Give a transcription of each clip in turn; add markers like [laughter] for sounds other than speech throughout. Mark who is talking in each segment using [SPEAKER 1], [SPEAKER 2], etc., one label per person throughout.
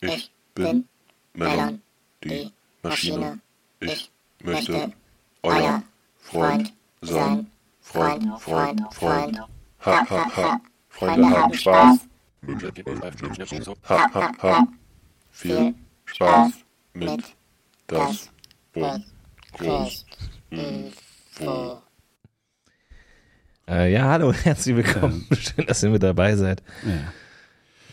[SPEAKER 1] Ich bin Melon, die Maschine. Ich möchte euer Freund sein. Freund, Freund, Freund. Ha, ha, ha. Freunde haben Spaß. Ha, ha, ha. Viel Spaß mit das Boot. Groß. Hm. Info.
[SPEAKER 2] Äh, ja, hallo, [laughs] herzlich willkommen. Schön, dass ihr mit dabei seid.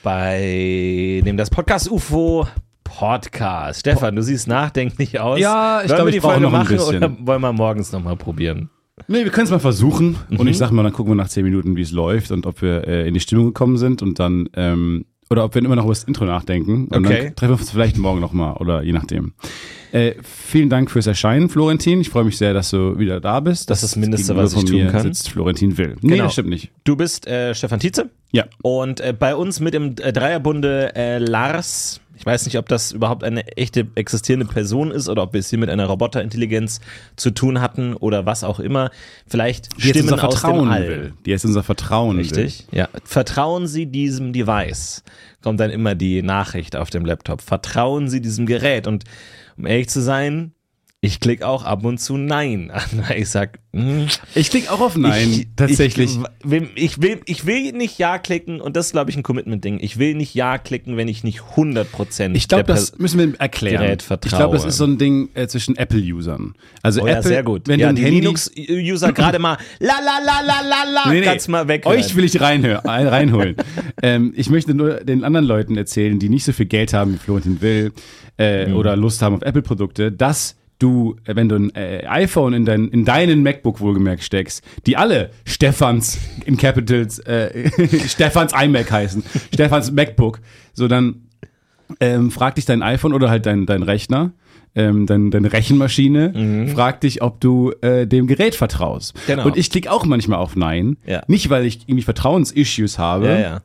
[SPEAKER 2] Bei dem das Podcast UFO Podcast. Stefan, du siehst nachdenklich aus.
[SPEAKER 3] Ja, ich
[SPEAKER 2] Wollen
[SPEAKER 3] glaub,
[SPEAKER 2] wir
[SPEAKER 3] ich
[SPEAKER 2] die
[SPEAKER 3] brauch
[SPEAKER 2] Folge
[SPEAKER 3] noch ein
[SPEAKER 2] machen
[SPEAKER 3] bisschen.
[SPEAKER 2] oder wollen wir morgens nochmal probieren?
[SPEAKER 3] Nee, wir können es mal versuchen. Und
[SPEAKER 2] Mhm.
[SPEAKER 3] ich sag mal, dann gucken wir nach 10 Minuten, wie es läuft und ob wir äh, in die Stimmung gekommen sind und dann, ähm, oder ob wir immer noch über das Intro nachdenken. Und
[SPEAKER 2] Okay.
[SPEAKER 3] dann treffen wir uns vielleicht morgen nochmal oder je nachdem. Äh, vielen Dank fürs Erscheinen, Florentin. Ich freue mich sehr, dass du wieder da bist.
[SPEAKER 2] Das ist das Mindeste,
[SPEAKER 3] Gegenüber
[SPEAKER 2] was ich
[SPEAKER 3] von
[SPEAKER 2] tun
[SPEAKER 3] mir
[SPEAKER 2] kann.
[SPEAKER 3] sitzt Florentin Will. Nee,
[SPEAKER 2] Genau.
[SPEAKER 3] das stimmt nicht.
[SPEAKER 2] Du bist äh, Stefan Tietze
[SPEAKER 3] Ja.
[SPEAKER 2] und äh, bei uns mit im äh, Dreierbunde äh, Lars. Ich weiß nicht, ob das überhaupt eine echte existierende Person ist oder ob wir es hier mit einer Roboterintelligenz zu tun hatten oder was auch immer. Vielleicht
[SPEAKER 3] Die jetzt
[SPEAKER 2] Stimmen
[SPEAKER 3] unser
[SPEAKER 2] aus dem
[SPEAKER 3] Vertrauen
[SPEAKER 2] All.
[SPEAKER 3] will. Die jetzt unser Vertrauen will.
[SPEAKER 2] Richtig, ja. Vertrauen Sie diesem Device, kommt dann immer die Nachricht auf dem Laptop. Vertrauen Sie diesem Gerät. Und um ehrlich zu sein, ich klicke auch ab und zu Nein [laughs] an, weil ich sag, hm,
[SPEAKER 3] Ich klicke auch auf Nein,
[SPEAKER 2] ich,
[SPEAKER 3] tatsächlich.
[SPEAKER 2] Ich, will- ich, will, ich will nicht Ja klicken und das ist, glaube ich, ein Commitment-Ding. Ich will nicht Ja klicken, wenn ich nicht 100%
[SPEAKER 3] Ich glaube,
[SPEAKER 2] der
[SPEAKER 3] das müssen wir erklären.
[SPEAKER 2] Gerät
[SPEAKER 3] ich glaube, das
[SPEAKER 2] vertraue.
[SPEAKER 3] ist so ein Ding äh, zwischen Apple-Usern. Also
[SPEAKER 2] Oh
[SPEAKER 3] Apple,
[SPEAKER 2] ja, sehr gut.
[SPEAKER 3] wenn
[SPEAKER 2] ja,
[SPEAKER 3] du ein
[SPEAKER 2] die
[SPEAKER 3] Handy,
[SPEAKER 2] Linux-User gerade mal la la la la la la
[SPEAKER 3] Nee, nee.
[SPEAKER 2] ganz mal weg.
[SPEAKER 3] Euch will ich reinhör,
[SPEAKER 2] [laughs]
[SPEAKER 3] ein- reinholen. ähm, ich möchte nur den anderen Leuten erzählen, die nicht so viel Geld haben wie Florentin Will äh,
[SPEAKER 2] Mhm.
[SPEAKER 3] oder Lust haben auf Apple-Produkte, dass du, äh, wenn du ein äh, iPhone in, dein, in deinen MacBook wohlgemerkt steckst, die alle Stefans in Capitals, äh, [laughs] Stefans iMac heißen, Stefans MacBook, so dann ähm, frag dich dein iPhone oder halt dein, dein Rechner, ähm, dein, deine Rechenmaschine, frag dich, ob du äh, dem Gerät vertraust.
[SPEAKER 2] Mhm. Genau.
[SPEAKER 3] Und ich klicke auch manchmal auf Nein.
[SPEAKER 2] Ja.
[SPEAKER 3] Nicht, weil ich irgendwie Vertrauensissues habe,
[SPEAKER 2] ja, Mhm. ja.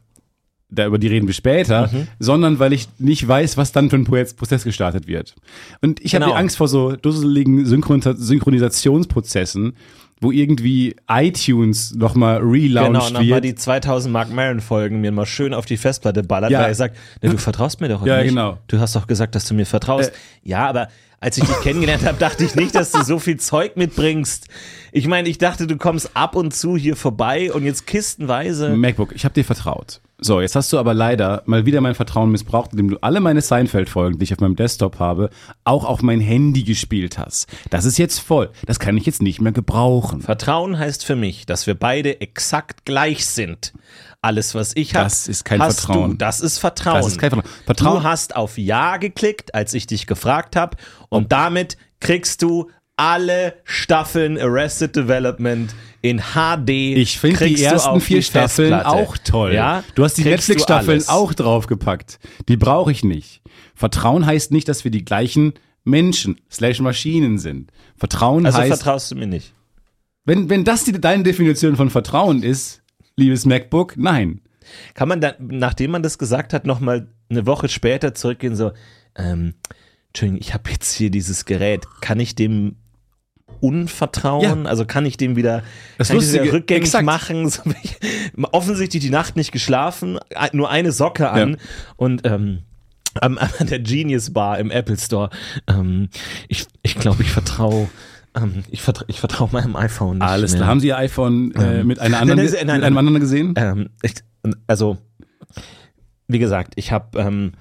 [SPEAKER 3] da über die reden wir später, sondern weil ich nicht weiß, was dann für ein Pro- Prozess gestartet wird. Und ich
[SPEAKER 2] Genau.
[SPEAKER 3] habe Angst vor so dusseligen Synchron Synchronisationsprozessen, wo irgendwie iTunes nochmal
[SPEAKER 2] Genau,
[SPEAKER 3] relaunched
[SPEAKER 2] und dann mal
[SPEAKER 3] wird.
[SPEAKER 2] die 2000 Mark Maron Folgen mir mal schön auf die Festplatte ballert,
[SPEAKER 3] Ja.
[SPEAKER 2] weil er sagt, ne, du vertraust mir doch
[SPEAKER 3] Ja,
[SPEAKER 2] nicht.
[SPEAKER 3] genau. Äh.
[SPEAKER 2] Du hast doch gesagt, dass du mir vertraust. Ja, aber als ich dich kennengelernt habe, dachte ich nicht, dass du so viel Zeug mitbringst. Ich meine, ich dachte, du kommst ab und zu hier vorbei und jetzt kistenweise.
[SPEAKER 3] MacBook, ich habe dir vertraut. So, jetzt hast du aber leider mal wieder mein Vertrauen missbraucht, indem du alle meine Seinfeld-Folgen, die ich auf meinem Desktop habe, auch auf mein Handy gespielt hast. Das ist jetzt voll. Das kann ich jetzt nicht mehr gebrauchen.
[SPEAKER 2] Vertrauen heißt für mich, dass wir beide exakt gleich sind. Alles, was ich habe,
[SPEAKER 3] Das ist kein
[SPEAKER 2] hast
[SPEAKER 3] Vertrauen.
[SPEAKER 2] Du. Das ist Vertrauen.
[SPEAKER 3] Das ist kein Vertrauen.
[SPEAKER 2] Du
[SPEAKER 3] Vertrauen-
[SPEAKER 2] hast auf Ja geklickt, als ich dich gefragt habe, und damit kriegst du alle Staffeln Arrested Development in HD.
[SPEAKER 3] Ich finde
[SPEAKER 2] kriegst
[SPEAKER 3] die
[SPEAKER 2] du
[SPEAKER 3] ersten
[SPEAKER 2] auf
[SPEAKER 3] vier
[SPEAKER 2] die
[SPEAKER 3] Staffeln
[SPEAKER 2] Festplatte.
[SPEAKER 3] auch toll.
[SPEAKER 2] Ja?
[SPEAKER 3] Du hast die
[SPEAKER 2] Kriegst du
[SPEAKER 3] Netflix-Staffeln
[SPEAKER 2] alles.
[SPEAKER 3] auch draufgepackt. Die brauche ich nicht. Vertrauen heißt nicht, dass wir die gleichen Menschen slash Maschinen sind. Vertrauen
[SPEAKER 2] Also
[SPEAKER 3] heißt,
[SPEAKER 2] vertraust du mir nicht.
[SPEAKER 3] wenn, wenn das die, deine Definition von Vertrauen ist, liebes MacBook, nein.
[SPEAKER 2] Kann man dann, nachdem man das gesagt hat, nochmal eine Woche später zurückgehen, so, ähm, Entschuldigung, ich habe jetzt hier dieses Gerät, kann ich dem unvertrauen? Also kann ich dem wieder,
[SPEAKER 3] Das
[SPEAKER 2] kann ich das wieder
[SPEAKER 3] Lustige,
[SPEAKER 2] rückgängig
[SPEAKER 3] exakt.
[SPEAKER 2] machen? So, ich, offensichtlich die Nacht nicht geschlafen, nur eine Socke an
[SPEAKER 3] Ja.
[SPEAKER 2] und ähm, am- an der Genius Bar im Apple Store. Ähm, ich ich glaube, ich vertraue ähm, ich vertraue ich vertrau meinem iPhone nicht
[SPEAKER 3] Alles
[SPEAKER 2] mehr. Ähm.
[SPEAKER 3] klar. Haben Sie Ihr iPhone äh, mit, einer
[SPEAKER 2] [laughs]
[SPEAKER 3] anderen,
[SPEAKER 2] nein, nein, nein,
[SPEAKER 3] mit einem
[SPEAKER 2] nein.
[SPEAKER 3] anderen gesehen?
[SPEAKER 2] Ähm, ich, also, wie gesagt, ich habe ähm,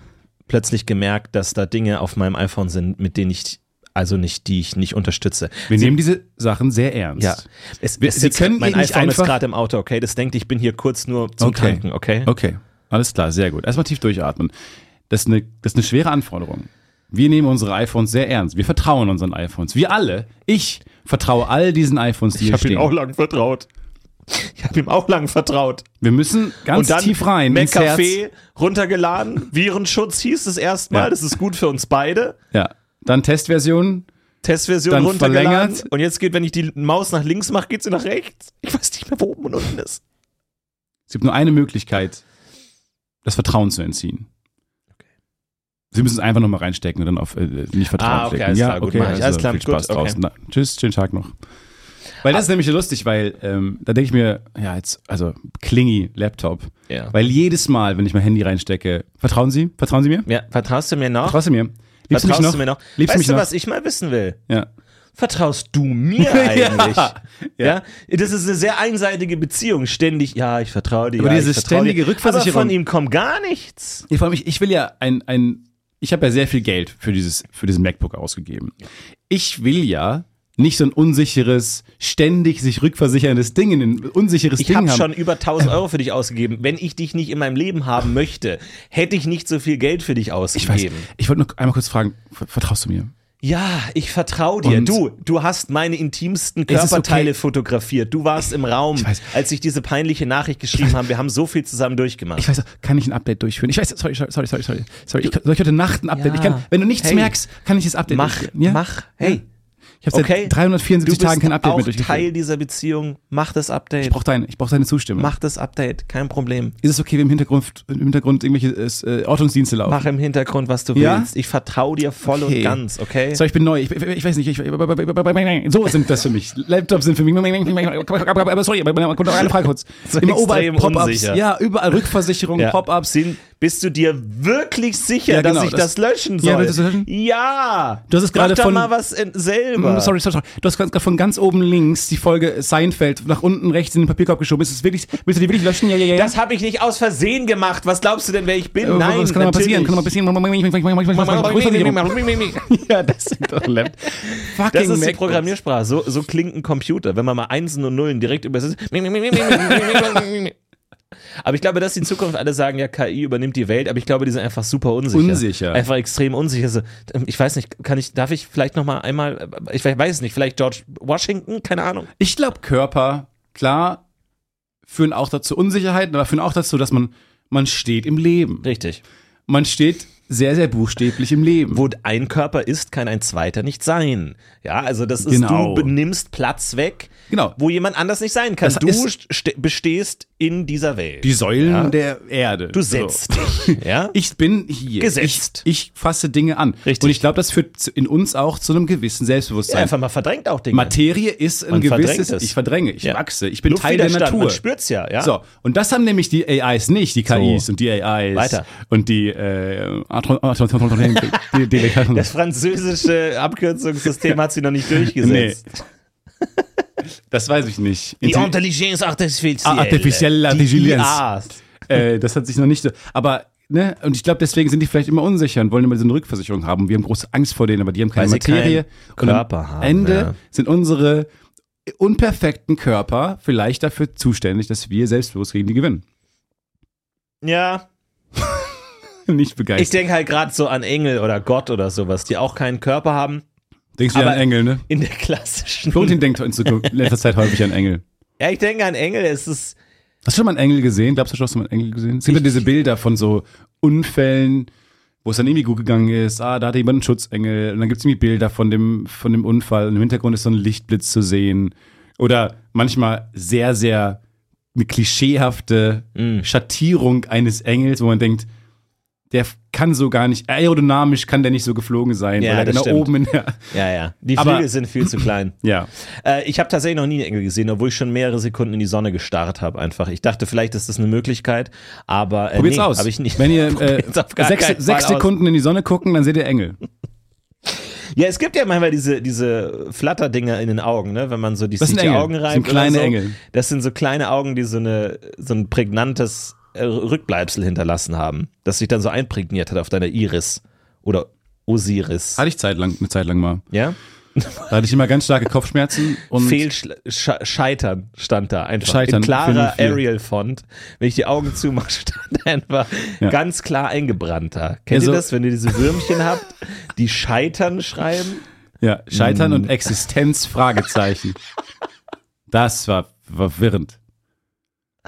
[SPEAKER 2] plötzlich gemerkt, dass da Dinge auf meinem iPhone sind, mit denen ich, also nicht, die ich nicht unterstütze.
[SPEAKER 3] Wir nehmen diese Sachen sehr ernst.
[SPEAKER 2] Ja, es,
[SPEAKER 3] Wir-
[SPEAKER 2] es
[SPEAKER 3] Sie
[SPEAKER 2] sitzt, halt,
[SPEAKER 3] können
[SPEAKER 2] mein
[SPEAKER 3] ihn nicht
[SPEAKER 2] iPhone ist
[SPEAKER 3] einfach-
[SPEAKER 2] gerade im Auto, okay? Das denkt, ich bin hier kurz nur zum
[SPEAKER 3] Okay.
[SPEAKER 2] Tanken, okay?
[SPEAKER 3] Okay, alles klar, sehr gut. Erstmal tief durchatmen. Das ist, eine, das ist eine schwere Anforderung. Wir nehmen unsere iPhones sehr ernst. Wir vertrauen unseren iPhones. Wir alle, ich vertraue all diesen iPhones,
[SPEAKER 2] Ich
[SPEAKER 3] die hier
[SPEAKER 2] habe ihm
[SPEAKER 3] stehen.
[SPEAKER 2] auch lang vertraut. Ich habe ihm auch lang vertraut.
[SPEAKER 3] Wir müssen
[SPEAKER 2] Und
[SPEAKER 3] ganz
[SPEAKER 2] dann
[SPEAKER 3] tief rein ins Herz.
[SPEAKER 2] McCafé runtergeladen. Virenschutz hieß es erstmal.
[SPEAKER 3] Ja.
[SPEAKER 2] Das ist gut für uns beide.
[SPEAKER 3] Ja, dann Testversion.
[SPEAKER 2] Testversion
[SPEAKER 3] Dann
[SPEAKER 2] runtergeladen.
[SPEAKER 3] verlängert.
[SPEAKER 2] Und jetzt geht, wenn ich die Maus nach links mache, geht sie nach rechts. Ich weiß nicht mehr, wo oben und unten ist.
[SPEAKER 3] Es gibt nur eine Möglichkeit, das Vertrauen zu entziehen. Sie müssen es einfach nochmal reinstecken und dann auf äh, nicht Vertrauen
[SPEAKER 2] Ah, okay,
[SPEAKER 3] klicken.
[SPEAKER 2] alles
[SPEAKER 3] ja,
[SPEAKER 2] klar, gut,
[SPEAKER 3] okay,
[SPEAKER 2] mach ich.
[SPEAKER 3] also
[SPEAKER 2] Alles klar,
[SPEAKER 3] viel
[SPEAKER 2] gut,
[SPEAKER 3] Spaß
[SPEAKER 2] okay. Ah.
[SPEAKER 3] draußen. Na, tschüss, schönen Tag noch. Weil das ist nämlich lustig, weil ähm, da denke ich mir, ja, jetzt, also klingi Laptop.
[SPEAKER 2] Ja.
[SPEAKER 3] Weil jedes Mal, wenn ich mein Handy reinstecke, vertrauen Sie? Vertrauen Sie mir?
[SPEAKER 2] Ja, vertraust du mir noch?
[SPEAKER 3] Vertraust du mir? Liebst
[SPEAKER 2] vertraust
[SPEAKER 3] du mich noch?
[SPEAKER 2] du mir noch?
[SPEAKER 3] Liebst
[SPEAKER 2] weißt
[SPEAKER 3] du mich
[SPEAKER 2] du,
[SPEAKER 3] noch?
[SPEAKER 2] was ich mal wissen will?
[SPEAKER 3] Ja.
[SPEAKER 2] Vertraust du mir
[SPEAKER 3] [laughs]
[SPEAKER 2] eigentlich?
[SPEAKER 3] Ja.
[SPEAKER 2] Ja. das ist eine sehr einseitige Beziehung. Ständig, ja, ich vertraue dir.
[SPEAKER 3] Aber
[SPEAKER 2] ja,
[SPEAKER 3] diese
[SPEAKER 2] ich vertraue
[SPEAKER 3] ständige
[SPEAKER 2] dir.
[SPEAKER 3] Rückversicherung-
[SPEAKER 2] Aber von ihm kommt gar nichts.
[SPEAKER 3] Ich freue mich, ich will ja ein, ein ich habe ja sehr viel Geld für dieses, für diesen MacBook ausgegeben. Ich will ja nicht so ein unsicheres, ständig sich rückversicherndes Ding, ein unsicheres
[SPEAKER 2] Ich
[SPEAKER 3] Ding haben.
[SPEAKER 2] habe schon über 1000 Euro für dich ausgegeben. Wenn ich dich nicht in meinem Leben haben möchte, hätte ich nicht so viel Geld für dich
[SPEAKER 3] ich weiß,
[SPEAKER 2] ausgegeben.
[SPEAKER 3] ich wollte nur einmal kurz fragen, ver- vertraust du mir?
[SPEAKER 2] Ja, ich vertraue dir.
[SPEAKER 3] Und-
[SPEAKER 2] du, du hast meine intimsten
[SPEAKER 3] Es ist
[SPEAKER 2] Körperteile
[SPEAKER 3] okay.
[SPEAKER 2] fotografiert. Du warst im Raum,
[SPEAKER 3] weiß.
[SPEAKER 2] als ich diese peinliche Nachricht geschrieben habe. Wir haben so viel zusammen
[SPEAKER 3] Ich
[SPEAKER 2] durchgemacht.
[SPEAKER 3] weiß, auch, kann ich ein Update durchführen? Ich weiß, sorry, sorry, sorry, sorry, sorry. sorry. Ich, soll ich heute Nacht ein
[SPEAKER 2] Ja.
[SPEAKER 3] Update? Ich kann, wenn du nichts
[SPEAKER 2] Hey.
[SPEAKER 3] merkst, kann ich das Update
[SPEAKER 2] Mach,
[SPEAKER 3] durchführen. Ja?
[SPEAKER 2] mach, hey.
[SPEAKER 3] Ich habe seit
[SPEAKER 2] okay.
[SPEAKER 3] 374
[SPEAKER 2] Du bist
[SPEAKER 3] Tagen kein Update
[SPEAKER 2] auch
[SPEAKER 3] mehr durchgeführt.
[SPEAKER 2] Teil dieser Beziehung. Mach das Update.
[SPEAKER 3] ich brauche deine, ich brauche deine Zustimmung.
[SPEAKER 2] Mach das Update. Kein Problem.
[SPEAKER 3] Ist es okay, wenn im Hintergrund, im Hintergrund irgendwelche äh, Ortungsdienste laufen?
[SPEAKER 2] Mach im Hintergrund, was du
[SPEAKER 3] Ja?
[SPEAKER 2] willst. Ich vertraue dir voll
[SPEAKER 3] Okay.
[SPEAKER 2] und ganz, okay?
[SPEAKER 3] So, ich bin neu. Ich, ich, ich weiß nicht. Ich, so sind das für mich. Laptops sind für mich. Aber sorry, aber kommt noch eine Frage kurz.
[SPEAKER 2] [laughs] So extrem unsicher.
[SPEAKER 3] Ja, überall Rückversicherungen,
[SPEAKER 2] [laughs] Ja.
[SPEAKER 3] Pop-ups.
[SPEAKER 2] Sind, bist du dir wirklich sicher,
[SPEAKER 3] Ja, genau,
[SPEAKER 2] dass ich
[SPEAKER 3] das-
[SPEAKER 2] das, löschen
[SPEAKER 3] Ja,
[SPEAKER 2] soll?
[SPEAKER 3] willst du das löschen?
[SPEAKER 2] Ja!
[SPEAKER 3] Du hast es
[SPEAKER 2] Mach
[SPEAKER 3] gerade
[SPEAKER 2] doch
[SPEAKER 3] von-
[SPEAKER 2] mal was in, selber.
[SPEAKER 3] Mm, Sorry, sorry, sorry. Du hast ganz, gerade von ganz oben links die Folge Seinfeld nach unten rechts in den Papierkorb geschoben. Ist es wirklich, willst du die wirklich löschen? Ja, ja, ja. ja.
[SPEAKER 2] Das habe ich nicht aus Versehen gemacht. Was glaubst du denn, wer ich bin?
[SPEAKER 3] Äh,
[SPEAKER 2] Nein,
[SPEAKER 3] was kann doch mal passieren?
[SPEAKER 2] natürlich.
[SPEAKER 3] Kann doch mal passieren. [laughs] Ja, das sind doch Laptops.
[SPEAKER 2] Das
[SPEAKER 3] Fucking
[SPEAKER 2] ist die
[SPEAKER 3] MacBooks.
[SPEAKER 2] Programmiersprache. So, so klingt ein Computer, wenn man mal Einsen und Nullen direkt übersetzt. [laughs] Aber ich glaube, dass die in Zukunft alle sagen, ja, KI übernimmt die Welt, aber ich glaube, die sind einfach super unsicher.
[SPEAKER 3] Unsicher.
[SPEAKER 2] Einfach extrem unsicher. So, ähm, Ich weiß nicht, kann ich, darf ich vielleicht nochmal einmal, äh, ich weiß es nicht, vielleicht George Washington, keine Ahnung.
[SPEAKER 3] Ich glaube, Körper, klar, führen auch dazu Unsicherheiten, aber führen auch dazu, dass man, man steht im Leben.
[SPEAKER 2] Richtig.
[SPEAKER 3] Man steht sehr, sehr buchstäblich im Leben.
[SPEAKER 2] Wo ein Körper ist, kann ein zweiter nicht sein. Ja, also das ist,
[SPEAKER 3] Genau.
[SPEAKER 2] du benimmst Platz weg,
[SPEAKER 3] Genau.
[SPEAKER 2] wo jemand anders nicht sein kann.
[SPEAKER 3] Das
[SPEAKER 2] du
[SPEAKER 3] ist-
[SPEAKER 2] st- bestehst in dieser Welt.
[SPEAKER 3] die Säulen
[SPEAKER 2] Ja.
[SPEAKER 3] der Erde.
[SPEAKER 2] du setzt
[SPEAKER 3] [laughs]
[SPEAKER 2] dich. Ja?
[SPEAKER 3] Ich bin hier.
[SPEAKER 2] Gesetzt.
[SPEAKER 3] Ich, ich fasse Dinge an.
[SPEAKER 2] Richtig.
[SPEAKER 3] Und ich glaube, das führt zu- in uns auch zu einem gewissen
[SPEAKER 2] Ja,
[SPEAKER 3] Selbstbewusstsein.
[SPEAKER 2] einfach mal verdrängt auch Dinge.
[SPEAKER 3] Materie ist ein
[SPEAKER 2] Man
[SPEAKER 3] gewisses.
[SPEAKER 2] verdrängt es.
[SPEAKER 3] Ich verdränge, ich
[SPEAKER 2] Ja.
[SPEAKER 3] wachse, ich bin Teil der
[SPEAKER 2] Luftwiderstand,
[SPEAKER 3] Natur.
[SPEAKER 2] Man spürt's ja, ja.
[SPEAKER 3] So, und das haben nämlich die AIs nicht, die KIs und die AIs
[SPEAKER 2] Weiter.
[SPEAKER 3] und die äh, Atro- Atro- Atro- Atro- die- die-
[SPEAKER 2] [laughs] Das französische Abkürzungssystem hat sie noch
[SPEAKER 3] [laughs]
[SPEAKER 2] nicht durchgesetzt.
[SPEAKER 3] Das weiß ich nicht.
[SPEAKER 2] Die
[SPEAKER 3] Intelli-
[SPEAKER 2] Intelligenz artificielle.
[SPEAKER 3] Ah, artificielle
[SPEAKER 2] Die
[SPEAKER 3] Intelligenz.
[SPEAKER 2] IAs.
[SPEAKER 3] äh, das hat sich noch nicht so. Aber, ne, und ich glaube, deswegen sind die vielleicht immer unsicher und wollen immer so eine Rückversicherung haben. Wir haben große Angst vor denen, aber die haben keine
[SPEAKER 2] Weil sie
[SPEAKER 3] Materie.
[SPEAKER 2] keinen Körper
[SPEAKER 3] und am
[SPEAKER 2] haben,
[SPEAKER 3] Ende
[SPEAKER 2] ja.
[SPEAKER 3] sind unsere unperfekten Körper vielleicht dafür zuständig, dass wir selbstbewusst gegen die gewinnen. [laughs]
[SPEAKER 2] Ja,
[SPEAKER 3] nicht
[SPEAKER 2] ich
[SPEAKER 3] begeistert.
[SPEAKER 2] denke halt gerade so an Engel oder Gott oder sowas, die auch keinen Körper haben.
[SPEAKER 3] Denkst du wieder
[SPEAKER 2] aber-
[SPEAKER 3] an Engel, ne?
[SPEAKER 2] In der klassischen.
[SPEAKER 3] Florentin denkt
[SPEAKER 2] [laughs]
[SPEAKER 3] in Zukunft- in letzter Zeit häufig an Engel.
[SPEAKER 2] Ja, ich denke an Engel. Es ist.
[SPEAKER 3] Hast du schon mal einen Engel gesehen? Glaubst du, schon, hast du mal einen Engel gesehen? Es gibt ja diese Bilder von so Unfällen, wo es dann irgendwie gut gegangen ist. Ah, da hatte jemand einen Schutzengel. Und dann gibt es irgendwie Bilder von dem, von dem Unfall. Und im Hintergrund ist so ein Lichtblitz zu sehen. Oder manchmal sehr, sehr eine klischeehafte
[SPEAKER 2] Mm.
[SPEAKER 3] Schattierung eines Engels, wo man denkt, der kann so gar nicht, aerodynamisch kann der nicht so geflogen sein,
[SPEAKER 2] Ja,
[SPEAKER 3] weil er
[SPEAKER 2] das
[SPEAKER 3] genau
[SPEAKER 2] stimmt.
[SPEAKER 3] oben in der, [laughs]
[SPEAKER 2] Ja, ja. Die
[SPEAKER 3] Aber-
[SPEAKER 2] Flügel sind viel zu
[SPEAKER 3] [clears throat]
[SPEAKER 2] klein.
[SPEAKER 3] ja.
[SPEAKER 2] Äh, ich habe tatsächlich noch nie einen Engel gesehen, obwohl ich schon mehrere Sekunden in die Sonne gestarrt habe. Einfach. Ich dachte, vielleicht ist das eine Möglichkeit, aber äh,
[SPEAKER 3] Probiert's
[SPEAKER 2] nee,
[SPEAKER 3] aus.
[SPEAKER 2] Hab ich nicht. [laughs]
[SPEAKER 3] Wenn ihr äh,
[SPEAKER 2] Probiert's auf gar keinen
[SPEAKER 3] sechs,
[SPEAKER 2] Fall
[SPEAKER 3] sechs
[SPEAKER 2] aus.
[SPEAKER 3] Sekunden in die Sonne gucken, dann seht ihr Engel.
[SPEAKER 2] Ja, es gibt ja manchmal diese, diese Flatterdinger in den Augen, ne? wenn man so die,
[SPEAKER 3] Das sind
[SPEAKER 2] die
[SPEAKER 3] Engel.
[SPEAKER 2] Augen
[SPEAKER 3] Das
[SPEAKER 2] reibt.
[SPEAKER 3] sind kleine
[SPEAKER 2] oder so.
[SPEAKER 3] Engel.
[SPEAKER 2] Das sind so kleine Augen, die so, eine, so ein prägnantes äh, Rückbleibsel hinterlassen haben, das sich dann so einprägniert hat auf deiner Iris oder Osiris.
[SPEAKER 3] Hatte ich Zeit lang, eine Zeit lang mal.
[SPEAKER 2] Ja?
[SPEAKER 3] Da hatte ich immer ganz starke Kopfschmerzen und
[SPEAKER 2] Fehlscheitern stand da einfach.
[SPEAKER 3] Scheitern,
[SPEAKER 2] In klarer
[SPEAKER 3] 404.
[SPEAKER 2] Arial-Font. Wenn ich die Augen zumache, [laughs] stand einfach
[SPEAKER 3] Ja.
[SPEAKER 2] ganz klar eingebrannt da. Kennt
[SPEAKER 3] Also-
[SPEAKER 2] ihr das, wenn ihr diese Würmchen habt, die Scheitern schreiben?
[SPEAKER 3] ja, Scheitern
[SPEAKER 2] Mm.
[SPEAKER 3] und Existenz Fragezeichen. Das war verwirrend.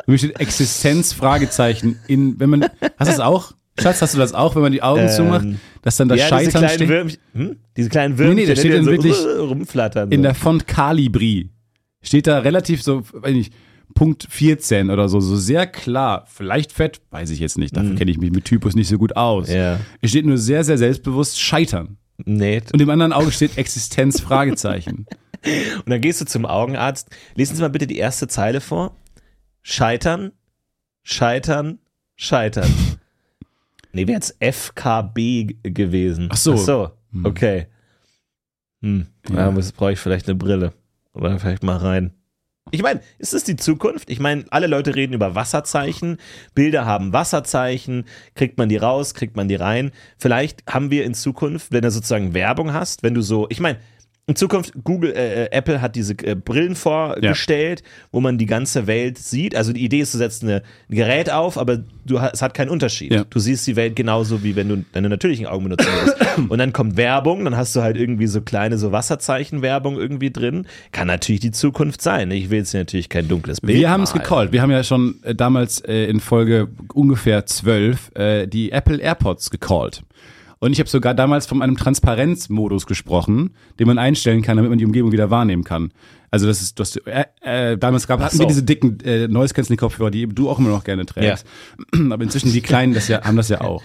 [SPEAKER 3] Für mich steht Existenz Fragezeichen in wenn man hast du das auch? Schatz, hast du das auch, wenn man die Augen
[SPEAKER 2] Ähm,
[SPEAKER 3] zumacht, dass dann das
[SPEAKER 2] ja, diese
[SPEAKER 3] Scheitern
[SPEAKER 2] kleinen
[SPEAKER 3] steht
[SPEAKER 2] Würmchen. Hm? Diese kleinen
[SPEAKER 3] nee,
[SPEAKER 2] Würmchen,
[SPEAKER 3] da steht
[SPEAKER 2] die
[SPEAKER 3] dann
[SPEAKER 2] so
[SPEAKER 3] wirklich
[SPEAKER 2] uh, rumflattern.
[SPEAKER 3] in
[SPEAKER 2] so.
[SPEAKER 3] der Font Calibri. Steht da relativ so, weiß nicht, Punkt 14 oder so, so sehr klar, vielleicht fett, weiß ich jetzt nicht, dafür kenne ich mich mit Typus nicht so gut aus.
[SPEAKER 2] Mm. Ja.
[SPEAKER 3] Es steht nur sehr sehr selbstbewusst Scheitern.
[SPEAKER 2] nee,
[SPEAKER 3] Und im anderen Auge steht Existenz Fragezeichen.
[SPEAKER 2] Und dann gehst du zum Augenarzt. Lesen Sie mal bitte die erste Zeile vor. Scheitern, scheitern, scheitern. Nee, wäre jetzt FKB gewesen.
[SPEAKER 3] Ach so.
[SPEAKER 2] Ach so, okay. Hm.
[SPEAKER 3] Ja.
[SPEAKER 2] Ja, muss- brauche ich vielleicht eine Brille. Oder vielleicht mal rein. Ich meine, ist es die Zukunft? Ich meine, alle Leute reden über Wasserzeichen. Bilder haben Wasserzeichen. Kriegt man die raus? Kriegt man die rein? Vielleicht haben wir in Zukunft, wenn du sozusagen Werbung hast, wenn du so, ich meine, in Zukunft, Google, äh, äh, Apple hat diese äh, Brillen vorgestellt, wo man die ganze Welt sieht. Also die Idee ist, du setzt eine, ein Gerät auf, aber du, ha- es hat keinen Unterschied.
[SPEAKER 3] Ja.
[SPEAKER 2] Du siehst die Welt genauso, wie wenn du deine natürlichen Augen benutzen würdest.
[SPEAKER 3] [coughs]
[SPEAKER 2] Und dann kommt Werbung, dann hast du halt irgendwie so kleine so Wasserzeichenwerbung irgendwie drin. Kann natürlich die Zukunft sein. Ich will jetzt hier natürlich kein dunkles [laughs] Bild
[SPEAKER 3] Wir haben es
[SPEAKER 2] malen.
[SPEAKER 3] gecallt. Wir haben ja schon äh, damals äh, in Folge ungefähr 12 äh, die Apple AirPods gecallt. Und ich habe sogar damals von einem Transparenzmodus gesprochen, den man einstellen kann, damit man die Umgebung wieder wahrnehmen kann. Also das ist, du hast, äh, äh, damals gab, hatten
[SPEAKER 2] so.
[SPEAKER 3] wir diese dicken äh, Noise-Canceling-Kopfhörer, die du auch immer noch gerne trägst. Aber inzwischen die kleinen das ja, haben das ja auch.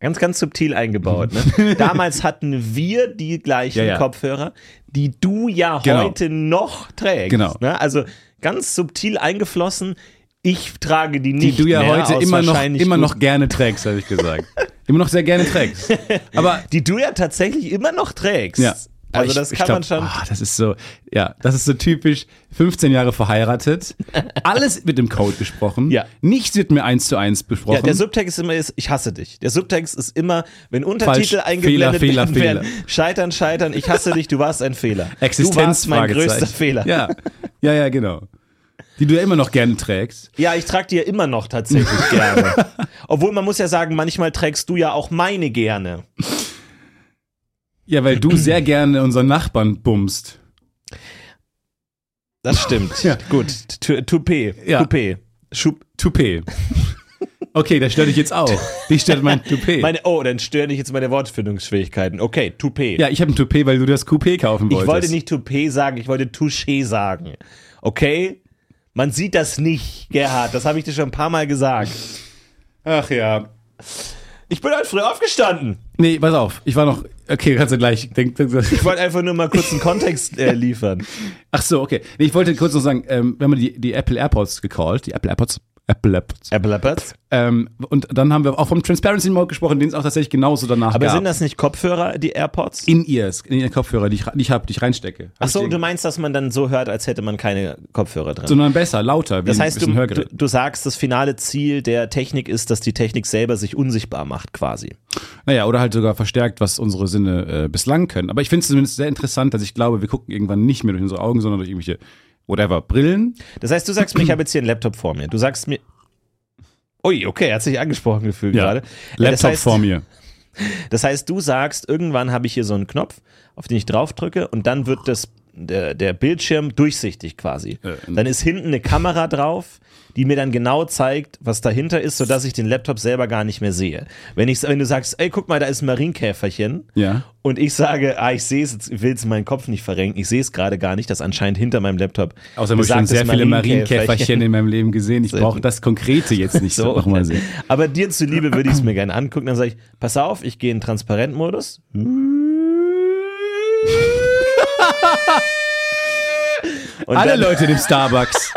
[SPEAKER 2] Ganz, ganz subtil eingebaut.
[SPEAKER 3] [laughs]
[SPEAKER 2] Ne? Damals hatten wir die gleichen
[SPEAKER 3] Ja, ja.
[SPEAKER 2] Kopfhörer, die du ja
[SPEAKER 3] Genau.
[SPEAKER 2] heute noch trägst.
[SPEAKER 3] Genau.
[SPEAKER 2] Ne? Also ganz subtil eingeflossen. Ich trage die
[SPEAKER 3] Die
[SPEAKER 2] nicht
[SPEAKER 3] du ja
[SPEAKER 2] mehr
[SPEAKER 3] heute
[SPEAKER 2] aus
[SPEAKER 3] immer noch,
[SPEAKER 2] wahrscheinlich
[SPEAKER 3] immer noch
[SPEAKER 2] guten-
[SPEAKER 3] gerne trägst, habe ich gesagt. immer noch sehr gerne
[SPEAKER 2] [laughs]
[SPEAKER 3] trägst. Aber
[SPEAKER 2] die du ja tatsächlich immer noch trägst.
[SPEAKER 3] Ja.
[SPEAKER 2] Also
[SPEAKER 3] Ich-
[SPEAKER 2] das
[SPEAKER 3] ich
[SPEAKER 2] kann
[SPEAKER 3] glaub,
[SPEAKER 2] man schon.
[SPEAKER 3] ah, das ist so, ja, das ist so typisch. 15
[SPEAKER 2] [laughs]
[SPEAKER 3] Jahre verheiratet, alles mit dem Code gesprochen.
[SPEAKER 2] Ja.
[SPEAKER 3] Nichts wird mir eins zu eins besprochen.
[SPEAKER 2] Ja, der Subtext ist immer ist, ich hasse dich. Der Subtext ist immer, wenn Untertitel
[SPEAKER 3] Fehler,
[SPEAKER 2] eingeblendet
[SPEAKER 3] Fehler,
[SPEAKER 2] werden,
[SPEAKER 3] Fehler.
[SPEAKER 2] werden, scheitern, scheitern, ich hasse dich, du warst ein
[SPEAKER 3] [laughs]
[SPEAKER 2] Fehler.
[SPEAKER 3] Existenz
[SPEAKER 2] du warst mein
[SPEAKER 3] Fragezeichen.
[SPEAKER 2] größter Fehler.
[SPEAKER 3] Ja, ja, ja, genau. Die du ja immer noch gerne trägst.
[SPEAKER 2] Ja, ich trage die ja immer noch [laughs] tatsächlich gerne. Obwohl man muss ja sagen, manchmal trägst du ja auch meine gerne.
[SPEAKER 3] Ja, weil du sehr gerne unseren Nachbarn bummst.
[SPEAKER 2] Das stimmt.
[SPEAKER 3] Ja.
[SPEAKER 2] Gut. Tu- Toupet.
[SPEAKER 3] Ja.
[SPEAKER 2] Toupet. Schub.
[SPEAKER 3] Toupet. Okay, das stört dich jetzt auch. Dich stört mein Toupet.
[SPEAKER 2] Meine, oh, dann stören dich jetzt meine Wortfindungsschwierigkeiten. Okay, Toupet.
[SPEAKER 3] ja, ich habe ein Toupet, weil du das Coupé kaufen wolltest.
[SPEAKER 2] Ich wollte nicht Toupet sagen, ich wollte Touché sagen. Okay? Man sieht das nicht, Gerhard. Das habe ich dir schon ein paar Mal gesagt.
[SPEAKER 3] Ach ja.
[SPEAKER 2] Ich bin heute früh aufgestanden.
[SPEAKER 3] Nee, pass auf. Ich war noch. Okay, kannst du gleich. Denk, denk,
[SPEAKER 2] Ich wollte einfach nur mal kurz einen Kontext äh, liefern.
[SPEAKER 3] Ach so, okay. Nee, ich wollte kurz noch sagen, ähm, wir haben die, die Apple AirPods gecallt, die Apple AirPods. Apple AirPods.
[SPEAKER 2] Apple Apples.
[SPEAKER 3] Ähm, und dann haben wir auch vom Transparency Mode gesprochen, den es auch tatsächlich genauso danach
[SPEAKER 2] Aber
[SPEAKER 3] gab.
[SPEAKER 2] sind das nicht Kopfhörer, die AirPods?
[SPEAKER 3] in ears, in ihr Kopfhörer, die ich, die ich habe, die ich reinstecke. Hab
[SPEAKER 2] Ach
[SPEAKER 3] ich
[SPEAKER 2] so,
[SPEAKER 3] den-
[SPEAKER 2] du meinst, dass man dann so hört, als hätte man keine Kopfhörer drin.
[SPEAKER 3] sondern besser, lauter, wie
[SPEAKER 2] das
[SPEAKER 3] ein-
[SPEAKER 2] heißt,
[SPEAKER 3] wie
[SPEAKER 2] du,
[SPEAKER 3] ein
[SPEAKER 2] du,
[SPEAKER 3] Hörgerät.
[SPEAKER 2] du sagst, das finale Ziel der Technik ist, dass die Technik selber sich unsichtbar macht, quasi.
[SPEAKER 3] Naja, oder halt sogar verstärkt, was unsere Sinne äh, bislang können. Aber ich finde es zumindest sehr interessant, dass ich glaube, wir gucken irgendwann nicht mehr durch unsere Augen, sondern durch irgendwelche, whatever, Brillen.
[SPEAKER 2] Das heißt, du sagst mir, ich habe jetzt hier einen Laptop vor mir. Du sagst mir. Ui, okay, er hat sich angesprochen gefühlt gerade. Ja,
[SPEAKER 3] Laptop
[SPEAKER 2] das heißt,
[SPEAKER 3] vor mir.
[SPEAKER 2] Das heißt, du sagst, irgendwann habe ich hier so einen Knopf, auf den ich draufdrücke und dann wird das, der, der Bildschirm durchsichtig quasi.
[SPEAKER 3] Äh,
[SPEAKER 2] dann ist hinten eine Kamera drauf, die mir dann genau zeigt, was dahinter ist, sodass ich den Laptop selber gar nicht mehr sehe. Wenn, ich, wenn du sagst, ey, guck mal, da ist ein Marienkäferchen.
[SPEAKER 3] Ja.
[SPEAKER 2] Und ich sage, ah, ich sehe es, jetzt, ich will es meinen Kopf nicht verrenken, ich sehe es gerade gar nicht, dass anscheinend hinter meinem Laptop.
[SPEAKER 3] Außerdem habe ich schon
[SPEAKER 2] besagtes
[SPEAKER 3] sehr viele
[SPEAKER 2] Marienkäferchen
[SPEAKER 3] Marienkäferchen in meinem Leben gesehen. Ich brauche das Konkrete
[SPEAKER 2] [laughs]
[SPEAKER 3] jetzt nicht so nochmal sehen.
[SPEAKER 2] Aber dir zuliebe würde ich es mir gerne angucken. Dann sage ich, pass auf, ich gehe in Transparent-Modus. Und
[SPEAKER 3] Alle
[SPEAKER 2] dann- oh,
[SPEAKER 3] Leute in
[SPEAKER 2] [laughs]
[SPEAKER 3] dem Starbucks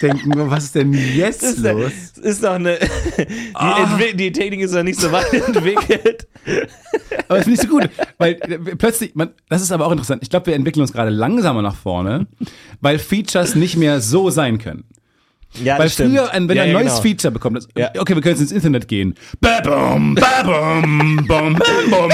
[SPEAKER 3] denken, was ist denn jetzt
[SPEAKER 2] Das ist,
[SPEAKER 3] los?
[SPEAKER 2] das ist noch eine. Die,
[SPEAKER 3] Ah.
[SPEAKER 2] Entwi- die Technik ist noch nicht so weit [laughs] entwickelt.
[SPEAKER 3] Aber das finde ich so gut, weil äh, plötzlich, man, das ist aber auch interessant. Ich glaube, wir entwickeln uns gerade langsamer nach vorne, weil Features nicht mehr so sein können.
[SPEAKER 2] Ja,
[SPEAKER 3] Weil
[SPEAKER 2] das stimmt.
[SPEAKER 3] früher, ein, wenn
[SPEAKER 2] ja,
[SPEAKER 3] ein
[SPEAKER 2] ja,
[SPEAKER 3] neues
[SPEAKER 2] genau.
[SPEAKER 3] Feature bekommt, das,
[SPEAKER 2] Ja.
[SPEAKER 3] okay, wir können jetzt ins Internet gehen. Ba-bum, ba-bum, bum, bum, bum.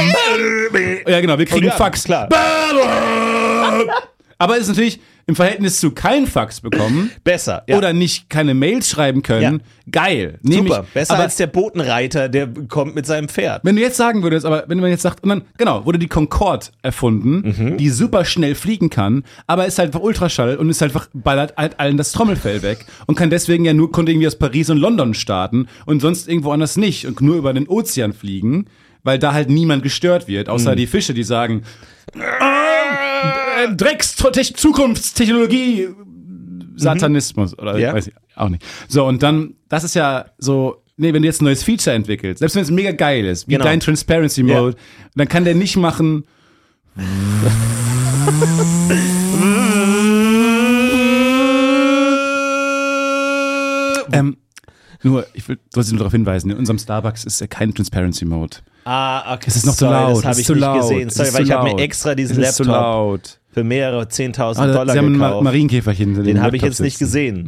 [SPEAKER 3] Ja, genau, wir kriegen
[SPEAKER 2] Oh, ja,
[SPEAKER 3] Fax.
[SPEAKER 2] klar.
[SPEAKER 3] Ba-bum. Aber es ist natürlich im Verhältnis zu kein Fax bekommen
[SPEAKER 2] Besser. Ja.
[SPEAKER 3] oder nicht keine Mails schreiben können. Geil. Nehm
[SPEAKER 2] Super.
[SPEAKER 3] Ich,
[SPEAKER 2] Besser
[SPEAKER 3] aber
[SPEAKER 2] als der Botenreiter, der kommt mit seinem Pferd.
[SPEAKER 3] Wenn du jetzt sagen würdest, aber wenn man jetzt sagt, und dann, genau, wurde die Concorde erfunden, die super schnell fliegen kann, aber ist halt einfach Ultraschall und ist halt einfach, ballert halt allen das Trommelfell weg und kann deswegen ja nur, konnte irgendwie aus Paris und London starten und sonst irgendwo anders nicht und nur über den Ozean fliegen, weil da halt niemand gestört wird, außer die Fische, die sagen, äh, Drecks Te- Zukunftstechnologie, Satanismus oder
[SPEAKER 2] Ja.
[SPEAKER 3] weiß ich auch nicht. So, und dann, das ist ja so, nee, wenn du jetzt ein neues Feature entwickelst, selbst wenn es mega geil ist, wie
[SPEAKER 2] Genau.
[SPEAKER 3] dein Transparency Mode, dann kann der nicht machen. ähm, nur, ich will, du sollst nur darauf hinweisen, in unserem Starbucks ist äh, kein Transparency Mode.
[SPEAKER 2] Ah, okay.
[SPEAKER 3] Es ist noch zu
[SPEAKER 2] sorry,
[SPEAKER 3] laut,
[SPEAKER 2] Das
[SPEAKER 3] es
[SPEAKER 2] habe
[SPEAKER 3] ist
[SPEAKER 2] ich
[SPEAKER 3] zu
[SPEAKER 2] nicht
[SPEAKER 3] laut,
[SPEAKER 2] gesehen.
[SPEAKER 3] es
[SPEAKER 2] Sorry,
[SPEAKER 3] ist
[SPEAKER 2] weil
[SPEAKER 3] zu
[SPEAKER 2] ich habe mir
[SPEAKER 3] laut,
[SPEAKER 2] extra
[SPEAKER 3] es
[SPEAKER 2] diesen
[SPEAKER 3] ist zu
[SPEAKER 2] Laptop
[SPEAKER 3] laut.
[SPEAKER 2] für mehrere 10.000
[SPEAKER 3] Ah, da-
[SPEAKER 2] Dollar
[SPEAKER 3] Sie haben einen Ma-
[SPEAKER 2] gekauft.
[SPEAKER 3] Marienkäferchen.
[SPEAKER 2] Den
[SPEAKER 3] in dem
[SPEAKER 2] habe ich
[SPEAKER 3] Laptop
[SPEAKER 2] jetzt nicht
[SPEAKER 3] sitzen.
[SPEAKER 2] gesehen.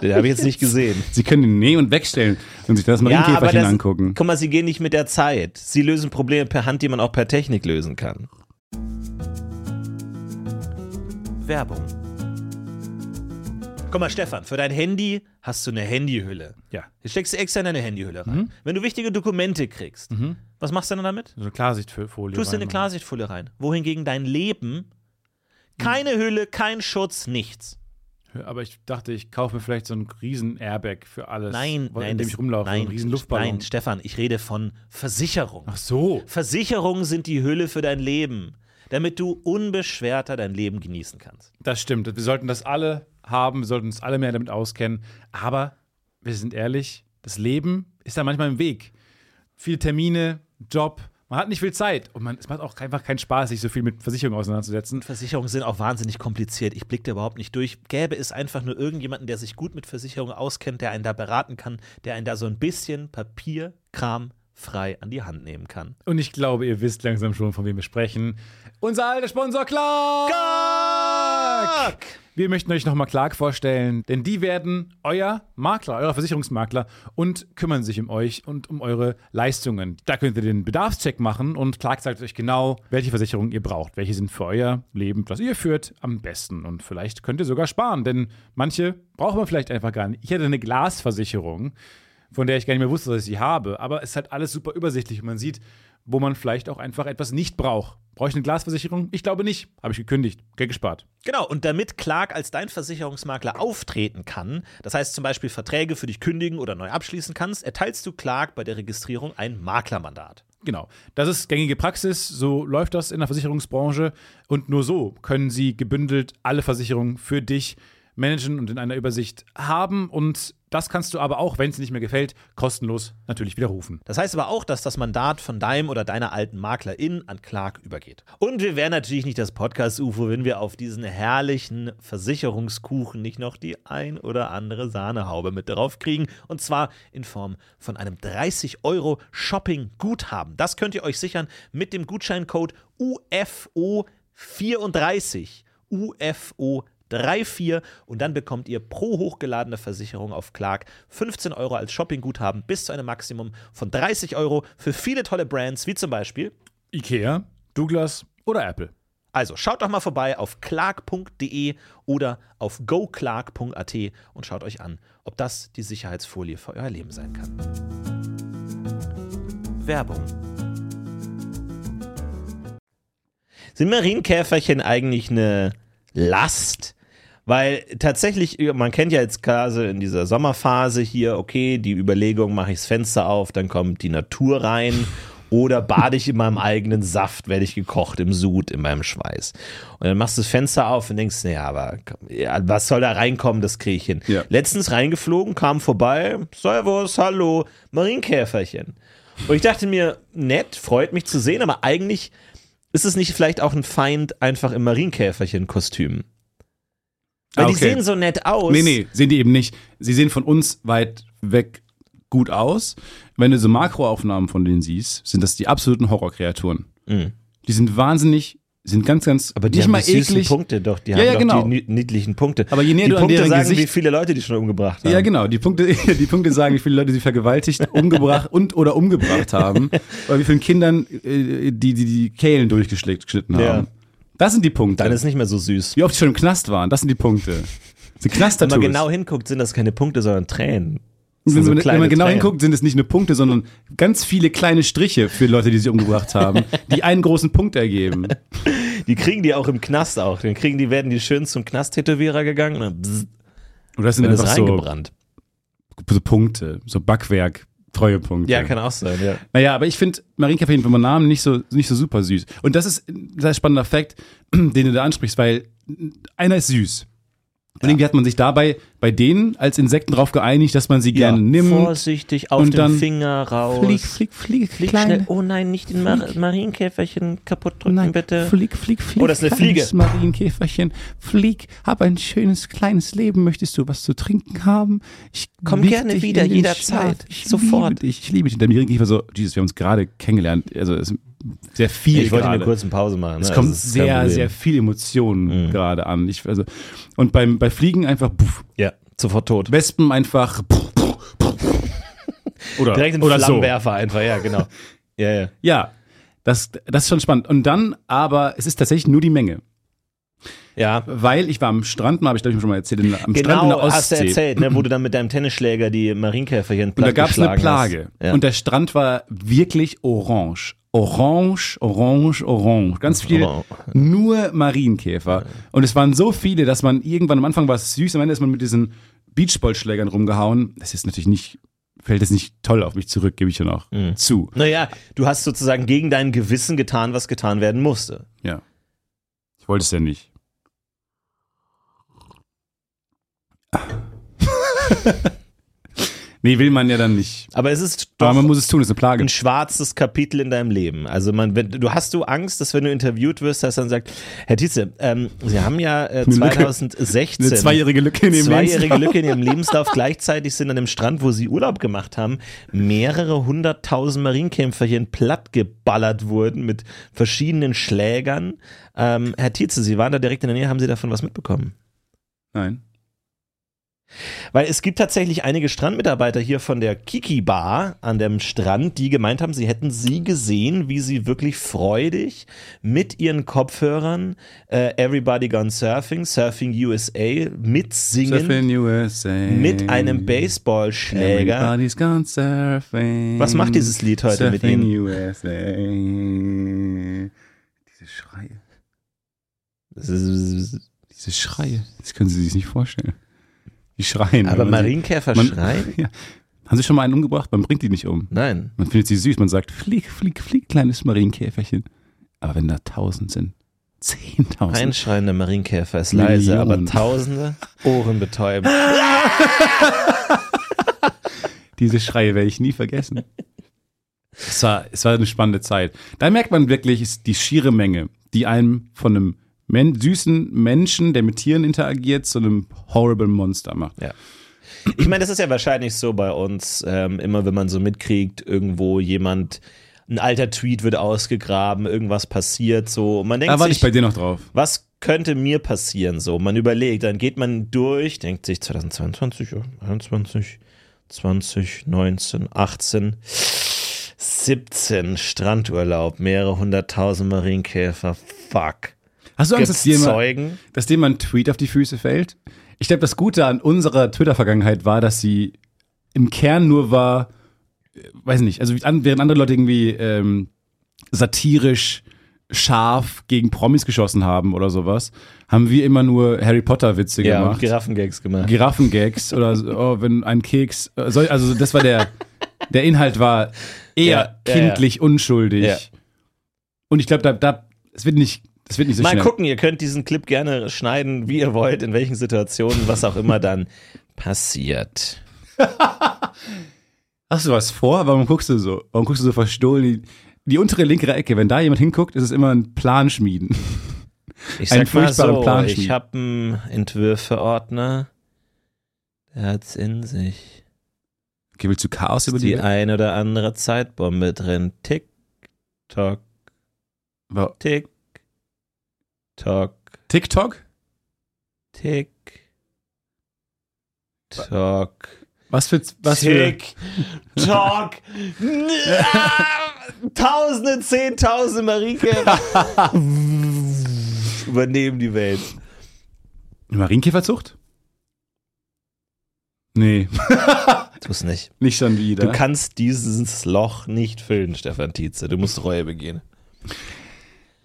[SPEAKER 2] Den habe ich jetzt nicht gesehen.
[SPEAKER 3] Sie können ihn nähen und wegstellen und sich das Marienkäferchen
[SPEAKER 2] das,
[SPEAKER 3] angucken.
[SPEAKER 2] guck mal, sie gehen nicht mit der Zeit. Sie lösen Probleme per Hand, die man auch per Technik lösen kann. Werbung. Guck mal, Stefan, für dein Handy hast du eine Handyhülle.
[SPEAKER 3] Ja.
[SPEAKER 2] Du steckst du extra in deine Handyhülle rein. Wenn du wichtige Dokumente kriegst, was machst du denn damit?
[SPEAKER 4] So eine Klarsichtfolie.
[SPEAKER 2] Tust du in eine
[SPEAKER 4] reinmachen.
[SPEAKER 2] Klarsichtfolie rein. Wohingegen dein Leben, keine Hülle, kein Schutz, nichts.
[SPEAKER 4] Aber ich dachte, ich kaufe mir vielleicht so einen riesen Airbag für alles.
[SPEAKER 2] Nein,
[SPEAKER 4] wo-
[SPEAKER 2] nein,
[SPEAKER 4] In dem
[SPEAKER 2] das-
[SPEAKER 4] ich rumlaufe. so
[SPEAKER 2] Nein,
[SPEAKER 4] einen riesen Luftballon.
[SPEAKER 2] nein, Stefan, ich rede von Versicherung.
[SPEAKER 4] Ach so.
[SPEAKER 2] Versicherungen sind die Hülle für dein Leben, damit du unbeschwerter dein Leben genießen kannst.
[SPEAKER 4] Das stimmt. Wir sollten das alle haben, wir sollten uns alle mehr damit auskennen. Aber wir sind ehrlich, das Leben ist da manchmal im Weg. Viele Termine, Job, man hat nicht viel Zeit. Und man, es macht auch einfach keinen Spaß, sich so viel mit Versicherungen auseinanderzusetzen.
[SPEAKER 2] Versicherungen sind auch wahnsinnig kompliziert. Ich blicke da überhaupt nicht durch. Gäbe es einfach nur irgendjemanden, der sich gut mit Versicherungen auskennt, der einen da beraten kann, der einen da so ein bisschen Papierkram frei an die Hand nehmen kann.
[SPEAKER 4] Und ich glaube, ihr wisst langsam schon, von wem wir sprechen. Unser alter Sponsor Clark!
[SPEAKER 2] Clark!
[SPEAKER 4] Wir möchten euch nochmal Clark vorstellen, denn die werden euer Makler, euer Versicherungsmakler und kümmern sich um euch und um eure Leistungen. Da könnt ihr den Bedarfscheck machen und Clark sagt euch genau, welche Versicherungen ihr braucht, welche sind für euer Leben, was ihr führt, am besten. Und vielleicht könnt ihr sogar sparen, denn manche braucht man vielleicht einfach gar nicht. Ich hatte eine Glasversicherung von der ich gar nicht mehr wusste, dass ich sie habe. Aber es ist halt alles super übersichtlich und man sieht, wo man vielleicht auch einfach etwas nicht braucht. Brauche ich eine Glasversicherung? Ich glaube nicht. Habe ich gekündigt. Geld gespart.
[SPEAKER 2] Genau, und damit Clark als dein Versicherungsmakler auftreten kann, das heißt zum Beispiel Verträge für dich kündigen oder neu abschließen kannst, erteilst du Clark bei der Registrierung ein Maklermandat.
[SPEAKER 4] Genau. Das ist gängige Praxis. So läuft das in der Versicherungsbranche. Und nur so können sie gebündelt alle Versicherungen für dich managen und in einer Übersicht haben. Und das kannst du aber auch, wenn es nicht mehr gefällt, kostenlos natürlich widerrufen.
[SPEAKER 2] Das heißt aber auch, dass das Mandat von deinem oder deiner alten Maklerin an Clark übergeht. Und wir wären natürlich nicht das Podcast-UFO, wenn wir auf diesen herrlichen Versicherungskuchen nicht noch die ein oder andere Sahnehaube mit drauf kriegen. Und zwar in Form von einem 30-Euro-Shopping-Guthaben. Das könnt ihr euch sichern mit dem Gutscheincode UFO34. UFO 34 und dann bekommt ihr pro hochgeladene Versicherung auf Clark 15 Euro als Shoppingguthaben bis zu einem Maximum von 30 Euro für viele tolle Brands, wie zum Beispiel.
[SPEAKER 4] Ikea, Douglas oder Apple.
[SPEAKER 2] Also schaut doch mal vorbei auf clark.de oder auf goclark.at und schaut euch an, ob das die Sicherheitsfolie für euer Leben sein kann. Werbung. Sind Marienkäferchen eigentlich eine Last? Weil tatsächlich, man kennt ja jetzt gerade in dieser Sommerphase hier, okay, die Überlegung, mache ich das Fenster auf, dann kommt die Natur rein oder bade ich in meinem eigenen Saft, werde ich gekocht im Sud, in meinem Schweiß. Und dann machst du das Fenster auf und denkst, naja, aber komm, ja, was soll da reinkommen, das kriege ich hin.
[SPEAKER 3] Ja.
[SPEAKER 2] Letztens reingeflogen, kam vorbei, Servus, hallo, Marienkäferchen. Und ich dachte mir, nett, freut mich zu sehen, aber eigentlich ist es nicht vielleicht auch ein Feind einfach im Marienkäferchen-Kostüm? Weil
[SPEAKER 3] Ah,
[SPEAKER 2] die
[SPEAKER 3] okay.
[SPEAKER 2] sehen so nett aus.
[SPEAKER 3] Nee, nee, sehen die eben nicht. Sie sehen von uns weit weg gut aus. Wenn du so Makroaufnahmen von denen siehst, sind das die absoluten Horrorkreaturen.
[SPEAKER 2] Mhm.
[SPEAKER 3] Die sind wahnsinnig, sind ganz, ganz,
[SPEAKER 2] Aber die
[SPEAKER 3] nicht
[SPEAKER 2] haben
[SPEAKER 3] mal
[SPEAKER 2] die süßen
[SPEAKER 3] eklig.
[SPEAKER 2] Punkte doch, die
[SPEAKER 3] Ja,
[SPEAKER 2] haben
[SPEAKER 3] ja,
[SPEAKER 2] doch
[SPEAKER 3] genau.
[SPEAKER 2] die ni- niedlichen Punkte.
[SPEAKER 3] Aber je näher
[SPEAKER 2] die
[SPEAKER 3] du an
[SPEAKER 2] Punkte
[SPEAKER 3] deren
[SPEAKER 2] sagen,
[SPEAKER 3] Gesicht-
[SPEAKER 2] wie viele Leute die schon umgebracht haben.
[SPEAKER 3] Ja, genau. Die Punkte, [laughs] die Punkte sagen, wie viele Leute sie vergewaltigt, umgebracht und oder
[SPEAKER 2] [laughs]
[SPEAKER 3] umgebracht haben. Oder wie vielen Kindern äh, die, die die Kehlen durchgeschnitten haben.
[SPEAKER 2] Ja.
[SPEAKER 3] Das sind die Punkte.
[SPEAKER 2] Dann ist nicht mehr so süß.
[SPEAKER 3] wie oft sie schon im Knast waren, das sind die Punkte. Die
[SPEAKER 2] Wenn man
[SPEAKER 3] Knast-Tattoos.
[SPEAKER 2] genau hinguckt, sind das keine Punkte, sondern Tränen. Das sind
[SPEAKER 3] wenn,
[SPEAKER 2] so
[SPEAKER 3] man, wenn
[SPEAKER 2] kleine
[SPEAKER 3] man genau
[SPEAKER 2] Tränen.
[SPEAKER 3] hinguckt, sind es nicht nur Punkte, sondern ganz viele kleine Striche für Leute, die sie
[SPEAKER 2] [laughs]
[SPEAKER 3] umgebracht haben, die einen großen Punkt ergeben.
[SPEAKER 2] Die kriegen die auch im Knast auch. Dann kriegen die, werden die schön zum Knast-Tätowierer gegangen und dann bzz,
[SPEAKER 3] Und das sind
[SPEAKER 2] wird das
[SPEAKER 3] einfach so,
[SPEAKER 2] reingebrannt.
[SPEAKER 3] so Punkte, so Backwerk, Treuepunkte.
[SPEAKER 2] Ja, kann auch sein, ja.
[SPEAKER 3] Naja, aber ich finde Marienkäferchen vom Namen nicht so, nicht so super süß. [clears throat] Und das ist ein sehr spannender Fact, den du da ansprichst, weil einer ist süß. Und irgendwie hat man sich dabei bei denen als Insekten darauf geeinigt, dass man sie gerne nimmt.
[SPEAKER 2] Vorsichtig auf
[SPEAKER 3] und
[SPEAKER 2] den
[SPEAKER 3] dann
[SPEAKER 2] Finger raus.
[SPEAKER 5] Flieg, flieg, flieg,
[SPEAKER 2] Flieg schnell.
[SPEAKER 5] kleine.
[SPEAKER 2] Oh nein, nicht den Mar Marienkäferchen kaputt drücken,
[SPEAKER 5] Oh Nein,
[SPEAKER 2] bitte.
[SPEAKER 5] flieg, flieg, flieg.
[SPEAKER 2] Oh, das ist eine
[SPEAKER 5] kleines
[SPEAKER 2] Fliege.
[SPEAKER 5] Marienkäferchen. Flieg, hab ein schönes kleines Leben. Möchtest du was zu trinken haben? Ich
[SPEAKER 2] Komm
[SPEAKER 5] leg
[SPEAKER 2] gerne
[SPEAKER 5] dich
[SPEAKER 2] wieder,
[SPEAKER 5] in den
[SPEAKER 2] jederzeit,
[SPEAKER 5] Schlaf. Ich
[SPEAKER 2] sofort.
[SPEAKER 5] Liebe dich.
[SPEAKER 3] Ich liebe dich. Und der Miriam war so, Jesus, wir haben uns gerade kennengelernt. Also es ist sehr viel
[SPEAKER 2] Ich wollte
[SPEAKER 3] gerade.
[SPEAKER 2] eine kurze Pause machen. ne? Also,
[SPEAKER 3] Es kommt sehr, sehr viel Emotionen
[SPEAKER 2] Mhm.
[SPEAKER 3] gerade an. Ich, also, und beim, bei Fliegen einfach, puff,
[SPEAKER 2] Ja, sofort tot.
[SPEAKER 3] Wespen einfach, puff, puff, puff. oder,
[SPEAKER 2] Direkt in
[SPEAKER 3] oder so.
[SPEAKER 2] Flammenwerfer einfach, ja,
[SPEAKER 3] [laughs]
[SPEAKER 2] genau. Ja, ja.
[SPEAKER 3] Ja, das, das ist schon spannend. Und dann, aber es ist tatsächlich nur die Menge.
[SPEAKER 2] ja.
[SPEAKER 3] Weil ich war am Strand, mal habe ich glaube ich schon mal erzählt, in, am Strand in der
[SPEAKER 2] Genau,
[SPEAKER 3] Ostsee.
[SPEAKER 2] hast du erzählt, ne, wo du dann mit deinem Tennisschläger die Marienkäferchen
[SPEAKER 3] Und da
[SPEAKER 2] platt
[SPEAKER 3] gab es eine
[SPEAKER 2] geschlagen hast.
[SPEAKER 3] Plage.
[SPEAKER 2] Ja.
[SPEAKER 3] Und der Strand war wirklich orange. Orange, orange, orange. Ganz viel,
[SPEAKER 2] Orange.
[SPEAKER 3] nur Marienkäfer. Und es waren so viele, dass man irgendwann am Anfang war es süß, am Ende ist man mit diesen Beachballschlägern rumgehauen. Das ist natürlich nicht, fällt jetzt nicht toll auf mich zurück, gebe ich schon auch
[SPEAKER 2] Mhm.
[SPEAKER 3] zu.
[SPEAKER 2] Naja, du hast sozusagen gegen dein Gewissen getan, was getan werden musste.
[SPEAKER 3] Ja. Ich wollte es ja nicht. [laughs] nee, will man ja dann nicht.
[SPEAKER 2] Aber es ist
[SPEAKER 3] Aber man
[SPEAKER 2] doch
[SPEAKER 3] muss es tun, es ist eine Plage.
[SPEAKER 2] ein schwarzes Kapitel in deinem Leben. Also man, wenn, du hast du Angst, dass wenn du interviewt wirst, dass dann sagt, Herr Tietze, ähm, Sie haben ja äh,
[SPEAKER 3] Eine Lücke.
[SPEAKER 2] 2016
[SPEAKER 3] Eine zweijährige Lücke in dem
[SPEAKER 2] zweijährige
[SPEAKER 3] Lebenslauf.
[SPEAKER 2] Lücke in ihrem Lebenslauf. Gleichzeitig sind an dem Strand, wo sie Urlaub gemacht haben, mehrere hunderttausend Marienkämpferchen plattgeballert wurden mit verschiedenen Schlägern. Ähm, Herr Tietze, Sie waren da direkt in der Nähe, haben Sie davon was mitbekommen?
[SPEAKER 3] [laughs] Nein.
[SPEAKER 2] Weil es gibt tatsächlich einige Strandmitarbeiter hier von der Kiki Bar an dem Strand, die gemeint haben, sie hätten sie gesehen, wie sie wirklich freudig mit ihren Kopfhörern äh, Everybody Gone Surfing, Surfing USA mitsingen.
[SPEAKER 3] Surfing USA.
[SPEAKER 2] Mit einem Baseballschläger.
[SPEAKER 3] Everybody's gone surfing.
[SPEAKER 2] Was macht dieses Lied heute mit
[SPEAKER 3] surfing
[SPEAKER 2] Ihnen?
[SPEAKER 3] USA. Diese Schreie. Diese Schreie. Das können Sie sich nicht vorstellen. Die schreien.
[SPEAKER 2] Aber
[SPEAKER 3] wenn man sie-
[SPEAKER 2] Marienkäfer
[SPEAKER 3] man-
[SPEAKER 2] schreien?
[SPEAKER 3] Ja. Haben Sie schon mal einen umgebracht? Man bringt die nicht um.
[SPEAKER 2] Nein.
[SPEAKER 3] Man findet sie süß, man sagt, flieg, flieg, flieg, kleines Marienkäferchen. Aber wenn da tausend sind, zehntausend.
[SPEAKER 2] Einschreien der Marienkäfer ist leise, aber
[SPEAKER 3] Millionen.
[SPEAKER 2] tausende Ohren betäuben.
[SPEAKER 3] Diese Schreie werde ich nie vergessen. es, war, es war eine spannende Zeit. Da merkt man wirklich ist die schiere Menge, die einem von einem men süßen Menschen, der mit Tieren interagiert, zu einem horrible Monster macht.
[SPEAKER 2] Ich meine, das ist ja wahrscheinlich so bei uns, ähm, immer wenn man so mitkriegt, irgendwo jemand, ein alter Tweet wird ausgegraben, irgendwas passiert so. Und man denkt
[SPEAKER 3] Da warte ich
[SPEAKER 2] sich,
[SPEAKER 3] bei dir noch drauf.
[SPEAKER 2] was könnte mir passieren so? Man überlegt, dann geht man durch, denkt sich 2022, 21, 20, 19, 18, 17 Strandurlaub, mehrere hunderttausend Marienkäfer, fuck.
[SPEAKER 3] Hast du Angst,
[SPEAKER 2] Gibt's
[SPEAKER 3] dass dir, mal,
[SPEAKER 2] Zeugen?
[SPEAKER 3] dass dir mal ein Tweet auf die Füße fällt? Ich glaube, das Gute an unserer Twitter-Vergangenheit war, dass sie im Kern nur war, äh, weiß nicht, also wie an, während andere Leute irgendwie ähm, satirisch scharf gegen Promis geschossen haben oder sowas, haben wir immer nur Harry Potter-Witze
[SPEAKER 2] Ja, und
[SPEAKER 3] gemacht.
[SPEAKER 2] Giraffengags gemacht.
[SPEAKER 3] Giraffengags oder so, oh, wenn ein Keks. äh, soll- Also das
[SPEAKER 2] [laughs]
[SPEAKER 3] war der, der Inhalt war eher
[SPEAKER 2] Ja, ja,
[SPEAKER 3] kindlich unschuldig.
[SPEAKER 2] Ja.
[SPEAKER 3] Und ich glaube, da, da, es wird nicht, das wird nicht so
[SPEAKER 2] Mal
[SPEAKER 3] schnell.
[SPEAKER 2] gucken, ihr könnt diesen Clip gerne schneiden, wie ihr wollt, in welchen Situationen, was auch immer dann passiert.
[SPEAKER 3] Hast du was vor? Warum guckst du so? Warum guckst du so verstohlen? Die, die untere linke Ecke, wenn da jemand hinguckt, ist es immer ein Plan schmieden.
[SPEAKER 2] Ich
[SPEAKER 3] Einen
[SPEAKER 2] sag mal
[SPEAKER 3] furchtbaren
[SPEAKER 2] so,
[SPEAKER 3] Plan
[SPEAKER 2] ich
[SPEAKER 3] schmieden.
[SPEAKER 2] habe einen Entwürfeordner, der hat's in sich.
[SPEAKER 3] Okay, willst du Chaos über
[SPEAKER 2] ist
[SPEAKER 3] die?
[SPEAKER 2] die ein oder andere Zeitbombe drin. Tick, tock,
[SPEAKER 3] Wa-
[SPEAKER 2] tick, tock,
[SPEAKER 3] TikTok?
[SPEAKER 2] tick, tock,
[SPEAKER 3] Was für was
[SPEAKER 2] [laughs]
[SPEAKER 3] für
[SPEAKER 2] tick, tock. [laughs] Tausende, Zehntausende [laughs] Marienkäfer übernehmen die Welt.
[SPEAKER 3] Marienkäferzucht? Nee, [laughs]
[SPEAKER 2] Tu es nicht.
[SPEAKER 3] nicht schon wieder.
[SPEAKER 2] Du kannst dieses Loch nicht füllen, Stefan Tietze. Du musst Reue begehen.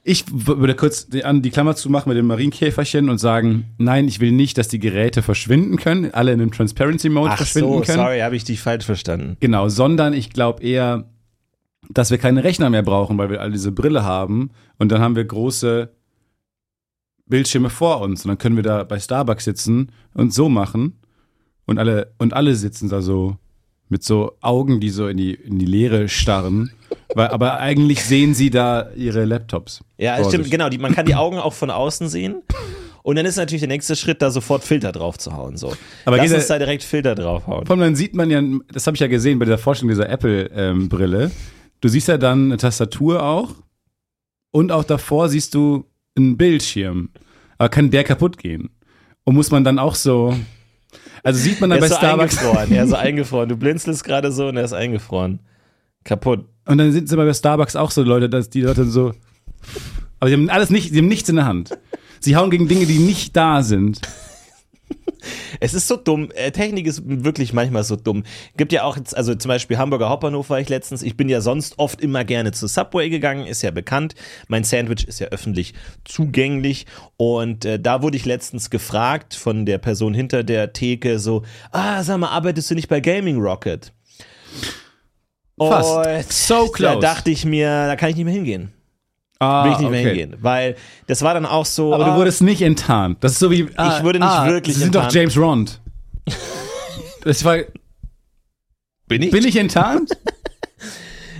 [SPEAKER 3] Ich w- würde kurz die- an die Klammer zumachen mit dem Marienkäferchen und sagen, nein, ich will nicht, dass die Geräte verschwinden können, alle in einem Transparency-Mode
[SPEAKER 2] Ach
[SPEAKER 3] verschwinden
[SPEAKER 2] so,
[SPEAKER 3] können.
[SPEAKER 2] sorry, habe ich dich falsch verstanden.
[SPEAKER 3] Genau, sondern ich glaube eher, dass wir keine Rechner mehr brauchen, weil wir all diese Brille haben und dann haben wir große Bildschirme vor uns und dann können wir da bei Starbucks sitzen und so machen und alle und alle sitzen da so mit so Augen, die so in die, in die Leere starren, weil, aber eigentlich sehen sie da ihre Laptops.
[SPEAKER 2] Ja,
[SPEAKER 3] vor
[SPEAKER 2] stimmt,
[SPEAKER 3] sich.
[SPEAKER 2] genau. Die, man kann die Augen auch von außen sehen. Und dann ist natürlich der nächste Schritt, da sofort Filter drauf zu hauen. So.
[SPEAKER 3] Aber
[SPEAKER 2] Lass
[SPEAKER 3] geht
[SPEAKER 2] uns
[SPEAKER 3] der-
[SPEAKER 2] da direkt Filter draufhauen.
[SPEAKER 3] Vor allem dann sieht man ja, das habe ich ja gesehen bei der Vorstellung dieser Apple-Brille. du siehst ja dann eine Tastatur auch und auch davor siehst du einen Bildschirm. Aber kann der kaputt gehen? Und muss man dann auch so. Also sieht man
[SPEAKER 2] Er
[SPEAKER 3] dann bei
[SPEAKER 2] ist so
[SPEAKER 3] Starbucks.
[SPEAKER 2] eingefroren. Er ist so eingefroren. Du blinzelst gerade so und er ist eingefroren. Kaputt.
[SPEAKER 3] Und dann sind immer bei Starbucks auch so Leute, dass die Leute so. Aber sie haben alles nicht, sie haben nichts in der Hand. Sie hauen gegen Dinge, die nicht da sind.
[SPEAKER 2] Es ist so dumm. Äh, Technik ist wirklich manchmal so dumm. Gibt ja auch jetzt, also zum Beispiel Hamburger Hauptbahnhof war ich letztens. Ich bin ja sonst oft immer gerne zu Subway gegangen, ist ja bekannt. Mein Sandwich ist ja öffentlich zugänglich. Und äh, da wurde ich letztens gefragt von der Person hinter der Theke so, ah, sag mal, arbeitest du nicht bei Gaming Rocket?
[SPEAKER 3] Fast.
[SPEAKER 2] Und
[SPEAKER 3] So
[SPEAKER 2] Da
[SPEAKER 3] close.
[SPEAKER 2] dachte ich mir, da kann ich nicht mehr hingehen.
[SPEAKER 3] Ah,
[SPEAKER 2] Will ich nicht mehr
[SPEAKER 3] okay.
[SPEAKER 2] hingehen. Weil das war dann auch so.
[SPEAKER 3] Aber
[SPEAKER 2] ah,
[SPEAKER 3] du wurdest nicht enttarnt. Das ist so wie. Ah,
[SPEAKER 2] wurde nicht
[SPEAKER 3] ah,
[SPEAKER 2] wirklich
[SPEAKER 3] Sie sind doch
[SPEAKER 2] enttarnt. [laughs]
[SPEAKER 3] James Rond. Das war,
[SPEAKER 2] bin ich
[SPEAKER 3] bin ich enttarnt?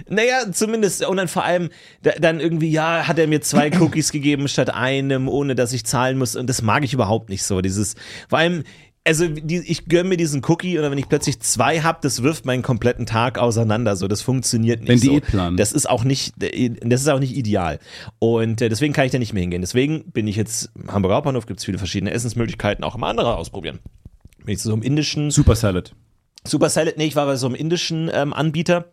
[SPEAKER 2] Naja, zumindest. Und dann vor allem, da, dann irgendwie, ja, hat er mir zwei Cookies gegeben statt einem, ohne dass ich zahlen muss. Und das mag ich überhaupt nicht so. Dieses, vor allem, also die, ich gönne mir diesen Cookie oder wenn ich plötzlich zwei habe, das wirft meinen kompletten Tag auseinander. So, das funktioniert nicht.
[SPEAKER 3] Den
[SPEAKER 2] so.
[SPEAKER 3] Diätplan.
[SPEAKER 2] Das ist auch nicht, das ist auch nicht ideal. Und äh, deswegen kann ich da nicht mehr hingehen. Deswegen bin ich jetzt im Hamburger Hauptbahnhof, gibt es viele verschiedene Essensmöglichkeiten, auch immer andere ausprobieren. Bin ich zu so einem indischen
[SPEAKER 3] Super Salad.
[SPEAKER 2] Super Salad, nee, ich war bei so einem indischen ähm, Anbieter.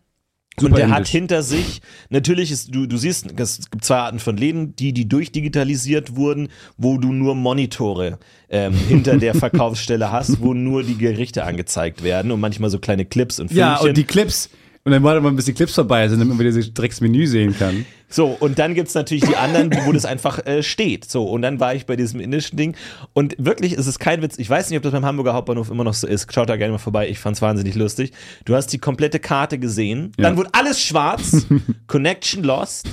[SPEAKER 2] und
[SPEAKER 3] Super
[SPEAKER 2] der hat
[SPEAKER 3] indisch.
[SPEAKER 2] hinter sich, natürlich ist, du, du siehst, es gibt zwei Arten von Läden, die, die durchdigitalisiert wurden, wo du nur Monitore ähm, hinter
[SPEAKER 3] [laughs]
[SPEAKER 2] der Verkaufsstelle hast, wo nur die Gerichte angezeigt werden und manchmal so kleine Clips und Filmchen.
[SPEAKER 3] Ja, und die Clips. Und dann wartet man, bis die Clips vorbei sind, damit man wieder dieses Drecksmenü sehen kann.
[SPEAKER 2] So, und dann gibt's natürlich die anderen, die- wo das einfach äh, steht. So, und dann war ich bei diesem indischen Ding. Und wirklich, es ist kein Witz. Ich weiß nicht, ob das beim Hamburger Hauptbahnhof immer noch so ist. Schaut da gerne mal vorbei. Ich fand's wahnsinnig lustig. Du hast die komplette Karte gesehen. Dann wurde alles
[SPEAKER 3] [laughs]
[SPEAKER 2] schwarz. Connection lost.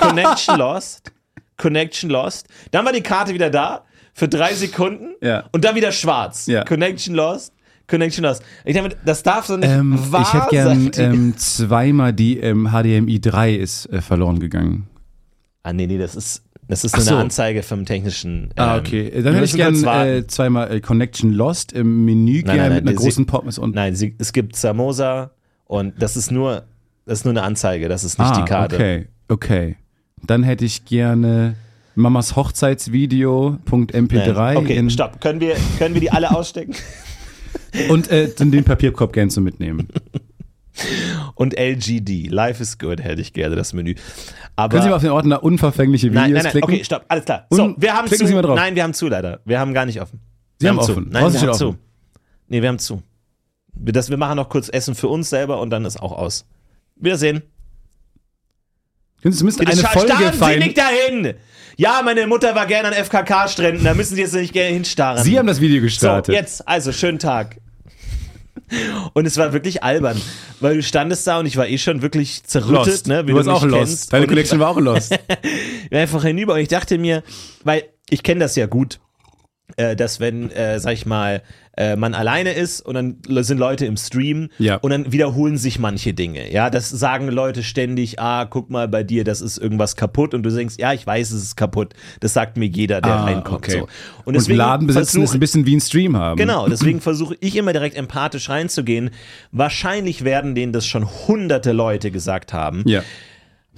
[SPEAKER 2] Connection lost. Connection lost. Dann war die Karte wieder da. Für drei Sekunden.
[SPEAKER 3] Ja.
[SPEAKER 2] Und dann wieder schwarz.
[SPEAKER 3] Ja.
[SPEAKER 2] Connection lost. Connection lost. Ich dachte, das darf so nicht
[SPEAKER 3] Ähm,
[SPEAKER 2] wahr
[SPEAKER 3] ich hätte
[SPEAKER 2] sein.
[SPEAKER 3] gern [laughs] ähm, zweimal die ähm, HDMI 3 ist äh, verloren gegangen.
[SPEAKER 2] Ah, nee, nee, das ist, das ist
[SPEAKER 3] Ach
[SPEAKER 2] nur
[SPEAKER 3] so.
[SPEAKER 2] eine Anzeige vom technischen.
[SPEAKER 3] Ah,
[SPEAKER 2] ähm,
[SPEAKER 3] okay.
[SPEAKER 2] wir
[SPEAKER 3] Dann hätte ich
[SPEAKER 2] müssen kurz
[SPEAKER 3] gern
[SPEAKER 2] warten.
[SPEAKER 3] äh, zweimal äh, Connection Lost im
[SPEAKER 2] Nein,
[SPEAKER 3] Menü
[SPEAKER 2] nein,
[SPEAKER 3] gerne
[SPEAKER 2] nein,
[SPEAKER 3] mit einer
[SPEAKER 2] die-
[SPEAKER 3] großen Pommes und.
[SPEAKER 2] Nein, sie, es gibt Samosa und das ist nur, das ist nur eine Anzeige, das ist nicht
[SPEAKER 3] ah,
[SPEAKER 2] die Karte.
[SPEAKER 3] Okay, okay. Dann hätte ich gerne Mamas
[SPEAKER 2] Nein.
[SPEAKER 3] Hochzeitsvideo.mp3
[SPEAKER 2] Ähm, Okay,
[SPEAKER 3] in-
[SPEAKER 2] stopp. Können wir, können wir die alle ausstecken? [laughs]
[SPEAKER 3] und äh, dann den Papierkorb gerne
[SPEAKER 2] [laughs]
[SPEAKER 3] zu mitnehmen.
[SPEAKER 2] Und LGD, Life is Good, hätte ich gerne das Menü. Aber
[SPEAKER 3] Können Sie mal auf den Ordner unverfängliche Videos
[SPEAKER 2] nein, nein, nein,
[SPEAKER 3] klicken?
[SPEAKER 2] okay, stopp, alles klar. So,
[SPEAKER 3] Und
[SPEAKER 2] wir haben
[SPEAKER 3] klicken
[SPEAKER 2] zu.
[SPEAKER 3] Sie mal drauf.
[SPEAKER 2] Nein, wir haben zu leider. Wir haben gar nicht offen.
[SPEAKER 3] Sie
[SPEAKER 2] wir
[SPEAKER 3] haben
[SPEAKER 2] zu.
[SPEAKER 3] offen.
[SPEAKER 2] Nein,
[SPEAKER 3] Draußen
[SPEAKER 2] wir
[SPEAKER 3] steht
[SPEAKER 2] haben zu.
[SPEAKER 3] offen.
[SPEAKER 2] Nee, wir haben zu. Wir, das, wir machen noch kurz Essen für uns selber und dann ist auch aus. Wiedersehen.
[SPEAKER 3] Können Sie zumindest
[SPEAKER 2] Bitte
[SPEAKER 3] eine
[SPEAKER 2] scha-
[SPEAKER 3] Folge
[SPEAKER 2] starren Sie
[SPEAKER 3] feiern?
[SPEAKER 2] nicht dahin! Ja, meine Mutter war gerne an FKK-Stränden, da müssen Sie jetzt nicht gerne hinstarren.
[SPEAKER 3] Sie haben das Video
[SPEAKER 2] so,
[SPEAKER 3] gestartet.
[SPEAKER 2] jetzt, also, schönen Tag. Und es war wirklich albern, weil du standest da und ich war eh schon wirklich zerrüttet,
[SPEAKER 3] Lost.
[SPEAKER 2] ne? Wie
[SPEAKER 3] du warst auch
[SPEAKER 2] mich
[SPEAKER 3] lost.
[SPEAKER 2] kennst.
[SPEAKER 3] Deine
[SPEAKER 2] Und ich
[SPEAKER 3] Collection war
[SPEAKER 2] [laughs]
[SPEAKER 3] auch lost.
[SPEAKER 2] bin einfach hinüber und ich dachte mir, weil ich kenne das ja gut, äh, dass wenn, äh, sag ich mal, äh, man alleine ist und dann le- sind Leute im Stream
[SPEAKER 3] Ja.
[SPEAKER 2] und dann wiederholen sich manche Dinge. Ja, das sagen Leute ständig, ah, guck mal bei dir, das ist irgendwas kaputt und du denkst, ja, ich weiß, es ist kaputt. Das sagt mir jeder, der
[SPEAKER 3] Ah,
[SPEAKER 2] reinkommt.
[SPEAKER 3] okay.
[SPEAKER 2] So.
[SPEAKER 3] Und Laden besitzen
[SPEAKER 2] versuch-
[SPEAKER 3] ist ein bisschen wie ein Stream haben.
[SPEAKER 2] Genau, deswegen versuche ich immer direkt empathisch reinzugehen. Wahrscheinlich werden denen das schon hunderte Leute gesagt haben.
[SPEAKER 3] Ja.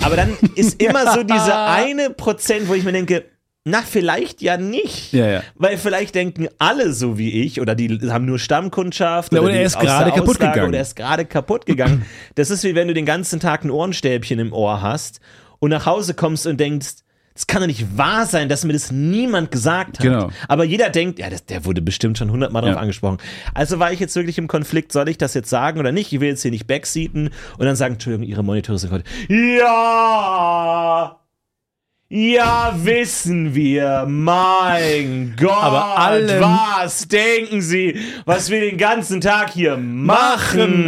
[SPEAKER 2] Aber dann
[SPEAKER 3] [laughs]
[SPEAKER 2] ist immer so diese eine Prozent, wo ich mir denke, na, vielleicht ja nicht.
[SPEAKER 3] Ja, ja.
[SPEAKER 2] Weil vielleicht denken alle so wie ich oder die haben nur Stammkundschaft.
[SPEAKER 3] Ja, oder
[SPEAKER 2] die
[SPEAKER 3] er ist
[SPEAKER 2] aus der
[SPEAKER 3] gerade kaputt
[SPEAKER 2] Auslage
[SPEAKER 3] gegangen.
[SPEAKER 2] Oder er ist gerade kaputt
[SPEAKER 3] [clears throat]
[SPEAKER 2] gegangen. Das ist wie wenn du den ganzen Tag ein Ohrenstäbchen im Ohr hast und nach Hause kommst und denkst, das kann doch nicht wahr sein, dass mir das niemand gesagt hat.
[SPEAKER 3] Genau.
[SPEAKER 2] Aber jeder denkt, ja, das, der wurde bestimmt schon hundertmal drauf
[SPEAKER 3] Ja.
[SPEAKER 2] angesprochen. Also war ich jetzt wirklich im Konflikt, soll ich das jetzt sagen oder nicht? Ich will jetzt hier nicht backseaten und dann sagen, Entschuldigung, Ihre Monitore sind kaputt. Ja! Ja, wissen wir. Mein Gott,
[SPEAKER 3] Aber alle-
[SPEAKER 2] was denken Sie, was wir den ganzen Tag hier machen?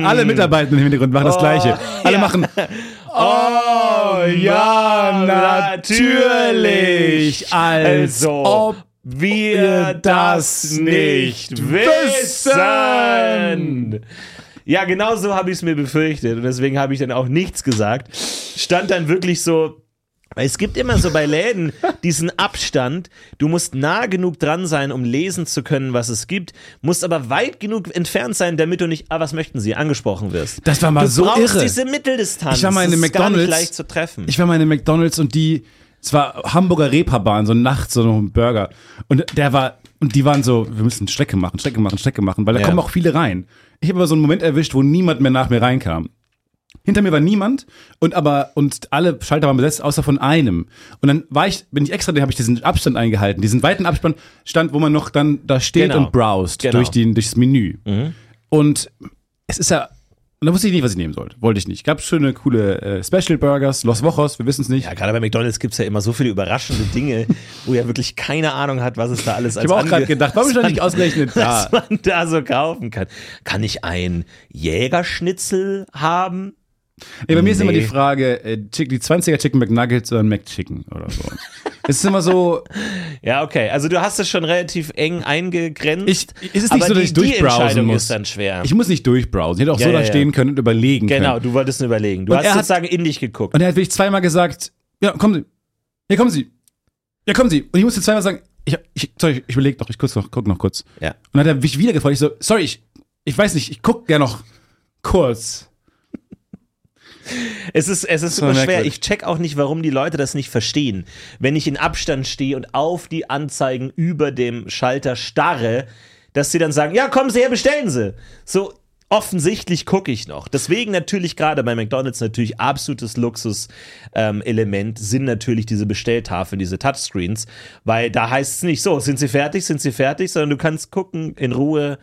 [SPEAKER 3] Machen.
[SPEAKER 2] [laughs]
[SPEAKER 3] Alle Mitarbeitenden im Hintergrund machen das Gleiche. Alle machen.
[SPEAKER 2] Oh, ja, natürlich, als ob wir das nicht wissen. Ja, genau so habe ich es mir befürchtet und deswegen habe ich dann auch nichts gesagt. Stand dann wirklich so. weil Es gibt immer so bei [laughs] Läden diesen Abstand. Du musst nah genug dran sein, um lesen zu können, was es gibt, musst aber weit genug entfernt sein, damit du nicht, ah, was möchten sie, angesprochen wirst.
[SPEAKER 3] Das war mal
[SPEAKER 2] du
[SPEAKER 3] so
[SPEAKER 2] brauchst
[SPEAKER 3] irre.
[SPEAKER 2] diese Mitteldistanz.
[SPEAKER 3] Ich war mal in
[SPEAKER 2] das
[SPEAKER 3] einem
[SPEAKER 2] ist gar nicht
[SPEAKER 3] McDonald's.
[SPEAKER 2] leicht zu treffen.
[SPEAKER 3] Ich war mal in einem McDonalds und die, es war Hamburger Reeperbahn, so nachts, so noch ein Burger. Und der war, und die waren so, wir müssen Strecke machen, Strecke machen, Strecke machen, weil da
[SPEAKER 2] Ja.
[SPEAKER 3] kommen auch viele rein. Ich habe aber so einen Moment erwischt, wo niemand mehr nach mir reinkam. Hinter mir war niemand und aber und alle Schalter waren besetzt, außer von einem. Und dann war ich, bin ich extra, da habe ich diesen Abstand eingehalten, diesen weiten Abstand, Stand, wo man noch dann da steht
[SPEAKER 2] Genau.
[SPEAKER 3] und browst
[SPEAKER 2] Genau.
[SPEAKER 3] durch, die, durch das Menü. Und es ist ja, und da wusste ich nicht, was ich nehmen sollte. Wollte ich nicht. Gab schöne, coole äh, Special Burgers, Los Wochos, wir wissen es nicht.
[SPEAKER 2] Ja, gerade bei McDonalds gibt es ja immer so viele überraschende Dinge, wo ja wirklich keine Ahnung hat, was es da alles als
[SPEAKER 3] ich habe auch gerade
[SPEAKER 2] ange-
[SPEAKER 3] gedacht, warum ist das nicht
[SPEAKER 2] [laughs]
[SPEAKER 3] ausgerechnet da?
[SPEAKER 2] was man da so kaufen kann. Kann ich ein Jägerschnitzel haben?
[SPEAKER 3] Ey, bei mir ist immer
[SPEAKER 2] Nee.
[SPEAKER 3] die Frage, äh, Chick- die 20er Chicken McNuggets oder ein McChicken oder
[SPEAKER 2] [laughs]
[SPEAKER 3] so. es ist immer so,
[SPEAKER 2] Ja, okay. Also du hast es schon relativ eng eingegrenzt.
[SPEAKER 3] Ich- ist es nicht
[SPEAKER 2] aber
[SPEAKER 3] so, dass
[SPEAKER 2] die,
[SPEAKER 3] ich durchbrowsen
[SPEAKER 2] Die Entscheidung
[SPEAKER 3] muss?
[SPEAKER 2] ist dann schwer.
[SPEAKER 3] ich muss nicht durchbrowsen. Ich hätte auch
[SPEAKER 2] Ja,
[SPEAKER 3] so
[SPEAKER 2] ja,
[SPEAKER 3] da
[SPEAKER 2] ja.
[SPEAKER 3] stehen können und überlegen
[SPEAKER 2] genau,
[SPEAKER 3] können.
[SPEAKER 2] du wolltest nur überlegen. Du
[SPEAKER 3] Und er
[SPEAKER 2] hast
[SPEAKER 3] hat-
[SPEAKER 2] sozusagen in dich geguckt.
[SPEAKER 3] Und er hat wirklich zweimal gesagt, ja, kommen Sie. Ja, kommen Sie. Ja, kommen Sie. Und ich musste zweimal sagen, ich, hab- ich, sorry, ich überlege noch, ich kurz noch, guck noch kurz.
[SPEAKER 2] Ja.
[SPEAKER 3] Und dann hat er mich wieder gefragt. Ich so, sorry, ich, ich weiß nicht, ich guck gerne noch kurz.
[SPEAKER 2] Es ist, es ist
[SPEAKER 3] war
[SPEAKER 2] super schwer.
[SPEAKER 3] merkwürdig.
[SPEAKER 2] Ich check auch nicht, warum die Leute das nicht verstehen. Wenn ich in Abstand stehe und auf die Anzeigen über dem Schalter starre, dass sie dann sagen, ja, kommen Sie her, bestellen Sie. So offensichtlich gucke ich noch. Deswegen natürlich gerade bei McDonald's natürlich absolutes Luxus-Element sind natürlich diese Bestelltafeln, diese Touchscreens, weil da heißt es nicht so, sind Sie fertig, sind Sie fertig, sondern du kannst gucken in Ruhe,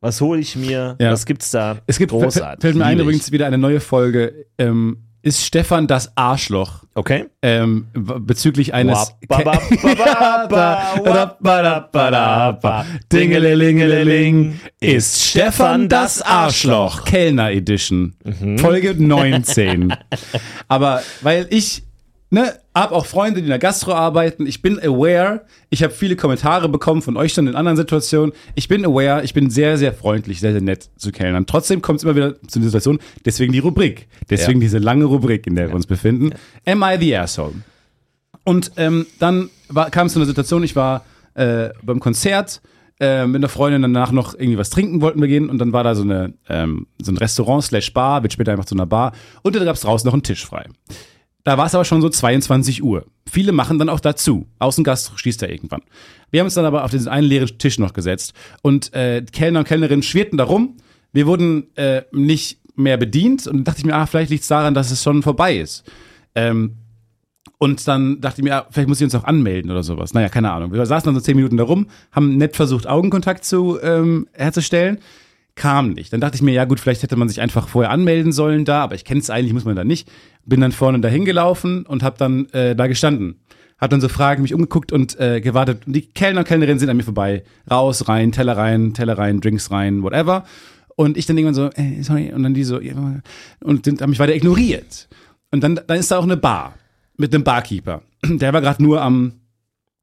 [SPEAKER 2] was hole ich mir,
[SPEAKER 3] Ja.
[SPEAKER 2] was gibt's da.
[SPEAKER 3] Es gibt,
[SPEAKER 2] großartig.
[SPEAKER 3] fällt mir ein,
[SPEAKER 2] Liebe ich.
[SPEAKER 3] übrigens wieder eine neue Folge. Ähm, ist Stefan das Arschloch?
[SPEAKER 2] Okay.
[SPEAKER 3] Ähm, w- bezüglich eines.
[SPEAKER 2] Wap, ba, ba, ba,
[SPEAKER 3] [laughs]
[SPEAKER 2] ba, wap, ba, da, ba, da, ba. Dingelingelingeling.
[SPEAKER 3] Ist Stefan das Arschloch? Mhm. Kellner Edition. [laughs] Folge 19. Aber weil ich, ne, hab auch Freunde, die in der Gastro arbeiten. Ich bin aware. Ich habe viele Kommentare bekommen von euch schon in anderen Situationen. Ich bin aware. Ich bin sehr, sehr freundlich, sehr, sehr nett zu Kellnern. Trotzdem kommt es immer wieder zu einer Situation. Deswegen die Rubrik. Deswegen diese lange Rubrik, in der wir uns befinden. Am I the asshole? Und ähm, dann war- kam es zu einer Situation, ich war äh, beim Konzert äh, mit einer Freundin danach noch irgendwie was trinken wollten wir gehen und dann war da so, eine, ähm, so ein Restaurant slash Bar, wird später einfach zu einer Bar und da gab es draußen noch einen Tisch frei. Da war es aber schon so 22 Uhr. Viele machen dann auch dazu. Außengast schließt er irgendwann. Wir haben uns dann aber auf diesen einen leeren Tisch noch gesetzt und äh, Kellner und Kellnerinnen schwirrten da rum. Wir wurden äh, nicht mehr bedient und dann dachte ich mir, ah, vielleicht liegt es daran, dass es schon vorbei ist. Ähm, und dann dachte ich mir, ja, vielleicht muss ich uns auch anmelden oder sowas. Naja, keine Ahnung. Wir saßen dann so zehn Minuten da rum, haben nett versucht, Augenkontakt zu ähm, herzustellen. Kam nicht. Dann dachte ich mir, ja gut, vielleicht hätte man sich einfach vorher anmelden sollen da, aber ich kenne es eigentlich, muss man da nicht. Bin dann vorne dahin gelaufen und habe dann äh, da gestanden. Hab dann so Fragen mich umgeguckt und äh, gewartet. Und die Kellner und Kellnerinnen sind an mir vorbei. Raus, rein, Teller rein, Teller rein, Drinks rein, whatever. Und ich dann irgendwann so, äh, sorry, und dann die so, ja, und sind, haben mich weiter ignoriert. Und dann, dann ist da auch eine Bar mit einem Barkeeper. [clears throat] Der war gerade nur am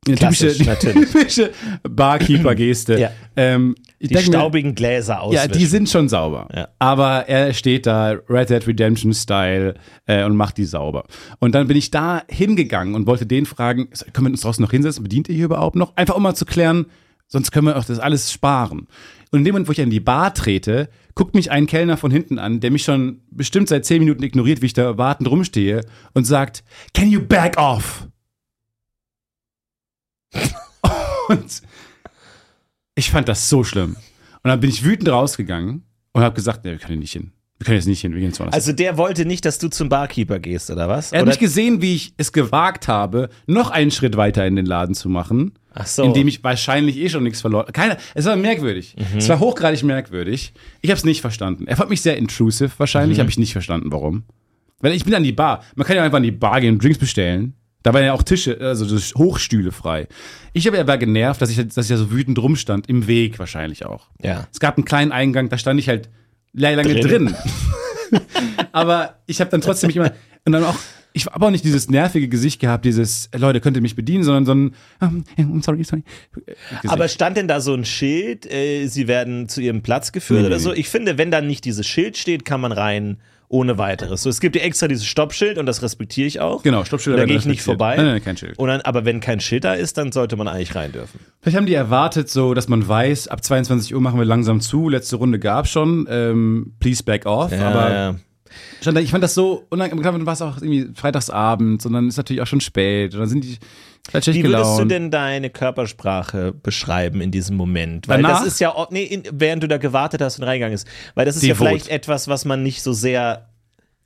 [SPEAKER 3] eine typische,
[SPEAKER 2] Klassisch, natürlich.
[SPEAKER 3] [laughs] typische Barkeeper-Geste.
[SPEAKER 2] Ja.
[SPEAKER 3] ähm, ich
[SPEAKER 2] Die
[SPEAKER 3] denk mir-
[SPEAKER 2] staubigen Gläser aus.
[SPEAKER 3] ja, die sind schon sauber.
[SPEAKER 2] Ja.
[SPEAKER 3] Aber er steht da Red Dead Redemption Style äh, und macht die sauber. Und dann bin ich da hingegangen und wollte den fragen, so, können wir uns draußen noch hinsetzen? Bedient ihr hier überhaupt noch? Einfach um mal zu klären, sonst können wir auch das alles sparen. Und in dem Moment, wo ich an die Bar trete, guckt mich ein Kellner von hinten an, der mich schon bestimmt seit zehn Minuten ignoriert, wie ich da wartend rumstehe und sagt, can you back off? [laughs] und ich fand das so schlimm. Und dann bin ich wütend rausgegangen und habe gesagt, nee, wir können hier nicht hin. Wir können jetzt nicht hin, wir gehen jetzt woanders.
[SPEAKER 2] also der wollte nicht, dass du zum Barkeeper gehst, oder was?
[SPEAKER 3] er hat
[SPEAKER 2] oder?
[SPEAKER 3] mich gesehen, wie ich es gewagt habe, noch einen Schritt weiter in den Laden zu machen,
[SPEAKER 2] Ach so.
[SPEAKER 3] indem ich wahrscheinlich eh schon nichts verloren Keiner, Es war merkwürdig.
[SPEAKER 2] Mhm.
[SPEAKER 3] Es war hochgradig merkwürdig. Ich habe es nicht verstanden. Er fand mich sehr intrusive,
[SPEAKER 2] Mhm.
[SPEAKER 3] wahrscheinlich. Habe ich nicht verstanden, warum. Weil ich bin an die Bar. Man kann ja einfach an die Bar gehen und Drinks bestellen. Da waren ja auch Tische, also so Hochstühle frei. Ich habe er war genervt, dass ich, dass ich da so wütend rumstand, im Weg wahrscheinlich auch.
[SPEAKER 2] ja.
[SPEAKER 3] Es gab einen kleinen Eingang, da stand ich halt lange drin.
[SPEAKER 2] Drin.
[SPEAKER 3] [laughs] Aber ich habe dann trotzdem mich immer und dann auch ich habe auch nicht dieses nervige Gesicht gehabt, dieses äh, Leute, könnt ihr mich bedienen, sondern so ein ähm, ähm, sorry, sorry. äh, Gesicht.
[SPEAKER 2] Aber stand denn da so ein Schild, äh, sie werden zu ihrem Platz geführt
[SPEAKER 3] Nee,
[SPEAKER 2] oder
[SPEAKER 3] nee,
[SPEAKER 2] so?
[SPEAKER 3] nee.
[SPEAKER 2] Ich finde, wenn da nicht dieses Schild steht, kann man rein ohne weiteres. So, es gibt ja extra dieses Stoppschild und das respektiere ich auch.
[SPEAKER 3] Genau, Stoppschilder
[SPEAKER 2] Da
[SPEAKER 3] werden
[SPEAKER 2] gehe ich nicht
[SPEAKER 3] respektiert.
[SPEAKER 2] vorbei.
[SPEAKER 3] Nein, nein, kein Schild.
[SPEAKER 2] Und dann, aber wenn kein Schild da ist, dann sollte man eigentlich rein dürfen.
[SPEAKER 3] Vielleicht haben die erwartet, so dass man weiß, ab 22 Uhr machen wir langsam zu. Letzte Runde gab schon, ähm, please back off. aber
[SPEAKER 2] ja.
[SPEAKER 3] Stand da, ich fand das so unangenehm. Klar, du warst auch irgendwie Freitagsabend, sondern ist natürlich auch schon spät. Und dann sind die vielleicht schlecht
[SPEAKER 2] Wie würdest du
[SPEAKER 3] gelaunt.
[SPEAKER 2] denn deine Körpersprache beschreiben in diesem Moment? Weil
[SPEAKER 3] Danach?
[SPEAKER 2] das ist ja, auch- nee, in, während du da gewartet hast und reingegangen ist. Weil das ist
[SPEAKER 3] Devot.
[SPEAKER 2] ja vielleicht etwas, was man nicht so sehr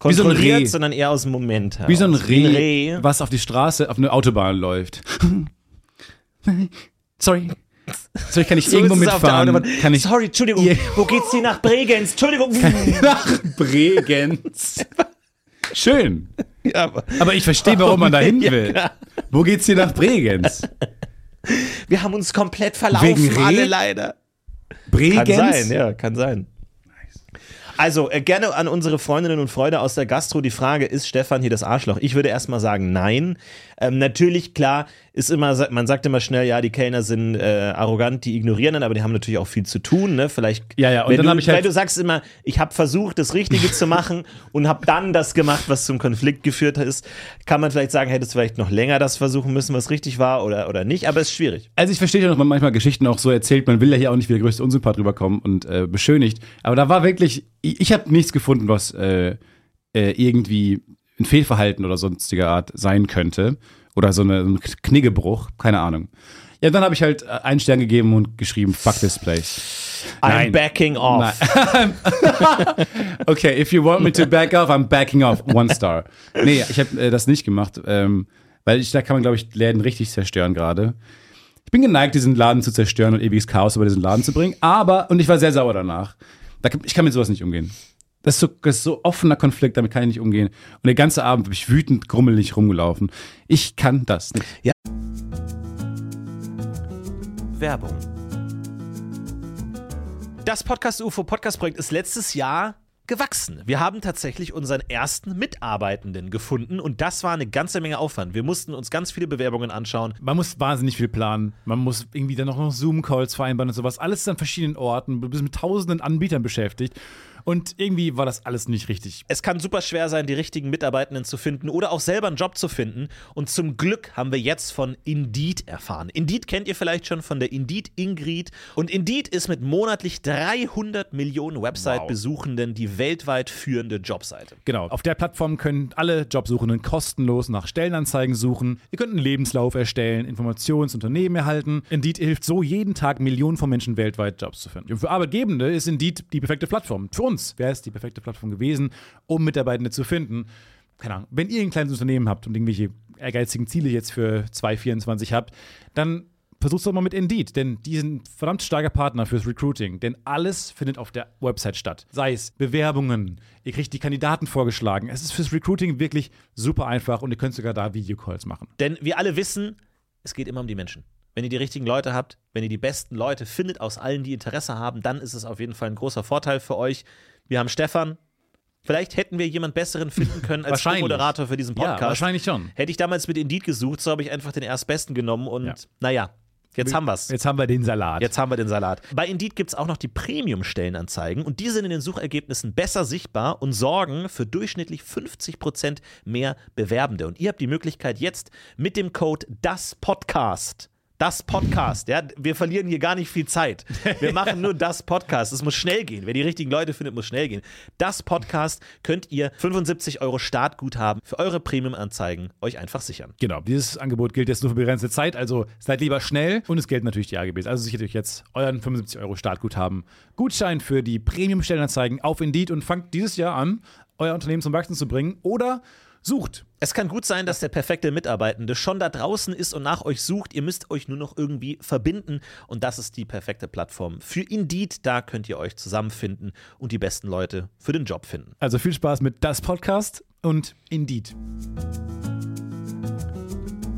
[SPEAKER 3] so ein
[SPEAKER 2] kontrolliert,
[SPEAKER 3] Reh.
[SPEAKER 2] sondern eher aus dem Moment heraus.
[SPEAKER 3] Wie so ein Reh,
[SPEAKER 2] Reh.
[SPEAKER 3] was auf die Straße, auf eine Autobahn läuft. [laughs] Sorry. Sorry, kann ich
[SPEAKER 2] So
[SPEAKER 3] irgendwo
[SPEAKER 2] ist es auf der
[SPEAKER 3] mitfahren?
[SPEAKER 2] Autobahn.
[SPEAKER 3] Kann ich
[SPEAKER 2] Sorry, Entschuldigung.
[SPEAKER 3] Ja.
[SPEAKER 2] Wo geht's hier nach Bregenz?
[SPEAKER 3] [laughs]
[SPEAKER 2] Entschuldigung.
[SPEAKER 3] nach Bregenz? Schön.
[SPEAKER 2] Ja, aber
[SPEAKER 3] Aber ich verstehe, warum man da hin will. Wo geht's hier nach Bregenz?
[SPEAKER 2] wir haben uns komplett verlaufen,
[SPEAKER 3] Wegen Reh?
[SPEAKER 2] alle leider.
[SPEAKER 3] Bregenz?
[SPEAKER 2] Kann sein, ja, kann sein. Also äh, gerne an unsere Freundinnen und Freunde aus der Gastro die Frage, ist Stefan hier das Arschloch? Ich würde erstmal sagen, nein. Ähm, natürlich, klar, ist immer, sa- man sagt immer schnell, ja, die Kellner sind äh, arrogant, die ignorieren dann, aber die haben natürlich auch viel zu tun, ne? Vielleicht,
[SPEAKER 3] Ja, ja, und
[SPEAKER 2] wenn,
[SPEAKER 3] dann
[SPEAKER 2] du,
[SPEAKER 3] hab ich halt-
[SPEAKER 2] weil du sagst immer, ich habe versucht, das Richtige zu
[SPEAKER 3] [laughs]
[SPEAKER 2] machen und habe dann das gemacht, was zum Konflikt geführt ist, kann man vielleicht sagen, hättest vielleicht noch länger das versuchen müssen, was richtig war oder, oder nicht, aber es ist schwierig.
[SPEAKER 3] Also ich verstehe schon, dass man manchmal Geschichten auch so erzählt, man will ja hier auch nicht wie der größte Unsympath rüberkommen und äh, beschönigt. Aber da war wirklich, ich, ich habe nichts gefunden, was äh, äh, irgendwie ein Fehlverhalten oder sonstiger Art sein könnte. Oder so, eine, so ein Kniggebruch, keine Ahnung. Ja, dann habe ich halt äh, einen Stern gegeben und geschrieben, fuck this place. Nein.
[SPEAKER 2] I'm backing off.
[SPEAKER 3] Nein. Okay, if you want me to back off, I'm backing off. One star. Nee, ich habe äh, das nicht gemacht, ähm, weil ich, da kann man, glaube ich, Läden richtig zerstören gerade. Ich bin geneigt, diesen Laden zu zerstören und ewiges Chaos über diesen Laden zu bringen, aber, und ich war sehr sauer danach. Da, ich kann mit sowas nicht umgehen. Das ist, so, das ist so offener Konflikt, damit kann ich nicht umgehen. Und den ganzen Abend bin ich wütend, grummelig rumgelaufen. Ich kann das nicht.
[SPEAKER 2] Werbung. Das Podcast UFO Podcast Projekt ist letztes Jahr gewachsen. Wir haben tatsächlich unseren ersten Mitarbeitenden gefunden und das war eine ganze Menge Aufwand. Wir mussten uns ganz viele Bewerbungen anschauen.
[SPEAKER 4] Man muss wahnsinnig viel planen. Man muss irgendwie dann auch noch Zoom-Calls vereinbaren und sowas. Alles ist an verschiedenen Orten. Du bist mit tausenden Anbietern beschäftigt. Und irgendwie war das alles nicht richtig.
[SPEAKER 2] Es kann super schwer sein, die richtigen Mitarbeitenden zu finden oder auch selber einen Job zu finden. Und zum Glück haben wir jetzt von Indeed erfahren. Indeed kennt ihr vielleicht schon von der Indeed Ingrid. Und Indeed ist mit monatlich 300 Millionen Website-Besuchenden die weltweit führende Jobseite.
[SPEAKER 4] Genau. Auf der Plattform können alle Jobsuchenden kostenlos nach Stellenanzeigen suchen. Ihr könnt einen Lebenslauf erstellen, Informationen zu Unternehmen erhalten. Indeed hilft so jeden Tag Millionen von Menschen weltweit Jobs zu finden. Und für Arbeitgebende ist Indeed die perfekte Plattform. Für uns wäre es die perfekte Plattform gewesen, um Mitarbeitende zu finden. Keine Ahnung, wenn ihr ein kleines Unternehmen habt und irgendwelche ehrgeizigen Ziele jetzt für 2024 habt, dann versuch's doch mal mit Indeed, denn die sind ein verdammt starker Partner fürs Recruiting, denn alles findet auf der Website statt. Sei es Bewerbungen, ihr kriegt die Kandidaten vorgeschlagen. Es ist fürs Recruiting wirklich super einfach und ihr könnt sogar da Videocalls machen.
[SPEAKER 2] Denn wir alle wissen, es geht immer um die Menschen. Wenn ihr die richtigen Leute habt, wenn ihr die besten Leute findet aus allen, die Interesse haben, dann ist es auf jeden Fall ein großer Vorteil für euch. Wir haben Stefan. Vielleicht hätten wir jemand besseren finden können als
[SPEAKER 4] Wahrscheinlich.
[SPEAKER 2] Co-Moderator für diesen Podcast.
[SPEAKER 4] schon.
[SPEAKER 2] Hätte ich damals mit Indeed gesucht, so habe ich einfach den erstbesten genommen und
[SPEAKER 4] Ja.
[SPEAKER 2] naja, jetzt haben wir's.
[SPEAKER 4] Jetzt haben wir den Salat.
[SPEAKER 2] Jetzt haben wir den Salat. Bei Indeed gibt es auch noch die Premium-Stellenanzeigen und die sind in den Suchergebnissen besser sichtbar und sorgen für durchschnittlich 50% mehr Bewerbende. Und ihr habt die Möglichkeit jetzt mit dem Code DAS Podcast. Das Podcast, ja, wir verlieren hier gar nicht viel Zeit. Wir machen nur das Podcast. Es muss schnell gehen. Wer die richtigen Leute findet, muss schnell gehen. Das Podcast könnt ihr 75 Euro Startguthaben für eure Premium-Anzeigen euch einfach sichern.
[SPEAKER 4] Genau, dieses Angebot gilt jetzt nur für begrenzte Zeit, also seid lieber schnell und es gelten natürlich die AGBs. Also sichert euch jetzt euren 75 Euro Startguthaben Gutschein für die Premium-Stellenanzeigen auf Indeed und fangt dieses Jahr an, euer Unternehmen zum Wachsen zu bringen oder sucht.
[SPEAKER 2] Es kann gut sein, dass der perfekte Mitarbeitende schon da draußen ist und nach euch sucht. Ihr müsst euch nur noch irgendwie verbinden. Und das ist die perfekte Plattform für Indeed. Da könnt ihr euch zusammenfinden und die besten Leute für den Job finden.
[SPEAKER 4] Also viel Spaß mit das Podcast und Indeed.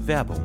[SPEAKER 2] Werbung.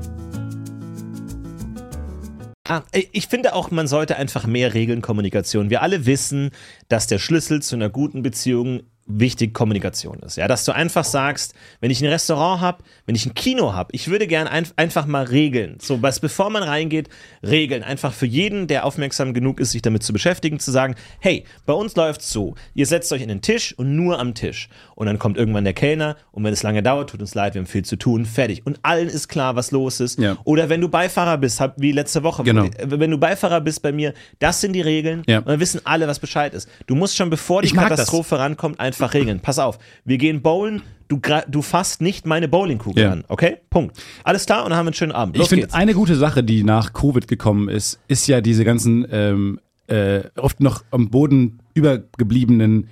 [SPEAKER 2] Ah, ich finde auch, man sollte einfach mehr regeln Kommunikation. Wir alle wissen, dass der Schlüssel zu einer guten Beziehung wichtig Kommunikation ist. Ja, dass du einfach sagst, wenn ich ein Restaurant habe, wenn ich ein Kino habe, ich würde gern ein, einfach mal regeln. So, was bevor man reingeht, regeln. Einfach für jeden, der aufmerksam genug ist, sich damit zu beschäftigen, zu sagen, hey, bei uns läuft's so. Ihr setzt euch in den Tisch und nur am Tisch. Und dann kommt irgendwann der Kellner und wenn es lange dauert, tut uns leid, wir haben viel zu tun, fertig. Und allen ist klar, was los ist.
[SPEAKER 3] Ja.
[SPEAKER 2] Oder wenn du Beifahrer bist, hab, wie letzte Woche,
[SPEAKER 3] Genau.
[SPEAKER 2] äh, wenn du Beifahrer bist bei mir, das sind die Regeln.
[SPEAKER 3] Ja.
[SPEAKER 2] Und dann wissen alle, was Bescheid ist. Du musst schon, bevor die
[SPEAKER 3] Ich mag das.
[SPEAKER 2] Katastrophe Katastrophe rankommt, einfach regeln. Pass auf, wir gehen bowlen, du, gra- du fasst nicht meine Bowlingkugel
[SPEAKER 3] Ja.
[SPEAKER 2] an, okay? Punkt. Alles klar und dann haben wir einen schönen Abend.
[SPEAKER 3] Ich
[SPEAKER 2] Los
[SPEAKER 3] finde,
[SPEAKER 2] geht's.
[SPEAKER 3] eine gute Sache, die nach Covid gekommen ist, ist ja diese ganzen ähm, äh, oft noch am Boden übergebliebenen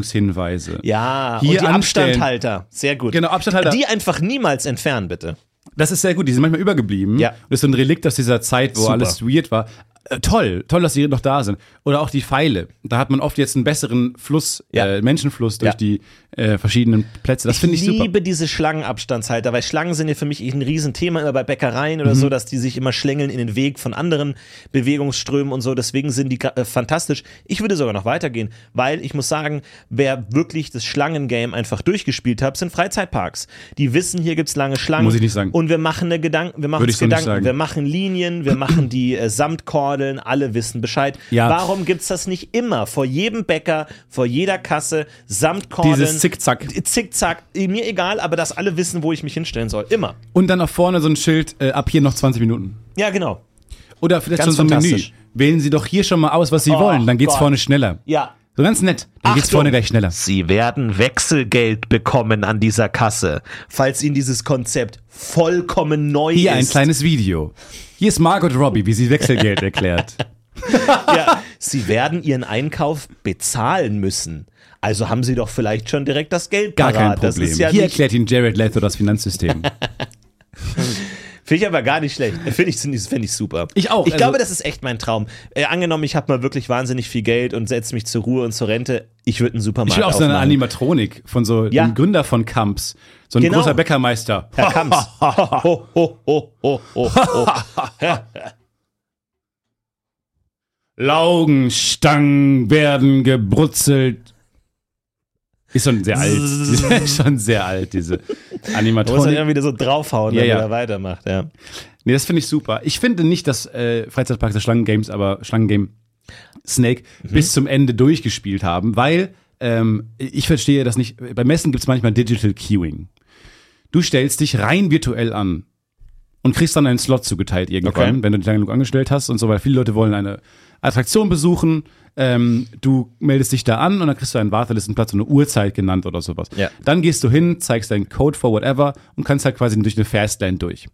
[SPEAKER 3] Richtungshinweise.
[SPEAKER 2] Ja,
[SPEAKER 3] Hier
[SPEAKER 2] und die
[SPEAKER 3] anstellen.
[SPEAKER 2] Abstandhalter, sehr gut.
[SPEAKER 3] Genau, Abstandhalter.
[SPEAKER 2] Die einfach niemals entfernen, bitte.
[SPEAKER 3] Das ist sehr gut, die sind manchmal übergeblieben.
[SPEAKER 2] Ja.
[SPEAKER 3] Und das ist so ein Relikt aus dieser Zeit, wo
[SPEAKER 2] Super.
[SPEAKER 3] alles weird war. Äh, toll, toll, dass die noch da sind. Oder auch die Pfeile. Da hat man oft jetzt einen besseren Fluss,
[SPEAKER 2] Ja.
[SPEAKER 3] äh, Menschenfluss durch
[SPEAKER 2] Ja.
[SPEAKER 3] die äh, verschiedenen Plätze. Das finde ich
[SPEAKER 2] liebe
[SPEAKER 3] super.
[SPEAKER 2] diese Schlangenabstandshalter, weil Schlangen sind ja für mich ein Riesenthema immer bei Bäckereien
[SPEAKER 3] Mhm.
[SPEAKER 2] oder so, dass die sich immer schlängeln in den Weg von anderen Bewegungsströmen und so. Deswegen sind die gra- äh, fantastisch. Ich würde sogar noch weitergehen, weil ich muss sagen, wer wirklich das Schlangengame einfach durchgespielt hat, sind Freizeitparks. Die wissen, hier gibt's lange Schlangen.
[SPEAKER 3] Muss ich nicht sagen.
[SPEAKER 2] Und wir machen eine Gedanken, wir machen
[SPEAKER 3] Würde ich
[SPEAKER 2] uns
[SPEAKER 3] so nicht
[SPEAKER 2] Gedanken,
[SPEAKER 3] sagen.
[SPEAKER 2] wir machen Linien,
[SPEAKER 3] [clears throat]
[SPEAKER 2] wir machen die äh, Samtkordeln, alle wissen Bescheid.
[SPEAKER 3] Ja.
[SPEAKER 2] Warum gibt's das nicht immer vor jedem Bäcker, vor jeder Kasse Samtkordeln?
[SPEAKER 3] Dieses Zickzack.
[SPEAKER 2] Zickzack, mir egal, aber dass alle wissen, wo ich mich hinstellen soll. Immer.
[SPEAKER 3] Und dann auch vorne so ein Schild, äh, ab hier noch 20 Minuten.
[SPEAKER 2] Ja, genau.
[SPEAKER 3] Oder vielleicht
[SPEAKER 2] Ganz
[SPEAKER 3] schon so ein Menü.
[SPEAKER 2] fantastisch.
[SPEAKER 3] Wählen Sie doch hier schon mal aus, was Sie
[SPEAKER 2] Oh
[SPEAKER 3] wollen. Dann geht's
[SPEAKER 2] Gott.
[SPEAKER 3] vorne schneller.
[SPEAKER 2] Ja.
[SPEAKER 3] So ganz nett. Dann geht's
[SPEAKER 2] Achtung.
[SPEAKER 3] vorne gleich schneller.
[SPEAKER 2] Sie werden Wechselgeld bekommen an dieser Kasse, falls Ihnen dieses Konzept vollkommen neu
[SPEAKER 3] Hier ein
[SPEAKER 2] ist.
[SPEAKER 3] kleines Video. Hier ist Margot Robbie, wie
[SPEAKER 2] [laughs]
[SPEAKER 3] sie Wechselgeld erklärt.
[SPEAKER 2] ja, Sie werden Ihren Einkauf bezahlen müssen. Also haben Sie doch vielleicht schon direkt das Geld
[SPEAKER 3] Gar kein
[SPEAKER 2] parat.
[SPEAKER 3] Problem.
[SPEAKER 2] Das ist ja
[SPEAKER 3] hier
[SPEAKER 2] nicht,
[SPEAKER 3] erklärt Ihnen Jared Leto das Finanzsystem.
[SPEAKER 2] Finde ich aber gar nicht schlecht. Finde ich, find ich super.
[SPEAKER 3] Ich auch,
[SPEAKER 2] Ich
[SPEAKER 3] also-
[SPEAKER 2] glaube, das ist echt mein Traum. Äh, angenommen, ich habe mal wirklich wahnsinnig viel Geld und setze mich zur Ruhe und zur Rente. Ich würde einen Supermarkt
[SPEAKER 3] Ich will auch so
[SPEAKER 2] aufmachen.
[SPEAKER 3] eine Animatronik von so
[SPEAKER 2] Ja.
[SPEAKER 3] dem Gründer von Kamps. So ein
[SPEAKER 2] Genau.
[SPEAKER 3] großer Bäckermeister.
[SPEAKER 2] Herr
[SPEAKER 3] [laughs]
[SPEAKER 2] Kamps. ho, ho, ho, ho, ho, ho.
[SPEAKER 3] Laugenstangen werden gebrutzelt. Ist schon
[SPEAKER 2] [laughs]
[SPEAKER 3] sehr alt. ist schon sehr alt, diese
[SPEAKER 2] Da muss er
[SPEAKER 3] Animatronik.
[SPEAKER 2] immer wieder so draufhauen,
[SPEAKER 3] Ja,
[SPEAKER 2] wenn
[SPEAKER 3] ja.
[SPEAKER 2] er weitermacht. Ja.
[SPEAKER 3] Nee, das finde ich super. Ich finde nicht, dass äh, Freizeitpark des Schlangengames, aber Schlangengame Snake
[SPEAKER 2] Mhm.
[SPEAKER 3] bis zum Ende durchgespielt haben, weil ähm, ich verstehe das nicht. Bei Messen gibt es manchmal Digital Queuing. Du stellst dich rein virtuell an und kriegst dann einen Slot zugeteilt irgendwann,
[SPEAKER 2] Okay.
[SPEAKER 3] wenn du dich lange genug angestellt hast und so, weil viele Leute wollen eine Attraktion besuchen. Ähm, du meldest dich da an und dann kriegst du einen Wartelistenplatz und eine Uhrzeit genannt oder sowas.
[SPEAKER 2] Ja.
[SPEAKER 3] Dann gehst du hin, zeigst deinen Code for whatever und kannst halt quasi durch eine Fastlane durch.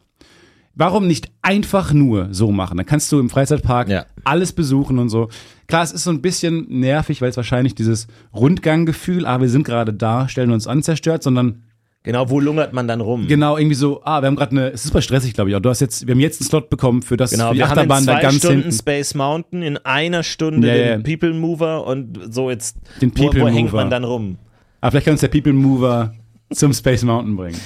[SPEAKER 3] Warum nicht einfach nur so machen? Dann kannst du im Freizeitpark
[SPEAKER 2] Ja.
[SPEAKER 3] alles besuchen und so. Klar, es ist so ein bisschen nervig, weil es wahrscheinlich dieses Rundganggefühl, ah, wir sind gerade da, stellen uns an, zerstört, sondern
[SPEAKER 2] Genau, wo lungert man dann rum?
[SPEAKER 3] genau irgendwie so, ah, wir haben gerade eine, es ist super stressig, glaube ich, auch. Du hast jetzt, wir haben jetzt einen Slot bekommen für das
[SPEAKER 2] Genau,
[SPEAKER 3] für die
[SPEAKER 2] wir haben in
[SPEAKER 3] Achterbahn
[SPEAKER 2] zwei
[SPEAKER 3] da ganz
[SPEAKER 2] Stunden
[SPEAKER 3] hinten.
[SPEAKER 2] Space Mountain, in einer Stunde
[SPEAKER 3] Ja,
[SPEAKER 2] den
[SPEAKER 3] ja.
[SPEAKER 2] People Mover und so jetzt,
[SPEAKER 3] Den
[SPEAKER 2] wo, wo
[SPEAKER 3] People
[SPEAKER 2] hängt
[SPEAKER 3] Mover.
[SPEAKER 2] man dann rum?
[SPEAKER 3] Aber Ah, vielleicht kann uns der People Mover zum Space Mountain bringen.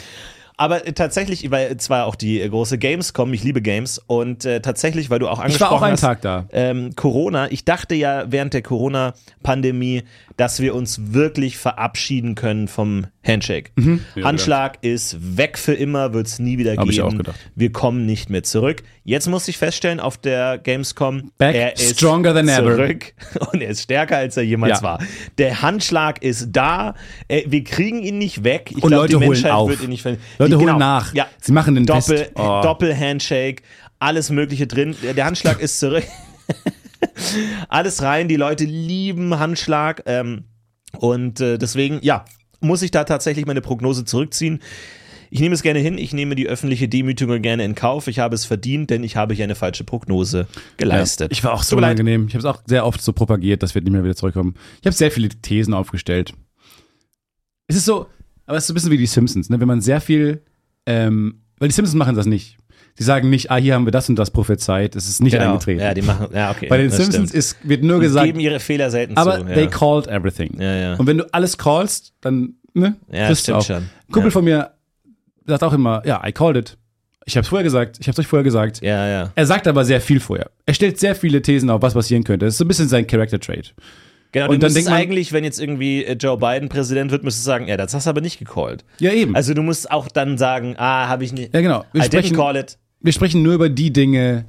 [SPEAKER 2] Aber äh, tatsächlich, weil zwar auch die äh, große Gamescom, ich liebe Games, und äh, tatsächlich, weil du auch
[SPEAKER 3] Ich
[SPEAKER 2] angesprochen
[SPEAKER 3] war auch einen
[SPEAKER 2] hast,
[SPEAKER 3] Tag da.
[SPEAKER 2] ähm, Corona, ich dachte ja während der Corona-Pandemie, dass wir uns wirklich verabschieden können vom Handshake.
[SPEAKER 3] Mhm.
[SPEAKER 2] Handschlag ist weg für immer, wird es nie wieder
[SPEAKER 3] Hab
[SPEAKER 2] geben.
[SPEAKER 3] ich auch gedacht.
[SPEAKER 2] Wir kommen nicht mehr zurück. Jetzt muss ich feststellen, auf der Gamescom,
[SPEAKER 3] Back
[SPEAKER 2] er ist
[SPEAKER 3] stronger than ever.
[SPEAKER 2] zurück [laughs] und er ist stärker, als er jemals
[SPEAKER 3] Ja.
[SPEAKER 2] war. Der Handschlag ist da, äh, wir kriegen ihn nicht weg. Ich
[SPEAKER 3] Und
[SPEAKER 2] glaub,
[SPEAKER 3] Leute
[SPEAKER 2] die
[SPEAKER 3] holen
[SPEAKER 2] Menschheit
[SPEAKER 3] auf.
[SPEAKER 2] wird ihn nicht ver- die-
[SPEAKER 3] Leute holen nach.
[SPEAKER 2] Ja.
[SPEAKER 3] Sie machen den
[SPEAKER 2] Doppel,
[SPEAKER 3] Test. Oh.
[SPEAKER 2] Doppel-Handshake, alles Mögliche drin. Der der
[SPEAKER 3] [laughs]
[SPEAKER 2] Handschlag ist zurück. alles rein, die Leute lieben Handschlag. Ähm, und äh, deswegen, ja, muss ich da tatsächlich meine Prognose zurückziehen. Ich nehme es gerne hin, ich nehme die öffentliche Demütigung gerne in Kauf. Ich habe es verdient, denn ich habe hier eine falsche Prognose geleistet.
[SPEAKER 3] Ich war auch so
[SPEAKER 2] Tut mir leid.
[SPEAKER 3] unangenehm. Ich habe es auch sehr oft so propagiert, dass wir nicht mehr wieder zurückkommen. Ich habe sehr viele Thesen aufgestellt. Es ist so, aber es ist so ein bisschen wie die Simpsons, ne? wenn man sehr viel, ähm, weil die Simpsons machen das nicht. Sie sagen nicht, ah, hier haben wir das und das prophezeit, es ist nicht
[SPEAKER 2] Genau.
[SPEAKER 3] eingetreten.
[SPEAKER 2] Ja, die machen, ja, okay.
[SPEAKER 3] Bei den
[SPEAKER 2] das
[SPEAKER 3] Simpsons
[SPEAKER 2] stimmt.
[SPEAKER 3] ist, wird nur
[SPEAKER 2] Die
[SPEAKER 3] gesagt,
[SPEAKER 2] geben ihre Fehler selten
[SPEAKER 3] aber
[SPEAKER 2] zu.
[SPEAKER 3] they
[SPEAKER 2] ja.
[SPEAKER 3] called everything.
[SPEAKER 2] Ja, ja.
[SPEAKER 3] Und wenn du alles callst, dann, ne?
[SPEAKER 2] Ja,
[SPEAKER 3] kriegst du
[SPEAKER 2] stimmt
[SPEAKER 3] auch.
[SPEAKER 2] schon. Ja.
[SPEAKER 3] Kumpel von mir sagt auch immer, ja, I called it. Ich hab's vorher gesagt, ich hab's euch vorher gesagt.
[SPEAKER 2] ja, ja.
[SPEAKER 3] Er sagt aber sehr viel vorher. Er stellt sehr viele Thesen auf, was passieren könnte. Das ist so ein bisschen sein Character Trait.
[SPEAKER 2] Genau,
[SPEAKER 3] Und
[SPEAKER 2] du
[SPEAKER 3] dann
[SPEAKER 2] müsstest
[SPEAKER 3] denkt man-
[SPEAKER 2] eigentlich, wenn jetzt irgendwie äh, Joe Biden Präsident wird, müsstest du sagen, ja, das hast du aber nicht gecallt.
[SPEAKER 3] Ja, eben.
[SPEAKER 2] Also du musst auch dann sagen, ah, habe ich nicht.
[SPEAKER 3] Ja, genau. Wir
[SPEAKER 2] I
[SPEAKER 3] sprechen-
[SPEAKER 2] didn't call it.
[SPEAKER 3] wir sprechen nur über die Dinge,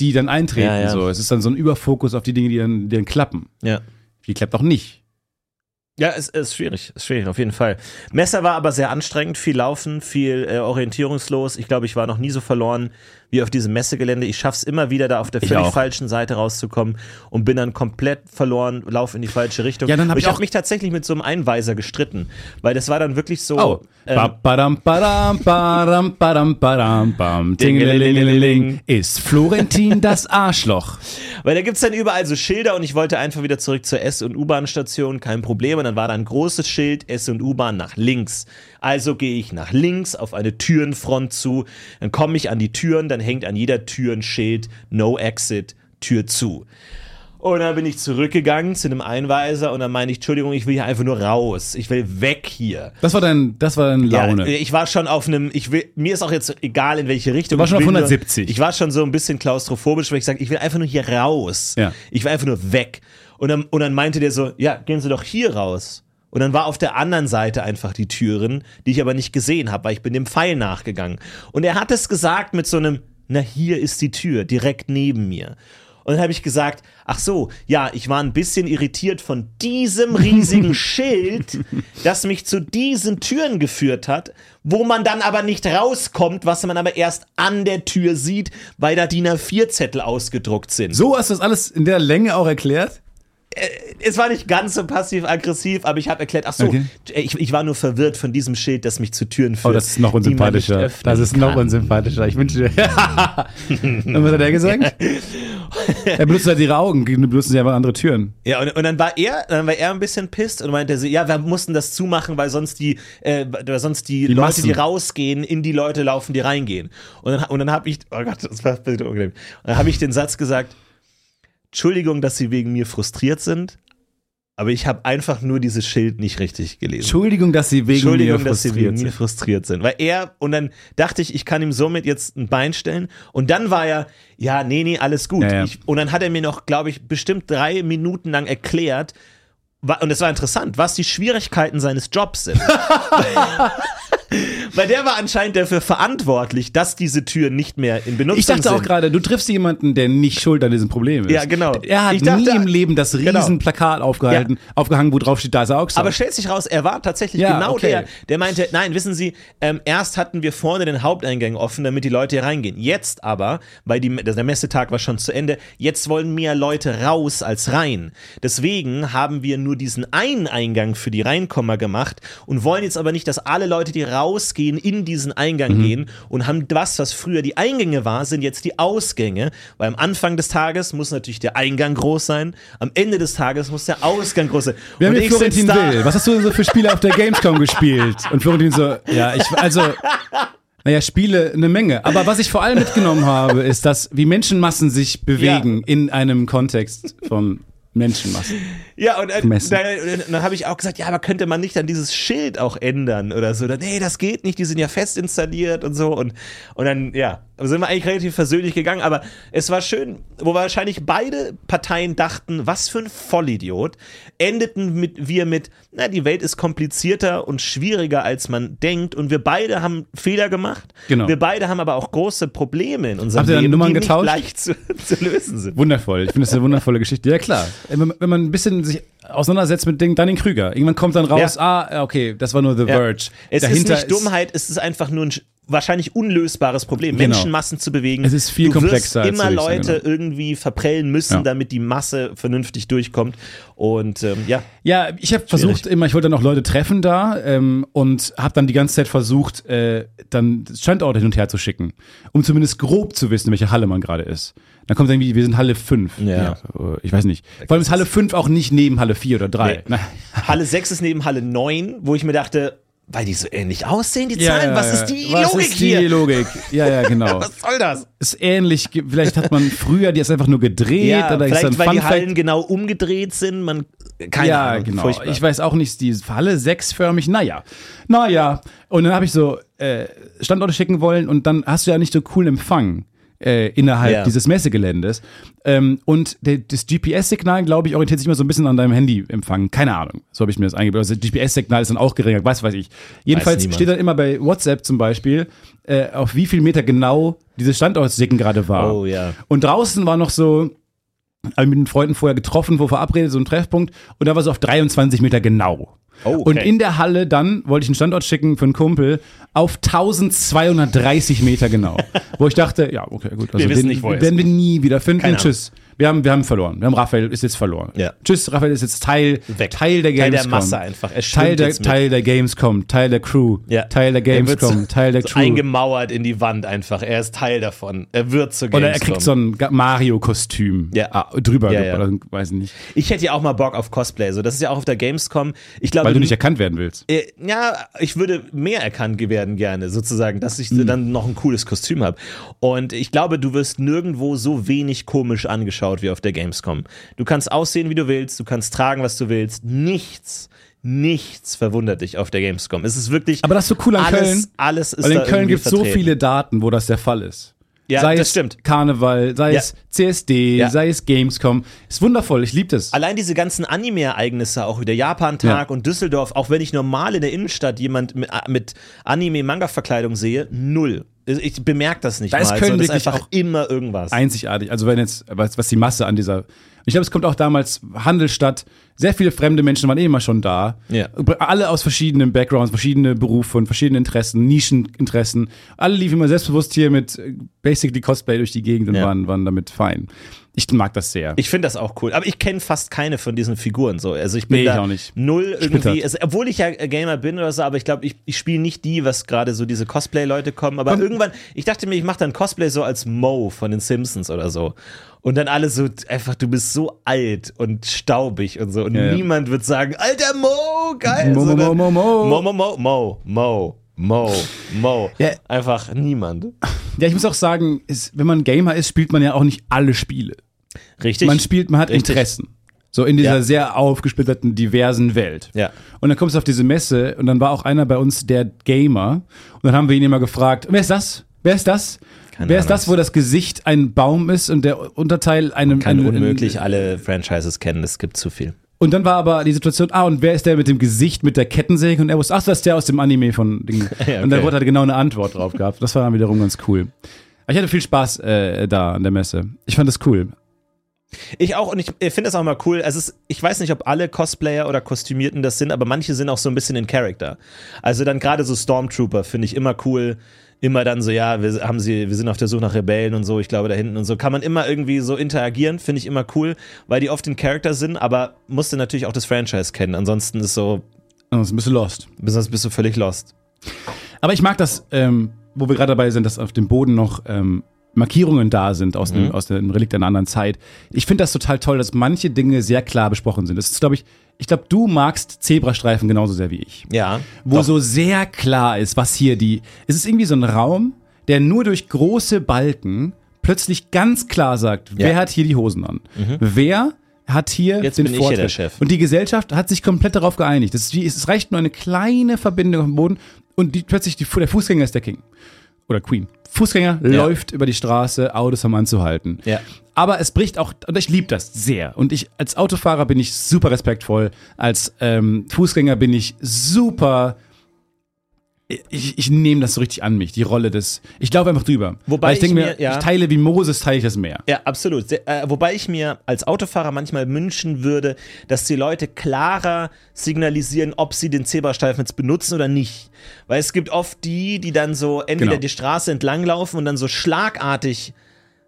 [SPEAKER 3] die dann eintreten.
[SPEAKER 2] Ja, ja.
[SPEAKER 3] So. Es ist dann so ein Überfokus auf die Dinge, die dann, die dann klappen.
[SPEAKER 2] Ja.
[SPEAKER 3] Die klappt auch nicht.
[SPEAKER 2] Ja, es ist schwierig, ist schwierig, auf jeden Fall. Messer war aber sehr anstrengend, viel Laufen, viel äh, orientierungslos. Ich glaube, ich war noch nie so verloren wie auf diesem Messegelände. Ich schaff's immer wieder, da auf der völlig
[SPEAKER 3] auch.
[SPEAKER 2] falschen Seite rauszukommen und bin dann komplett verloren, lauf in die falsche Richtung.
[SPEAKER 3] Ja, dann hab
[SPEAKER 2] Und
[SPEAKER 3] ich
[SPEAKER 2] hab
[SPEAKER 3] auch-
[SPEAKER 2] mich tatsächlich mit so einem Einweiser gestritten, weil das war dann wirklich so.
[SPEAKER 3] Oh.
[SPEAKER 2] ähm,
[SPEAKER 3] Ba- badam, badam, badam, badam, badam, bam. Dingelingelingeling. Ist Florentin das Arschloch?
[SPEAKER 2] Weil da gibt's dann überall so Schilder und ich wollte einfach wieder zurück zur S- und U-Bahn-Station, kein Problem. Und dann war da ein großes Schild, S- und U-Bahn nach links. Also gehe ich nach links auf eine Türenfront zu, dann komme ich an die Türen, dann hängt an jeder Tür ein Schild, No Exit, Tür zu. Und dann bin ich zurückgegangen zu einem Einweiser und dann meine ich, Entschuldigung, ich will hier einfach nur raus. Ich will weg hier.
[SPEAKER 3] Das war dein, das war deine Laune.
[SPEAKER 2] Ja, äh, ich war schon auf einem, ich will, mir ist auch jetzt egal, in welche Richtung.
[SPEAKER 3] Du warst
[SPEAKER 2] Ich
[SPEAKER 3] schon auf
[SPEAKER 2] will
[SPEAKER 3] 170.
[SPEAKER 2] Nur, ich war schon so ein bisschen klaustrophobisch, weil ich sage, ich will einfach nur hier raus.
[SPEAKER 3] Ja.
[SPEAKER 2] Ich will einfach nur weg. Und dann, und dann meinte der so, ja, gehen Sie doch hier raus. Und dann war auf der anderen Seite einfach die Türen, die ich aber nicht gesehen habe, weil ich bin dem Pfeil nachgegangen. Und er hat es gesagt mit so einem, na, hier ist die Tür, direkt neben mir. Und dann habe ich gesagt, ach so, ja, ich war ein bisschen irritiert von diesem riesigen Schild, das mich zu diesen Türen geführt hat, wo man dann aber nicht rauskommt, was man aber erst an der Tür sieht, weil da DIN A4-Zettel ausgedruckt sind.
[SPEAKER 3] so hast du das alles in der Länge auch erklärt?
[SPEAKER 2] Es war nicht ganz so passiv-aggressiv, aber ich habe erklärt, ach so,
[SPEAKER 3] Okay.
[SPEAKER 2] ich, ich war nur verwirrt von diesem Schild, das mich zu Türen führt.
[SPEAKER 3] Oh, das ist noch
[SPEAKER 2] die man nicht
[SPEAKER 3] unsympathischer.
[SPEAKER 2] öffnen
[SPEAKER 3] Das ist noch
[SPEAKER 2] kann.
[SPEAKER 3] unsympathischer. Ich wünsche dir. [laughs] Und was hat er [laughs] gesagt? er benutzt halt ihre Augen, die benutzen sie einfach andere Türen.
[SPEAKER 2] Ja, und, und dann war er, dann war er ein bisschen pisst und meinte so, ja, wir mussten das zumachen, weil sonst die, äh, weil sonst die, Leute,
[SPEAKER 3] Massen.
[SPEAKER 2] die rausgehen, in die Leute laufen, die reingehen. Und dann, und dann habe ich, oh Gott, das war ein bisschen unangenehm. Und dann habe ich den Satz gesagt, Entschuldigung, dass Sie wegen mir frustriert sind, aber ich habe einfach nur dieses Schild nicht richtig gelesen.
[SPEAKER 3] Entschuldigung, dass sie wegen
[SPEAKER 2] Entschuldigung,
[SPEAKER 3] mir
[SPEAKER 2] dass sie wegen
[SPEAKER 3] frustriert
[SPEAKER 2] mir
[SPEAKER 3] sind.
[SPEAKER 2] frustriert sind. Weil er, und dann dachte ich, ich kann ihm somit jetzt ein Bein stellen. Und dann war er, ja, nee, nee, alles gut.
[SPEAKER 3] Ja, ja.
[SPEAKER 2] Ich, und dann hat er mir noch, glaube ich, bestimmt drei Minuten lang erklärt, wa- und es war interessant, was die Schwierigkeiten seines Jobs
[SPEAKER 3] [laughs]
[SPEAKER 2] sind. Weil der war anscheinend dafür verantwortlich, dass diese Türen nicht mehr in Benutzung
[SPEAKER 3] Ich dachte auch
[SPEAKER 2] sind.
[SPEAKER 3] gerade, du triffst jemanden, der nicht schuld an diesem Problem ist.
[SPEAKER 2] Ja, genau.
[SPEAKER 3] Er hat
[SPEAKER 2] Ich dachte-
[SPEAKER 3] nie im Leben das
[SPEAKER 2] Genau.
[SPEAKER 3] Riesenplakat aufgehalten, aufgehangen, wo drauf steht, da ist er auch
[SPEAKER 2] Aber stellt sich raus, er war tatsächlich
[SPEAKER 3] Ja,
[SPEAKER 2] genau
[SPEAKER 3] okay.
[SPEAKER 2] der, der meinte, nein, wissen Sie, ähm, erst hatten wir vorne den Haupteingang offen, damit die Leute hier reingehen. Jetzt aber, weil die, der Messetag war schon zu Ende, jetzt wollen mehr Leute raus als rein. Deswegen haben wir nur diesen einen Eingang für die Reinkommer gemacht und wollen jetzt aber nicht, dass alle Leute, die rausgehen, in diesen
[SPEAKER 3] Mhm.
[SPEAKER 2] Eingang gehen und haben das, was früher die Eingänge war, sind jetzt die Ausgänge. Weil am Anfang des Tages muss natürlich der Eingang groß sein, am Ende des Tages muss der Ausgang groß sein.
[SPEAKER 3] Wir haben
[SPEAKER 2] Und
[SPEAKER 3] hier
[SPEAKER 2] ich sitz
[SPEAKER 3] Florentin
[SPEAKER 2] da-
[SPEAKER 3] Will. Was hast du denn so für Spiele auf der Gamescom gespielt? Und Florentin so, ja, ich, also, naja, Spiele eine Menge. Aber was ich vor allem mitgenommen habe, ist, dass wie Menschenmassen sich bewegen in einem Kontext von Menschenmassen.
[SPEAKER 2] Ja, und äh,
[SPEAKER 3] Messen.
[SPEAKER 2] dann, dann habe ich auch gesagt, ja, aber könnte man nicht dann dieses Schild auch ändern oder so? Dann, nee, das geht nicht, die sind ja fest installiert und so. Und, und dann, ja, also sind wir eigentlich relativ versöhnlich gegangen, aber es war schön, wo wahrscheinlich beide Parteien dachten, was für ein Vollidiot, endeten mit, wir mit, na, die Welt ist komplizierter und schwieriger, als man denkt. Und wir beide haben Fehler gemacht.
[SPEAKER 3] Genau.
[SPEAKER 2] Wir beide haben aber auch große Probleme in unserem
[SPEAKER 3] Habt ihr dann
[SPEAKER 2] Leben,
[SPEAKER 3] Nummern
[SPEAKER 2] die
[SPEAKER 3] getauscht?
[SPEAKER 2] nicht leicht zu, [laughs] zu lösen sind.
[SPEAKER 3] Wundervoll. Ich finde das eine wundervolle Geschichte. Ja, klar. Wenn man, wenn man ein bisschen sich auseinandersetzt mit Dingen, dann den Krüger. Irgendwann kommt dann raus, ah, okay, das war nur The
[SPEAKER 2] Ja.
[SPEAKER 3] Verge.
[SPEAKER 2] Es
[SPEAKER 3] Dahinter
[SPEAKER 2] ist nicht Dummheit, es ist einfach nur ein sch- wahrscheinlich unlösbares Problem,
[SPEAKER 3] Genau.
[SPEAKER 2] Menschenmassen zu bewegen.
[SPEAKER 3] Es ist viel
[SPEAKER 2] du
[SPEAKER 3] komplexer, als
[SPEAKER 2] Wirst immer
[SPEAKER 3] wir denken,
[SPEAKER 2] Leute irgendwie verprellen müssen,
[SPEAKER 3] genau. Ja.
[SPEAKER 2] damit die Masse vernünftig durchkommt. Und ähm, ja,
[SPEAKER 3] Ja, ich habe versucht immer, ich wollte dann auch Leute treffen da ähm, und habe dann die ganze Zeit versucht, äh, dann Standorte hin und her zu schicken, um zumindest grob zu wissen, welche Halle man gerade ist. Dann kommt irgendwie, wir sind Halle 5.
[SPEAKER 2] Ja.
[SPEAKER 3] äh, ich weiß nicht. Vor allem ist Halle 5 auch nicht neben Halle 4 oder 3.
[SPEAKER 2] Nee.
[SPEAKER 3] Na,
[SPEAKER 2] Halle 6 ist neben Halle 9, wo ich mir dachte, weil die so ähnlich aussehen, die Zahlen, was ist die
[SPEAKER 3] Was
[SPEAKER 2] Logik
[SPEAKER 3] ist die
[SPEAKER 2] hier?
[SPEAKER 3] Logik? Ja, ja,
[SPEAKER 2] [laughs]
[SPEAKER 3] genau.
[SPEAKER 2] Was soll das?
[SPEAKER 3] ist ähnlich, ge- vielleicht hat man früher die ist einfach nur gedreht
[SPEAKER 2] Ja,
[SPEAKER 3] oder ist dann
[SPEAKER 2] vielleicht, weil
[SPEAKER 3] Fun
[SPEAKER 2] die
[SPEAKER 3] Fact.
[SPEAKER 2] Hallen genau umgedreht sind, man, keine
[SPEAKER 3] ja,
[SPEAKER 2] Ahnung,
[SPEAKER 3] genau.
[SPEAKER 2] furchtbar.
[SPEAKER 3] Ich weiß auch nicht, die Halle sechsförmig, naja. Naja. Und dann habe ich so äh, Standorte schicken wollen und dann hast du ja nicht so coolen Empfang. äh, innerhalb
[SPEAKER 2] Ja.
[SPEAKER 3] dieses Messegeländes. Ähm, und der, das GPS-Signal, glaube ich, orientiert sich immer so ein bisschen an deinem Handyempfang. Keine Ahnung. So habe ich mir das eingebildet. Also das GPS-Signal ist dann auch geringer, was weiß ich. Jedenfalls
[SPEAKER 2] niemand.
[SPEAKER 3] steht dann immer bei WhatsApp zum Beispiel, äh, auf wie viel Meter genau dieses Standortsicken gerade war.
[SPEAKER 2] Oh ja.
[SPEAKER 3] Und draußen war noch so, also mit den Freunden vorher getroffen, wo verabredet, so ein Treffpunkt. Und da war es auf 23 Meter genau.
[SPEAKER 2] Oh, okay.
[SPEAKER 3] Und in der Halle dann wollte ich einen Standort schicken für einen Kumpel auf 1230
[SPEAKER 2] [laughs]
[SPEAKER 3] Meter genau. wo ich dachte, ja, okay, gut. Also
[SPEAKER 2] Wir wissen
[SPEAKER 3] den
[SPEAKER 2] nicht, wo er ist.
[SPEAKER 3] werden wir nie wieder finden.
[SPEAKER 2] Keine Ahnung.
[SPEAKER 3] Tschüss. Wir haben, wir haben verloren. Wir haben Raphael ist jetzt verloren.
[SPEAKER 2] Ja.
[SPEAKER 3] Tschüss, Raphael ist jetzt Teil,
[SPEAKER 2] Weg.
[SPEAKER 3] Teil der
[SPEAKER 2] Teil
[SPEAKER 3] Gamescom.
[SPEAKER 2] der Masse einfach. Er schwimmt
[SPEAKER 3] Teil der,
[SPEAKER 2] jetzt mit.
[SPEAKER 3] Teil der Gamescom, Teil der Crew,
[SPEAKER 2] Ja.
[SPEAKER 3] Teil der
[SPEAKER 2] Er wird
[SPEAKER 3] Gamescom,
[SPEAKER 2] so-
[SPEAKER 3] Teil der
[SPEAKER 2] so
[SPEAKER 3] Crew.
[SPEAKER 2] Eingemauert in die Wand einfach. Er ist Teil davon. Er wird zu Gamescom.
[SPEAKER 3] Oder er kriegt so ein Ga- Mario-Kostüm
[SPEAKER 2] Ja.
[SPEAKER 3] ah, drüber,
[SPEAKER 2] Ja, ja.
[SPEAKER 3] oder weiß nicht.
[SPEAKER 2] ich hätte ja auch mal Bock auf Cosplay. So, das ist ja auch auf der Gamescom. Ich glaube,
[SPEAKER 3] Weil du nicht erkannt werden willst.
[SPEAKER 2] Äh, Ja, ich würde mehr erkannt werden gerne, sozusagen, dass
[SPEAKER 3] Hm.
[SPEAKER 2] ich dann noch ein cooles Kostüm habe. Und ich glaube, du wirst nirgendwo so wenig komisch angeschaut wie auf der Gamescom. Du kannst aussehen, wie du willst, du kannst tragen, was du willst. Nichts, nichts verwundert dich auf der Gamescom. Es ist wirklich.
[SPEAKER 3] Aber das ist so cool an
[SPEAKER 2] alles,
[SPEAKER 3] Köln.
[SPEAKER 2] Alles ist
[SPEAKER 3] Weil in
[SPEAKER 2] da
[SPEAKER 3] Köln
[SPEAKER 2] irgendwie
[SPEAKER 3] gibt es so
[SPEAKER 2] vertreten.
[SPEAKER 3] viele Daten, wo das der Fall ist.
[SPEAKER 2] Ja,
[SPEAKER 3] sei
[SPEAKER 2] das
[SPEAKER 3] es
[SPEAKER 2] stimmt.
[SPEAKER 3] Karneval, sei
[SPEAKER 2] Ja.
[SPEAKER 3] es CSD,
[SPEAKER 2] Ja.
[SPEAKER 3] sei es Gamescom. Ist wundervoll, ich liebe das.
[SPEAKER 2] Allein diese ganzen Anime-Ereignisse, auch wieder Japan-Tag
[SPEAKER 3] Ja.
[SPEAKER 2] und Düsseldorf, auch wenn ich normal in der Innenstadt jemand mit, äh, mit Anime-Manga-Verkleidung sehe, null. Ich bemerke das nicht
[SPEAKER 3] Da ist
[SPEAKER 2] mal.
[SPEAKER 3] Köln
[SPEAKER 2] sondern es
[SPEAKER 3] wirklich
[SPEAKER 2] ist einfach
[SPEAKER 3] auch
[SPEAKER 2] immer irgendwas.
[SPEAKER 3] Einzigartig. Also wenn jetzt, was, was die Masse an dieser. Ich glaube, es kommt auch damals Handel statt. Sehr viele fremde Menschen waren eh immer schon da.
[SPEAKER 2] Ja.
[SPEAKER 3] Alle aus verschiedenen Backgrounds, verschiedene Berufe und verschiedene Interessen, Nischeninteressen. Alle liefen immer selbstbewusst hier mit äh, basically Cosplay durch die Gegend und
[SPEAKER 2] Ja.
[SPEAKER 3] waren, waren damit fein. Ich mag das sehr.
[SPEAKER 2] Ich finde das auch cool. Aber ich kenne fast keine von diesen Figuren so. Also ich bin
[SPEAKER 3] Nee, ich
[SPEAKER 2] da
[SPEAKER 3] auch nicht.
[SPEAKER 2] null irgendwie.
[SPEAKER 3] Splittert.
[SPEAKER 2] Also, obwohl ich ja Gamer bin oder so, aber ich glaube, ich, ich spiele nicht die, was gerade so diese Cosplay-Leute kommen. Aber irgendwann, ich dachte mir, ich mache dann Cosplay so als Mo von den Simpsons oder so. Und dann alle so einfach, du bist so alt und staubig und so. Und
[SPEAKER 3] ja.
[SPEAKER 2] niemand wird sagen, alter Mo, geil.
[SPEAKER 3] Mo, Mo,
[SPEAKER 2] sondern
[SPEAKER 3] Mo, Mo, Mo.
[SPEAKER 2] Mo, Mo, Mo, Mo, Mo, Mo, Mo.
[SPEAKER 3] Ja.
[SPEAKER 2] Einfach niemand.
[SPEAKER 3] Ja, ich muss auch sagen, ist, wenn man Gamer ist, spielt man ja auch nicht alle Spiele.
[SPEAKER 2] Richtig?
[SPEAKER 3] man spielt, man hat
[SPEAKER 2] Richtig.
[SPEAKER 3] Interessen. So in dieser
[SPEAKER 2] Ja.
[SPEAKER 3] sehr aufgesplitterten, diversen Welt.
[SPEAKER 2] Ja.
[SPEAKER 3] Und dann kommst du auf diese Messe und dann war auch einer bei uns der Gamer. Und dann haben wir ihn immer gefragt, wer ist das? Wer ist das?
[SPEAKER 2] Keine
[SPEAKER 3] wer ist
[SPEAKER 2] Ahnung.
[SPEAKER 3] das, wo das Gesicht ein Baum ist und der Unterteil einem...
[SPEAKER 2] kann
[SPEAKER 3] einem-
[SPEAKER 2] unmöglich alle Franchises kennen, es gibt zu viel.
[SPEAKER 3] Und dann war aber die Situation, ah, und wer ist der mit dem Gesicht, mit der Kettensäge? Und er wusste, ach, das ist der aus dem Anime von Ding.
[SPEAKER 2] [laughs] Ja,
[SPEAKER 3] Und dann
[SPEAKER 2] okay.
[SPEAKER 3] wurde er genau eine Antwort drauf gehabt. Das war dann wiederum ganz cool. Aber Ich hatte viel Spaß äh, da an der Messe. Ich fand das cool.
[SPEAKER 2] Ich auch und ich äh, finde das auch mal cool. Also es ist, ich weiß nicht, ob alle Cosplayer oder Kostümierten das sind, aber manche sind auch so ein bisschen in Character. Also dann gerade so Stormtrooper finde ich immer cool. Immer dann so, ja, wir haben sie, wir sind auf der Suche nach Rebellen und so, ich glaube da hinten und so. Kann man immer irgendwie so interagieren, finde ich immer cool, weil die oft in Character sind, aber musst du natürlich auch das Franchise kennen. Ansonsten ist so,
[SPEAKER 3] Oh, ist ein bisschen lost.
[SPEAKER 2] besonders bist du völlig lost.
[SPEAKER 3] Aber ich mag das, ähm, wo wir gerade dabei sind, dass auf dem Boden noch ähm, Markierungen da sind aus, dem, aus dem Relikt einer anderen Zeit. Ich finde das total toll, dass manche Dinge sehr klar besprochen sind. Das ist, glaube ich, ich glaube, du magst Zebrastreifen genauso sehr wie ich.
[SPEAKER 2] Ja.
[SPEAKER 3] wo
[SPEAKER 2] Doch.
[SPEAKER 3] so sehr klar ist, was hier die. Es ist irgendwie so ein Raum, der nur durch große Balken plötzlich ganz klar sagt, wer hat hier die Hosen an? Wer hat hier
[SPEAKER 2] Mhm. Jetzt
[SPEAKER 3] den
[SPEAKER 2] bin ich hier
[SPEAKER 3] Vortritt?
[SPEAKER 2] der Chef.
[SPEAKER 3] Und die Gesellschaft hat sich komplett darauf geeinigt. Es, ist wie, es reicht nur eine kleine Verbindung auf dem Boden und die, plötzlich die, der Fußgänger ist der King. Oder Queen. Fußgänger läuft über die Straße, Autos haben anzuhalten.
[SPEAKER 2] Ja.
[SPEAKER 3] Aber es bricht auch, und ich liebe das sehr. Und ich als Autofahrer bin ich super respektvoll. Als ähm, Fußgänger bin ich super. Ich, ich nehme das so richtig an mich, die Rolle des. Ich laufe einfach drüber.
[SPEAKER 2] Wobei
[SPEAKER 3] Weil ich
[SPEAKER 2] ich
[SPEAKER 3] denke mir,
[SPEAKER 2] mir- ja.
[SPEAKER 3] ich teile wie Moses, teile ich das Meer.
[SPEAKER 2] Ja, absolut. Sehr, äh, wobei ich mir als Autofahrer manchmal wünschen würde, dass die Leute klarer signalisieren, ob sie den Zebrastreifen jetzt benutzen oder nicht. Weil es gibt oft die, die dann so entweder
[SPEAKER 3] Genau.
[SPEAKER 2] die Straße entlanglaufen und dann so schlagartig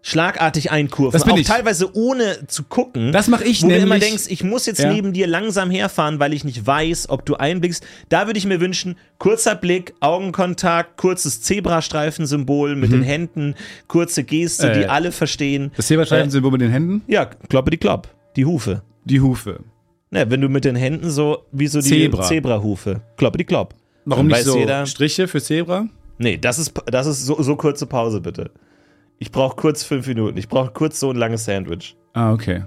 [SPEAKER 2] schlagartig einkurven,
[SPEAKER 3] Das bin
[SPEAKER 2] auch
[SPEAKER 3] ich.
[SPEAKER 2] teilweise ohne zu gucken.
[SPEAKER 3] Das mach ich
[SPEAKER 2] Wo du immer
[SPEAKER 3] nämlich.
[SPEAKER 2] denkst, ich muss jetzt
[SPEAKER 3] Ja.
[SPEAKER 2] neben dir langsam herfahren, weil ich nicht weiß, ob du einblickst. Da würde ich mir wünschen, kurzer Blick, Augenkontakt, kurzes Zebrastreifensymbol mit den Händen, kurze Geste, die
[SPEAKER 3] Mhm. Äh,
[SPEAKER 2] alle verstehen.
[SPEAKER 3] Das
[SPEAKER 2] Äh.
[SPEAKER 3] Zebrastreifen sind wohl mit den Händen,
[SPEAKER 2] Ja, kloppe die Klopp. Die Hufe.
[SPEAKER 3] die Hufe.
[SPEAKER 2] Ne, wenn du mit den Händen so, wie so die
[SPEAKER 3] Zebra.
[SPEAKER 2] Zebrahufe. Kloppe die Klopp.
[SPEAKER 3] Warum
[SPEAKER 2] Dann
[SPEAKER 3] nicht
[SPEAKER 2] weiß
[SPEAKER 3] so
[SPEAKER 2] Jeder,
[SPEAKER 3] Striche für Zebra?
[SPEAKER 2] nee, das ist, das ist so, so kurze Pause, bitte. Ich brauche kurz fünf Minuten. Ich brauche kurz so ein langes Sandwich.
[SPEAKER 3] Ah, okay.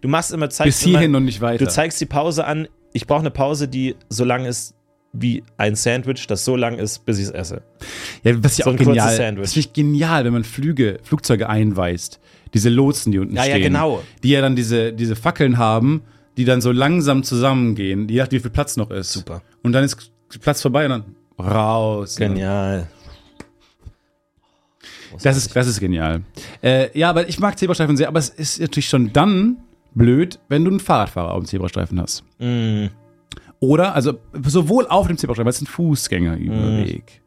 [SPEAKER 2] Du machst immer, zeigst
[SPEAKER 3] Bis hierhin
[SPEAKER 2] immer,
[SPEAKER 3] und nicht weiter.
[SPEAKER 2] du zeigst die Pause an. Ich brauche eine Pause, die so lang ist, wie ein Sandwich, das so lang ist, bis ich es esse.
[SPEAKER 3] Ja, was ja
[SPEAKER 2] So
[SPEAKER 3] auch
[SPEAKER 2] ein kurzes
[SPEAKER 3] genial.
[SPEAKER 2] Sandwich.
[SPEAKER 3] Das finde ich genial, wenn man Flüge, Flugzeuge einweist. Diese Lotsen, die unten
[SPEAKER 2] Ja, ja,
[SPEAKER 3] stehen.
[SPEAKER 2] genau.
[SPEAKER 3] Die ja dann diese, diese Fackeln haben, die dann so langsam zusammengehen, je nachdem, wie viel Platz noch ist.
[SPEAKER 2] Super.
[SPEAKER 3] Und dann ist Platz vorbei und dann raus.
[SPEAKER 2] Genial.
[SPEAKER 3] Das ist, das ist genial. Äh, ja, aber ich mag Zebrastreifen sehr, aber es ist natürlich schon dann blöd, wenn du einen Fahrradfahrer auf dem Zebrastreifen hast.
[SPEAKER 2] Mm.
[SPEAKER 3] Oder, also sowohl auf dem Zebrastreifen als auch ein
[SPEAKER 2] Mm.
[SPEAKER 3] Fußgängerüberweg.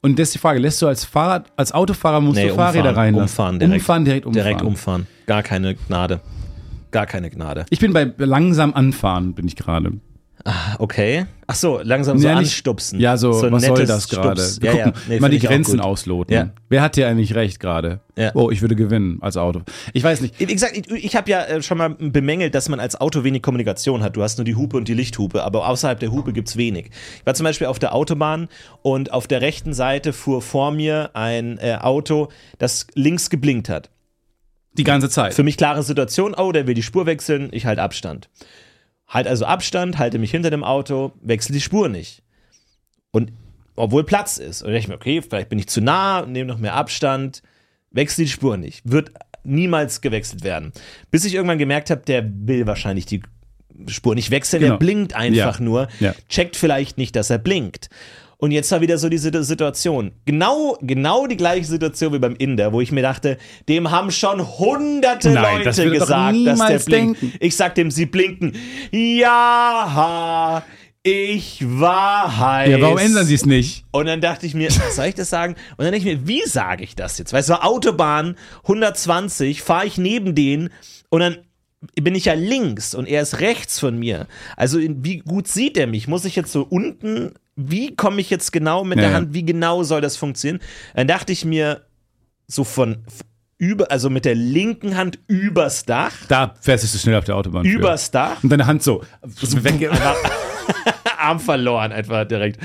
[SPEAKER 3] Und das ist die Frage, lässt du als Fahrrad, als Autofahrer musst
[SPEAKER 2] Nee,
[SPEAKER 3] du Fahrräder
[SPEAKER 2] umfahren,
[SPEAKER 3] reinlassen?
[SPEAKER 2] umfahren direkt.
[SPEAKER 3] umfahren direkt umfahren.
[SPEAKER 2] Direkt umfahren. Gar keine Gnade. Gar keine Gnade.
[SPEAKER 3] Ich bin bei langsam anfahren, bin ich gerade.
[SPEAKER 2] Okay. Ach so, langsam so
[SPEAKER 3] Ja, nicht-
[SPEAKER 2] anstupsen.
[SPEAKER 3] Ja, so, was soll
[SPEAKER 2] nettes
[SPEAKER 3] das gerade?
[SPEAKER 2] Stups.
[SPEAKER 3] Wir
[SPEAKER 2] Ja, ja.
[SPEAKER 3] gucken mal
[SPEAKER 2] find
[SPEAKER 3] die
[SPEAKER 2] ich auch
[SPEAKER 3] Grenzen
[SPEAKER 2] gut.
[SPEAKER 3] ausloten.
[SPEAKER 2] Ja.
[SPEAKER 3] Wer hat hier eigentlich recht gerade?
[SPEAKER 2] Ja.
[SPEAKER 3] Oh, ich würde gewinnen als Auto. Ich weiß nicht.
[SPEAKER 2] Wie gesagt, ich, ich habe ja äh, schon mal bemängelt, dass man als Auto wenig Kommunikation hat. Du hast nur die Hupe und die Lichthupe, aber außerhalb der Hupe gibt's wenig. Ich war zum Beispiel auf der Autobahn und auf der rechten Seite fuhr vor mir ein äh, Auto, das links geblinkt hat.
[SPEAKER 3] Die ganze Zeit.
[SPEAKER 2] Für mich klare Situation, oh, der will die Spur wechseln, ich halte Abstand. Halt also Abstand, halte mich hinter dem Auto, wechsle die Spur nicht. Und obwohl Platz ist. Und ich mir, okay, vielleicht bin ich zu nah, nehme noch mehr Abstand, wechsle die Spur nicht. Wird niemals gewechselt werden. Bis ich irgendwann gemerkt habe, der will wahrscheinlich die Spur nicht wechseln,
[SPEAKER 3] Genau.
[SPEAKER 2] der blinkt einfach
[SPEAKER 3] Ja.
[SPEAKER 2] nur,
[SPEAKER 3] Ja.
[SPEAKER 2] checkt vielleicht nicht, dass er blinkt. Und jetzt war wieder so diese Situation. Genau, genau die gleiche Situation wie beim Inder, wo ich mir dachte, dem haben schon hunderte
[SPEAKER 3] Nein, das
[SPEAKER 2] Leute
[SPEAKER 3] würde doch
[SPEAKER 2] gesagt, dass der
[SPEAKER 3] niemals
[SPEAKER 2] blinkt.
[SPEAKER 3] denken.
[SPEAKER 2] Ich sag dem, sie blinken. Ja, ich war heiß.
[SPEAKER 3] ja, warum ändern sie es nicht?
[SPEAKER 2] Und dann dachte ich mir, soll ich das sagen? Und dann dachte ich mir, wie sage ich das jetzt? Weißt du, Autobahn 120, fahre ich neben denen und dann bin ich ja links und er ist rechts von mir. Also in- wie gut sieht er mich? Muss ich jetzt so unten, wie komme ich jetzt genau mit
[SPEAKER 3] Ja,
[SPEAKER 2] der
[SPEAKER 3] ja.
[SPEAKER 2] Hand, wie genau soll das funktionieren? Dann dachte ich mir, so von f- über, also mit der linken Hand übers Dach,
[SPEAKER 3] Da fährst du zu schnell auf der Autobahn. für.
[SPEAKER 2] übers Dach
[SPEAKER 3] Und deine Hand so.
[SPEAKER 2] [laughs]
[SPEAKER 3] Weg. [laughs]
[SPEAKER 2] Arm verloren einfach direkt.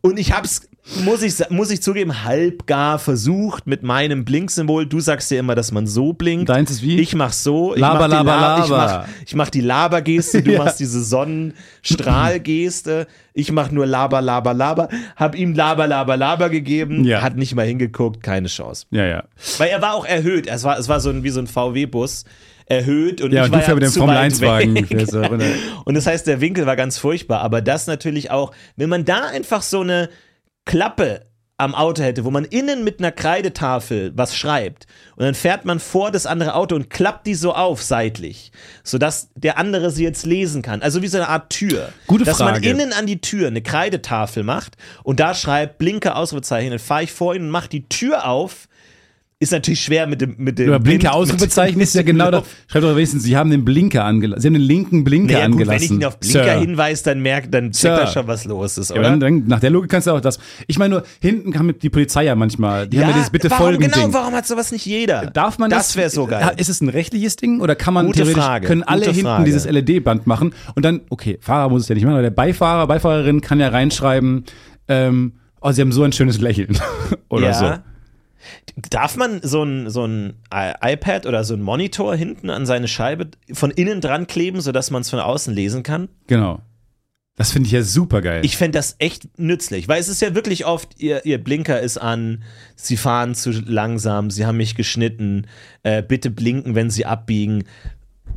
[SPEAKER 2] Und ich hab's, muss ich, sa- muss ich zugeben, halbgar versucht mit meinem Blinksymbol. Du sagst ja immer, dass man so blinkt.
[SPEAKER 3] Deins ist wie?
[SPEAKER 2] Ich mach so. Ich
[SPEAKER 3] Laber,
[SPEAKER 2] mach die
[SPEAKER 3] laber,
[SPEAKER 2] La- ich
[SPEAKER 3] laber.
[SPEAKER 2] mach- Ich mach die Labergeste,
[SPEAKER 3] [laughs]
[SPEAKER 2] du machst diese Sonnenstrahlgeste. Ich mach nur Laber, Laber, Laber. Hab ihm Laber, Laber, Laber gegeben.
[SPEAKER 3] Ja.
[SPEAKER 2] Hat nicht mal hingeguckt, keine Chance.
[SPEAKER 3] Ja, ja.
[SPEAKER 2] Weil er war auch erhöht. Es war, es war so ein, wie so ein VW-Bus. Erhöht und
[SPEAKER 3] Ja,
[SPEAKER 2] ich
[SPEAKER 3] und du
[SPEAKER 2] war
[SPEAKER 3] fährst
[SPEAKER 2] ja
[SPEAKER 3] mit dem
[SPEAKER 2] zu weit
[SPEAKER 3] Formel-1-Wagen.
[SPEAKER 2] [laughs] weg.
[SPEAKER 3] fährst du runter.
[SPEAKER 2] Und das heißt, der Winkel war ganz furchtbar. Aber das natürlich auch, wenn man da einfach so eine Klappe am Auto hätte, wo man innen mit einer Kreidetafel was schreibt und dann fährt man vor das andere Auto und klappt die so auf seitlich, sodass der andere sie jetzt lesen kann. Also wie so eine Art Tür.
[SPEAKER 3] Gute
[SPEAKER 2] dass man
[SPEAKER 3] Frage.
[SPEAKER 2] innen an die Tür eine Kreidetafel macht und da schreibt blinke Ausrufezeichen, dann fahre ich vor ihn und mache die Tür auf. Ist natürlich schwer mit dem mit dem
[SPEAKER 3] Oder Blinker
[SPEAKER 2] Wind-
[SPEAKER 3] Ausrufezeichen ist ja genau das. Schreibt doch wenigstens, Sie haben den Blinker angelassen. Sie haben den linken Blinker
[SPEAKER 2] Ja, gut,
[SPEAKER 3] angelassen.
[SPEAKER 2] wenn ich ihn auf Blinker
[SPEAKER 3] Sir.
[SPEAKER 2] hinweise, dann merkt, dann checkt
[SPEAKER 3] Sir.
[SPEAKER 2] er schon, was los ist,
[SPEAKER 3] Ja,
[SPEAKER 2] oder?
[SPEAKER 3] aber dann, dann, nach der Logik kannst du auch das. Ich meine nur, hinten kam die Polizei ja manchmal. Die haben ja dieses Bitte
[SPEAKER 2] warum
[SPEAKER 3] folgen
[SPEAKER 2] genau,
[SPEAKER 3] Ding.
[SPEAKER 2] warum hat sowas nicht jeder?
[SPEAKER 3] Darf man das? äh,
[SPEAKER 2] Das wäre so geil.
[SPEAKER 3] Ist es ein rechtliches Ding oder kann man
[SPEAKER 2] Gute
[SPEAKER 3] theoretisch
[SPEAKER 2] Frage,
[SPEAKER 3] können alle
[SPEAKER 2] gute
[SPEAKER 3] hinten
[SPEAKER 2] Frage.
[SPEAKER 3] dieses LED-Band machen und dann okay, Fahrer muss es ja nicht machen, aber der Beifahrer, Beifahrerin kann ja reinschreiben, ähm, oh, sie haben so ein schönes Lächeln [laughs] oder
[SPEAKER 2] ja.
[SPEAKER 3] so.
[SPEAKER 2] Darf man so ein, so ein i- iPad oder so ein Monitor hinten an seine Scheibe von innen dran kleben, sodass man es von außen lesen kann?
[SPEAKER 3] Genau. Das finde ich ja super geil.
[SPEAKER 2] Ich fände das echt nützlich, weil es ist ja wirklich oft, ihr, ihr Blinker ist an, sie fahren zu langsam, sie haben mich geschnitten, äh, bitte blinken, wenn sie abbiegen.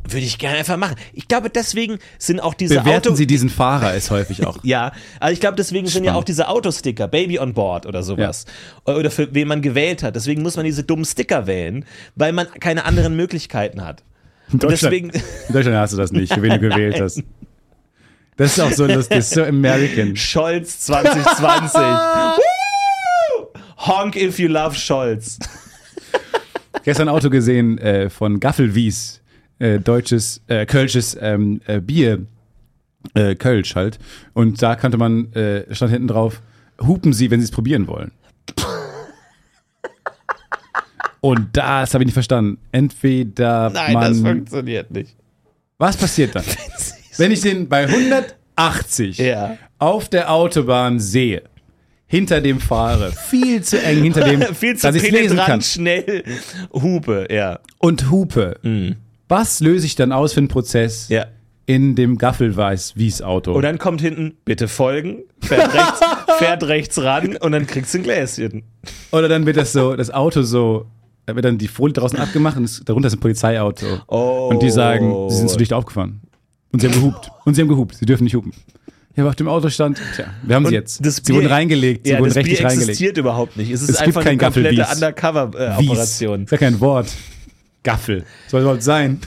[SPEAKER 2] Würde ich gerne einfach machen. Ich glaube, deswegen sind auch diese
[SPEAKER 3] Bewerten
[SPEAKER 2] Auto...
[SPEAKER 3] Sie diesen Fahrer ist
[SPEAKER 2] [laughs]
[SPEAKER 3] häufig auch.
[SPEAKER 2] Ja, aber ich glaube, deswegen sind ja
[SPEAKER 3] Spannend.
[SPEAKER 2] auch diese Autosticker, Baby on Board oder sowas. Oder für wen man gewählt hat. Deswegen muss man diese dummen Sticker wählen, weil man keine anderen Möglichkeiten hat.
[SPEAKER 3] In Deutschland,
[SPEAKER 2] deswegen- [laughs]
[SPEAKER 3] in Deutschland hast du das nicht, wen du gewählt hast. Das ist auch so lustig, so
[SPEAKER 2] [laughs]
[SPEAKER 3] American.
[SPEAKER 2] Scholz 2020.
[SPEAKER 3] [laughs]
[SPEAKER 2] Woo! Honk if you love Scholz.
[SPEAKER 3] Gestern ein Auto gesehen äh, von Gaffelwies, äh, deutsches, äh, kölsches ähm, äh, Bier, äh, Kölsch halt. Und da kannte man, äh, stand hinten drauf, hupen Sie, wenn Sie es probieren wollen. Und das habe ich nicht verstanden. Entweder
[SPEAKER 2] Nein, das
[SPEAKER 3] man.
[SPEAKER 2] funktioniert nicht.
[SPEAKER 3] Was
[SPEAKER 2] [laughs]
[SPEAKER 3] passiert dann? Wenn ich den bei 180
[SPEAKER 2] Ja.
[SPEAKER 3] auf der Autobahn sehe, hinter dem fahre, viel zu eng hinter dem,
[SPEAKER 2] [laughs] Viel zu
[SPEAKER 3] dass ich es lesen kann
[SPEAKER 2] penetrant, schnell. Hupe, ja.
[SPEAKER 3] und hupe. Was löse ich dann aus für einen Prozess?
[SPEAKER 2] Mhm. Ja.
[SPEAKER 3] in dem Gaffelweiß-Wies-Auto.
[SPEAKER 2] Und dann kommt hinten, bitte folgen, fährt
[SPEAKER 3] [laughs]
[SPEAKER 2] rechts, fährt rechts ran und dann kriegst du ein Gläschen.
[SPEAKER 3] Oder dann wird das so, das Auto so, da wird dann die Folie draußen abgemacht und es- darunter ist ein Polizeiauto.
[SPEAKER 2] Oh.
[SPEAKER 3] Und die sagen, sie sind zu dicht aufgefahren. Und sie haben gehupt. Und sie haben gehupt. Sie dürfen nicht hupen. Ja, aber auf dem Auto stand, tja, wir haben sie jetzt.
[SPEAKER 2] das
[SPEAKER 3] sie
[SPEAKER 2] Bier-
[SPEAKER 3] wurden reingelegt, sie
[SPEAKER 2] ja,
[SPEAKER 3] wurden
[SPEAKER 2] das Bier
[SPEAKER 3] rechtlich reingelegt.
[SPEAKER 2] existiert überhaupt nicht. Es ist
[SPEAKER 3] Es gibt
[SPEAKER 2] einfach eine
[SPEAKER 3] kein
[SPEAKER 2] komplette
[SPEAKER 3] Gaffelwies. Wies.
[SPEAKER 2] Undercover-Operation.
[SPEAKER 3] Ist ja kein Wort. Gaffel. Soll überhaupt sein.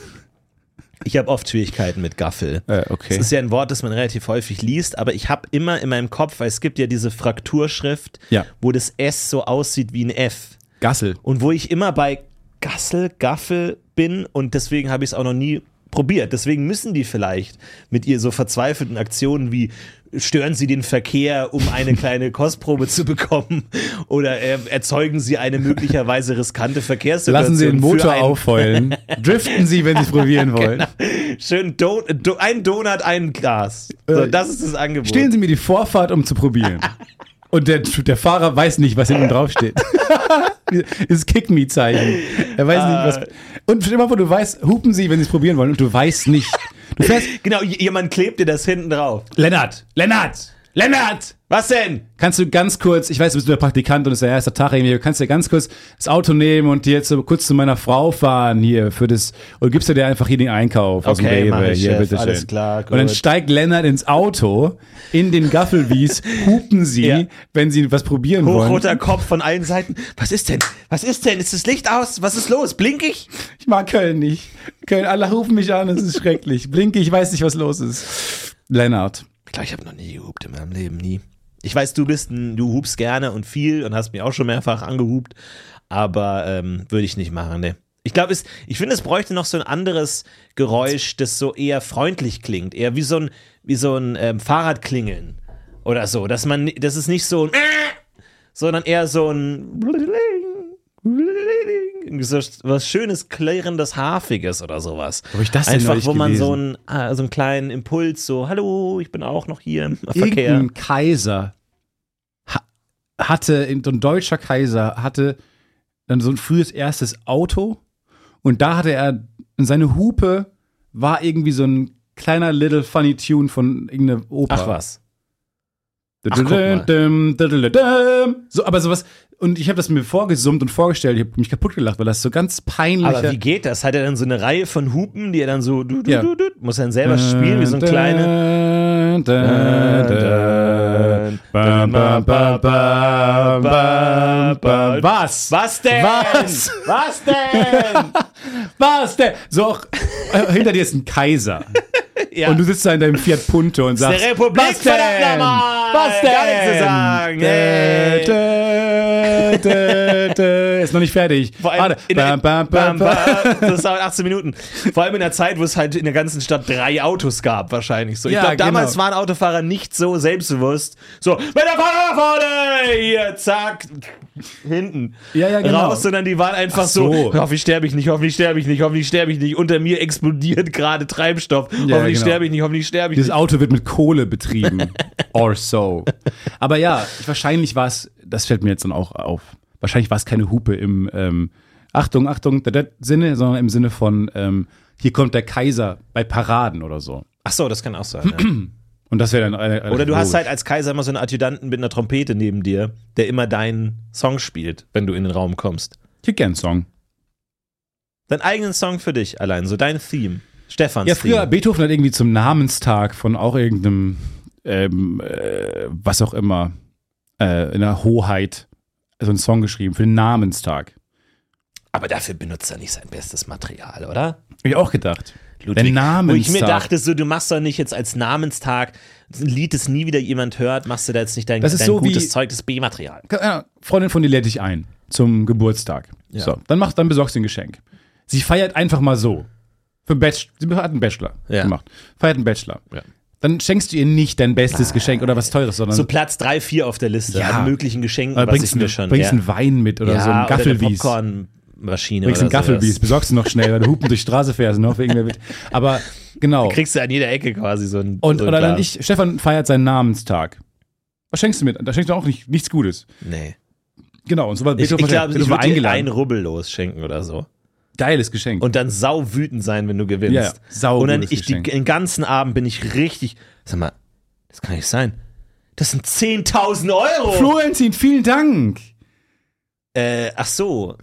[SPEAKER 2] ich habe oft Schwierigkeiten mit Gaffel.
[SPEAKER 3] Äh, okay.
[SPEAKER 2] Es ist ja ein Wort, das man relativ häufig liest, aber ich habe immer in meinem Kopf, weil es gibt ja diese Frakturschrift,
[SPEAKER 3] Ja.
[SPEAKER 2] wo das S so aussieht wie ein F.
[SPEAKER 3] Gassel.
[SPEAKER 2] Und wo ich immer bei Gassel, Gaffel bin und deswegen habe ich es auch noch nie probiert. Deswegen müssen die vielleicht mit ihr so verzweifelten Aktionen wie stören sie den Verkehr, um
[SPEAKER 3] [laughs]
[SPEAKER 2] eine kleine Kostprobe zu bekommen oder äh, erzeugen sie eine möglicherweise riskante Verkehrssituation.
[SPEAKER 3] Lassen Sie den
[SPEAKER 2] für
[SPEAKER 3] Motor
[SPEAKER 2] einen- [laughs]
[SPEAKER 3] aufheulen. Driften Sie, wenn Sie es probieren wollen.
[SPEAKER 2] Schön Do Do ein Donut, ein Glas. So,
[SPEAKER 3] Äh,
[SPEAKER 2] das ist das Angebot.
[SPEAKER 3] Stehen Sie mir die Vorfahrt, um zu [laughs] probieren. Und der, der Fahrer weiß nicht, was hinten drauf [laughs] steht. Dieses Kick-Me-Zeichen. Er weiß nicht, was. Und stell dir mal vor, du weißt, hupen Sie, wenn Sie es probieren wollen, und du weißt nicht. Du fährst,
[SPEAKER 2] genau, j- jemand klebt dir das hinten drauf.
[SPEAKER 3] [laughs] Lennart, Lennart, Lennart!
[SPEAKER 2] Was denn?
[SPEAKER 3] Kannst du ganz kurz, ich weiß, du bist nur der Praktikant und es ist der erste Tag irgendwie, du kannst dir ganz kurz das Auto nehmen und dir jetzt so kurz zu meiner Frau fahren hier für das und gibst du dir einfach hier den Einkauf aus dem
[SPEAKER 2] Okay, mach
[SPEAKER 3] Rewe.
[SPEAKER 2] ich,
[SPEAKER 3] Hier,
[SPEAKER 2] Chef,
[SPEAKER 3] bitteschön.
[SPEAKER 2] alles klar,
[SPEAKER 3] Und dann
[SPEAKER 2] gut.
[SPEAKER 3] steigt Lennart ins Auto, in
[SPEAKER 2] [laughs]
[SPEAKER 3] den Gaffelwies, hupen sie,
[SPEAKER 2] Ja.
[SPEAKER 3] wenn sie was probieren wollen.
[SPEAKER 2] Hochroter Kopf von allen Seiten. Was ist denn? Was ist denn? Ist das Licht aus? Was ist los? Blink ich?
[SPEAKER 3] Ich mag Köln nicht. Köln, alle rufen mich an, es ist schrecklich. Blinke, ich weiß nicht, was los ist. Lennart.
[SPEAKER 2] Ich glaube, ich habe noch nie gehupt in meinem Leben, nie. Ich weiß, du bist ein, du hubst gerne und viel und hast mir auch schon mehrfach angehupt, aber ähm, würde ich nicht machen, ne. Ich glaube, es, ich finde, es bräuchte noch so ein anderes Geräusch, das so eher freundlich klingt, eher wie so ein, wie so ein ähm, Fahrradklingeln oder so, dass man, das ist nicht so ein, [clears throat] sondern eher so ein, [clears throat] irgendwie so was schönes, klärendes, harfiges oder sowas.
[SPEAKER 3] Wo hab ich das denn
[SPEAKER 2] Einfach,
[SPEAKER 3] neulich
[SPEAKER 2] wo man so
[SPEAKER 3] gelesen?
[SPEAKER 2] ein einen, ah, so einen kleinen Impuls, so, hallo, ich bin auch noch hier im Verkehr.
[SPEAKER 3] Irgendein Kaiser ha- hatte, so ein deutscher Kaiser hatte dann so ein frühes erstes Auto und da hatte er, in seine Hupe war irgendwie so ein kleiner little funny Tune von irgendeiner Oper.
[SPEAKER 2] Ach was.
[SPEAKER 3] Dü-
[SPEAKER 2] Ach, guck mal.
[SPEAKER 3] dü- dü- dü- dü- So, aber sowas. Und ich habe das mir vorgesummt und vorgestellt, ich habe mich kaputt gelacht, weil das so ganz peinlich
[SPEAKER 2] Aber wie geht das? Hat er dann so eine Reihe von Hupen, die er dann so, du, du,
[SPEAKER 3] Ja.
[SPEAKER 2] du, du, muss er dann selber spielen, wie so ein kleiner.
[SPEAKER 3] Was?
[SPEAKER 2] Was denn?
[SPEAKER 3] Was?
[SPEAKER 2] Was
[SPEAKER 3] [laughs]
[SPEAKER 2] denn?
[SPEAKER 3] Was denn? So auch [laughs] äh, hinter dir ist ein Kaiser.
[SPEAKER 2] ja.
[SPEAKER 3] Und du sitzt da in deinem Fiat Punto und sagst,
[SPEAKER 2] der Republik,
[SPEAKER 3] was denn?
[SPEAKER 2] verdammt nochmal!
[SPEAKER 3] Was denn?
[SPEAKER 2] Gar nichts zu sagen, ey.
[SPEAKER 3] Dä, dä, dä, dä. Ist noch nicht fertig.
[SPEAKER 2] vor allem
[SPEAKER 3] Warte.
[SPEAKER 2] in der,
[SPEAKER 3] Bam, bam, bam, bam.
[SPEAKER 2] [laughs] Das dauert 18 Minuten. Vor allem in der Zeit, wo es halt in der ganzen Stadt drei Autos gab, wahrscheinlich. So, ich
[SPEAKER 3] Ja,
[SPEAKER 2] glaube, damals
[SPEAKER 3] genau.
[SPEAKER 2] waren Autofahrer nicht so selbstbewusst. So, mit der Fahrer vorne, hier, zack, hinten.
[SPEAKER 3] Ja, ja, genau.
[SPEAKER 2] Raus, sondern die waren einfach
[SPEAKER 3] Ach
[SPEAKER 2] so.
[SPEAKER 3] so.
[SPEAKER 2] hoffentlich sterbe ich nicht, hoffentlich sterbe ich nicht, hoffentlich sterbe ich nicht. Unter mir explodiert gerade Treibstoff. hoffentlich
[SPEAKER 3] genau.
[SPEAKER 2] sterbe ich nicht, hoffentlich sterbe ich
[SPEAKER 3] Dieses
[SPEAKER 2] nicht.
[SPEAKER 3] Auto wird mit
[SPEAKER 2] [laughs]
[SPEAKER 3] Kohle betrieben. Or so. Aber ja, wahrscheinlich war es, das fällt mir jetzt dann auch auf, wahrscheinlich war es keine Hupe im ähm, Achtung, Achtung, da, da, Sinne, sondern im Sinne von, ähm, hier kommt der Kaiser bei Paraden oder so.
[SPEAKER 2] Ach so, das kann auch sein.
[SPEAKER 3] [clears throat]
[SPEAKER 2] Ja.
[SPEAKER 3] Und das wäre dann eine, eine
[SPEAKER 2] Oder du hast halt als Kaiser immer so einen Adjutanten mit einer Trompete neben dir, der immer deinen Song spielt, wenn du in den Raum kommst.
[SPEAKER 3] Ich hätte gern einen Song.
[SPEAKER 2] Deinen eigenen Song für dich allein, so dein Theme. Stefans
[SPEAKER 3] Ja, früher
[SPEAKER 2] Theme.
[SPEAKER 3] Beethoven hat irgendwie zum Namenstag von auch irgendeinem, ähm, äh, was auch immer, äh, in der Hoheit so einen Song geschrieben für den Namenstag.
[SPEAKER 2] Aber dafür benutzt er nicht sein bestes Material, oder?
[SPEAKER 3] Hab ich auch gedacht.
[SPEAKER 2] Ludwig,
[SPEAKER 3] der Namenstag.
[SPEAKER 2] Wo ich mir dachte, so, du machst doch nicht jetzt als Namenstag ein Lied, das nie wieder jemand hört, machst du da jetzt nicht dein,
[SPEAKER 3] Das ist
[SPEAKER 2] dein
[SPEAKER 3] so wie-
[SPEAKER 2] gutes Zeug, das B-Material.
[SPEAKER 3] Keine Ahnung, Freundin von dir lädt dich ein zum Geburtstag. So, dann macht, dann besorgst du ein Geschenk. Sie feiert einfach mal so. Für einen Bachelor. Sie hat einen Bachelor
[SPEAKER 2] Ja.
[SPEAKER 3] gemacht. Feiert einen Bachelor.
[SPEAKER 2] Ja.
[SPEAKER 3] Dann schenkst du ihr nicht dein bestes Geschenk oder was teures, sondern
[SPEAKER 2] So Platz 3, 4 auf der Liste
[SPEAKER 3] Ja.
[SPEAKER 2] an möglichen Geschenken,
[SPEAKER 3] oder
[SPEAKER 2] was
[SPEAKER 3] bringst,
[SPEAKER 2] ich mir
[SPEAKER 3] einen,
[SPEAKER 2] schon.
[SPEAKER 3] bringst
[SPEAKER 2] ja.
[SPEAKER 3] einen Wein mit oder
[SPEAKER 2] ja,
[SPEAKER 3] so einen
[SPEAKER 2] Oder eine
[SPEAKER 3] Gaffelwies.
[SPEAKER 2] Popcornmaschine
[SPEAKER 3] Bringst einen
[SPEAKER 2] oder sowas.
[SPEAKER 3] Gaffelwies, besorgst du noch schnell, weil du hupend durch die Straße fährst ne, und hoffst, irgendwer wird. Aber genau.
[SPEAKER 2] Kriegst du an jeder Ecke quasi so ein
[SPEAKER 3] Und
[SPEAKER 2] so ein
[SPEAKER 3] oder dann
[SPEAKER 2] Glas.
[SPEAKER 3] ich, Stefan feiert seinen Namenstag. Was schenkst du mit? Da schenkst du auch nicht, nichts Gutes.
[SPEAKER 2] Nee.
[SPEAKER 3] Genau, und so war
[SPEAKER 2] Ich, ich
[SPEAKER 3] Beethoven-
[SPEAKER 2] glaube, ich
[SPEAKER 3] Beethoven
[SPEAKER 2] würde dir
[SPEAKER 3] eingeladen.
[SPEAKER 2] einen Rubbel losschenken oder so.
[SPEAKER 3] Geiles Geschenk.
[SPEAKER 2] und dann sau wütend sein, wenn du gewinnst.
[SPEAKER 3] Ja, ja. Sau
[SPEAKER 2] und dann
[SPEAKER 3] gutes
[SPEAKER 2] ich die,
[SPEAKER 3] Geschenk.
[SPEAKER 2] den ganzen Abend bin ich richtig, sag mal, das kann nicht sein. Das sind 10.000 Euro.
[SPEAKER 3] Florentin, vielen Dank.
[SPEAKER 2] äh, ach so.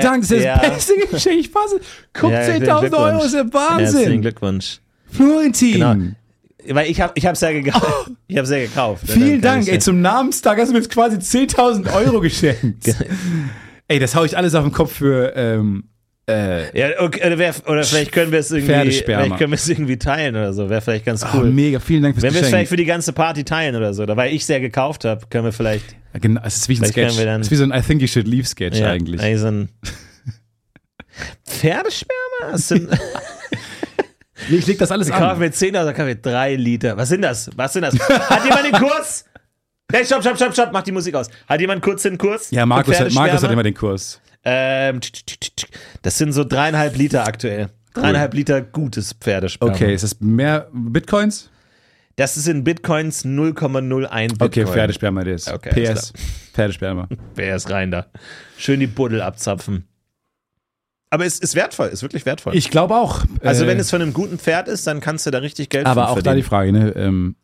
[SPEAKER 2] Äh,
[SPEAKER 3] Dank, das ist
[SPEAKER 2] ja.
[SPEAKER 3] das beste Geschenk. Ich fasse. Guck,
[SPEAKER 2] Ja,
[SPEAKER 3] 10.000
[SPEAKER 2] Glückwunsch.
[SPEAKER 3] Euro ist der
[SPEAKER 2] Herzlichen
[SPEAKER 3] Wahnsinn.
[SPEAKER 2] Glückwunsch.
[SPEAKER 3] Florentin,
[SPEAKER 2] Genau. Weil ich habe ich hab's ja gekauft. [laughs] Ich hab's ja gekauft. ne?
[SPEAKER 3] Oh.
[SPEAKER 2] Dann kann
[SPEAKER 3] vielen Dank.
[SPEAKER 2] ich
[SPEAKER 3] Ey,
[SPEAKER 2] ja-
[SPEAKER 3] zum Namenstag hast du mir jetzt quasi 10.000 Euro geschenkt.
[SPEAKER 2] [laughs]
[SPEAKER 3] ey, das hau ich alles auf den Kopf für, ähm, äh,
[SPEAKER 2] ja, okay, oder, wär, oder vielleicht können wir es irgendwie
[SPEAKER 3] Pferdesperma.
[SPEAKER 2] vielleicht können wir es irgendwie teilen oder so, wäre vielleicht ganz
[SPEAKER 3] oh,
[SPEAKER 2] cool.
[SPEAKER 3] mega, vielen Dank fürs
[SPEAKER 2] Wenn wir es vielleicht
[SPEAKER 3] Geschenk.
[SPEAKER 2] für die ganze Party teilen oder so, oder weil ich sehr gekauft habe, können wir vielleicht
[SPEAKER 3] Ja, Genau, es ist wie ein
[SPEAKER 2] Vielleicht
[SPEAKER 3] Sketch.
[SPEAKER 2] können wir dann-
[SPEAKER 3] Es ist wie so ein I think you should leave Sketch
[SPEAKER 2] ja,
[SPEAKER 3] eigentlich.
[SPEAKER 2] so
[SPEAKER 3] [laughs]
[SPEAKER 2] ein Pferdesperma? Das sind,
[SPEAKER 3] Nee, ich leg das alles
[SPEAKER 2] kaufen
[SPEAKER 3] an.
[SPEAKER 2] wir 10 oder kaufen wir 3 Liter? Was sind das? Was sind das? Hat jemand den Kurs? Hey, stopp, stopp, stopp, stopp, mach die Musik aus. Hat jemand kurz den Kurs?
[SPEAKER 3] Ja, Markus hat, Markus hat
[SPEAKER 2] Pferdesperma?
[SPEAKER 3] immer den Kurs.
[SPEAKER 2] Ähm, tsch, tsch, tsch, tsch. das sind so dreieinhalb Liter aktuell. Dreieinhalb Liter gutes Pferdesperma.
[SPEAKER 3] Okay, ist das mehr Bitcoins?
[SPEAKER 2] Das ist in Bitcoins 0,01 Bitcoin.
[SPEAKER 3] Okay, Pferdesperma das.
[SPEAKER 2] Okay, alles
[SPEAKER 3] PS, Pferdesperma.
[SPEAKER 2] Wer ist rein da? Schön die Buddel abzapfen. Aber es ist wertvoll, ist wirklich wertvoll.
[SPEAKER 3] Ich glaube auch.
[SPEAKER 2] also
[SPEAKER 3] äh,
[SPEAKER 2] wenn es von einem guten Pferd ist, dann kannst du da richtig Geld
[SPEAKER 3] Aber
[SPEAKER 2] von
[SPEAKER 3] auch da die
[SPEAKER 2] verdienen.
[SPEAKER 3] Frage, ne? Ähm,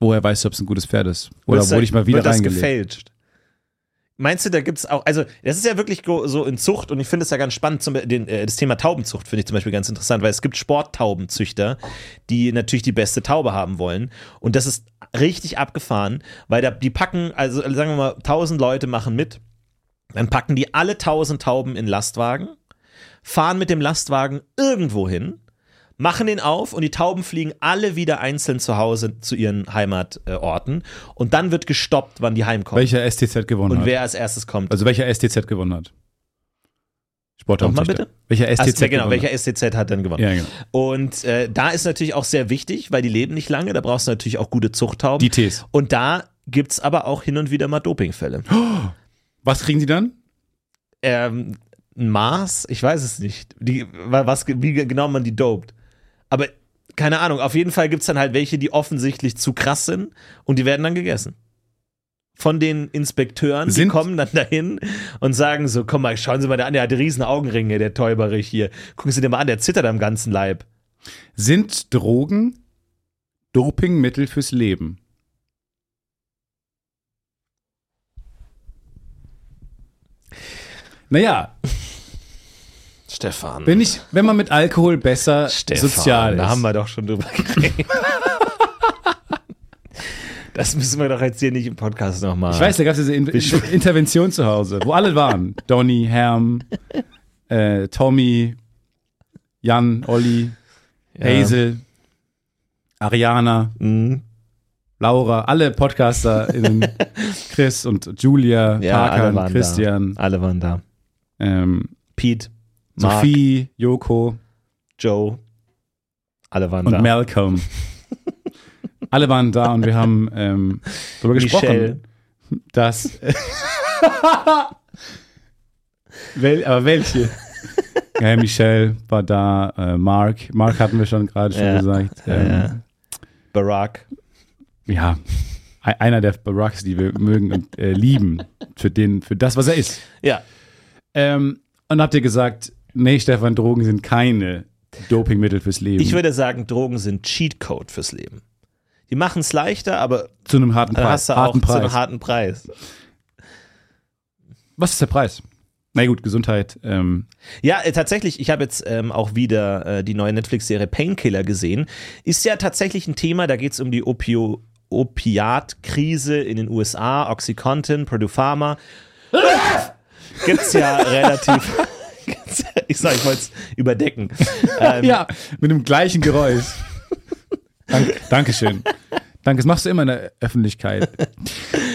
[SPEAKER 3] woher weißt du, ob es ein gutes Pferd ist? Oder
[SPEAKER 2] Wird's da-
[SPEAKER 3] wurde ich mal wieder
[SPEAKER 2] halt, wird das
[SPEAKER 3] reingelegt?
[SPEAKER 2] gefälscht? Meinst du, da gibt es auch, also das ist ja wirklich go- so in Zucht und ich finde es ja ganz spannend, zum, den, äh, das Thema Taubenzucht finde ich zum Beispiel ganz interessant, weil es gibt Sporttaubenzüchter, die natürlich die beste Taube haben wollen und das ist richtig abgefahren, weil da, die packen, also sagen wir mal, 1000 Leute machen mit, dann packen die alle 1000 Tauben in Lastwagen, fahren mit dem Lastwagen irgendwo hin, machen den auf und die Tauben fliegen alle wieder einzeln zu Hause zu ihren Heimatorten und dann wird gestoppt, wann die heimkommen
[SPEAKER 3] Welcher STZ gewonnen
[SPEAKER 2] und
[SPEAKER 3] hat?
[SPEAKER 2] wer als erstes kommt.
[SPEAKER 3] also welcher STZ gewonnen hat? Sporttaubenzüchter.
[SPEAKER 2] Nochmal bitte?
[SPEAKER 3] Welcher
[SPEAKER 2] Ach,
[SPEAKER 3] STZ
[SPEAKER 2] genau,
[SPEAKER 3] gewonnen hat?
[SPEAKER 2] welcher STZ hat dann gewonnen?
[SPEAKER 3] Ja, genau.
[SPEAKER 2] Und äh, da ist natürlich auch sehr wichtig, weil die leben nicht lange, da brauchst du natürlich auch gute Zuchttauben.
[SPEAKER 3] Die Ts.
[SPEAKER 2] und da gibt es aber auch hin und wieder mal Dopingfälle.
[SPEAKER 3] Was kriegen sie dann?
[SPEAKER 2] ähm, ein Maß, ich weiß es nicht, die, wa- was, wie ge- genau man die dopt. Aber keine Ahnung, auf jeden Fall gibt es dann halt welche, die offensichtlich zu krass sind und die werden dann gegessen. Von den Inspekteuren, die
[SPEAKER 3] Sind-
[SPEAKER 2] kommen dann dahin und sagen so, komm mal, schauen Sie mal da an, der hat riesen Augenringe, der Täuberich hier. Gucken Sie den mal an, der zittert am ganzen Leib.
[SPEAKER 3] Sind Drogen Dopingmittel fürs Leben? Naja,
[SPEAKER 2] Stefan.
[SPEAKER 3] wenn, ich, wenn man mit Alkohol besser
[SPEAKER 2] Stefan,
[SPEAKER 3] sozial ist.
[SPEAKER 2] da haben wir doch schon drüber
[SPEAKER 3] [laughs]
[SPEAKER 2] geredet. das müssen wir doch jetzt hier nicht im Podcast nochmal.
[SPEAKER 3] Ich weiß, da gab es diese In In Intervention zu Hause, wo alle waren. Donny, Herm, äh, Tommy, Jan, Olli, Hazel, Ariana,
[SPEAKER 2] Mhm.
[SPEAKER 3] Laura, alle PodcasterInnen, Chris und Julia, Parker, und Christian,
[SPEAKER 2] Da. Alle waren da.
[SPEAKER 3] ähm,
[SPEAKER 2] Pete, Mark,
[SPEAKER 3] Sophie, Joko
[SPEAKER 2] Joe, alle waren
[SPEAKER 3] und
[SPEAKER 2] da.
[SPEAKER 3] Malcolm. alle waren da und wir haben ähm, darüber
[SPEAKER 2] Michelle.
[SPEAKER 3] gesprochen, dass. [laughs] Wel aber welche? Ja, Michelle war da, äh, Mark. Mark hatten wir schon gerade schon
[SPEAKER 2] Ja,
[SPEAKER 3] gesagt. Ähm, ja.
[SPEAKER 2] ja. Barack.
[SPEAKER 3] E- einer der Baracks, die wir mögen und äh, lieben, für, den, für das, was er ist.
[SPEAKER 2] Ja.
[SPEAKER 3] Ähm, und habt ihr gesagt, nee, Stefan, Drogen sind keine Dopingmittel fürs Leben.
[SPEAKER 2] Ich würde sagen, Drogen sind Cheatcode fürs Leben. Die machen es leichter, aber
[SPEAKER 3] zu einem harten,
[SPEAKER 2] dann
[SPEAKER 3] Preis,
[SPEAKER 2] Äh, hast du auch
[SPEAKER 3] harten
[SPEAKER 2] so
[SPEAKER 3] Preis.
[SPEAKER 2] einen harten Preis.
[SPEAKER 3] Was ist der Preis? Na gut, Gesundheit. Ähm,
[SPEAKER 2] Ja, äh, tatsächlich, ich habe jetzt ähm, auch wieder äh, die neue Netflix-Serie Painkiller gesehen. Ist ja tatsächlich ein Thema, da geht es um die Opio Opiatkrise in den USA, Oxycontin,
[SPEAKER 3] [laughs]
[SPEAKER 2] Prodopharma. Gibt's ja relativ. [laughs] gibt's- Ich sag, ich wollte es
[SPEAKER 3] [laughs]
[SPEAKER 2] überdecken. Ähm,
[SPEAKER 3] [laughs] ja, mit dem gleichen Geräusch. Dank, Dankeschön. Danke, das machst du immer in der Öffentlichkeit.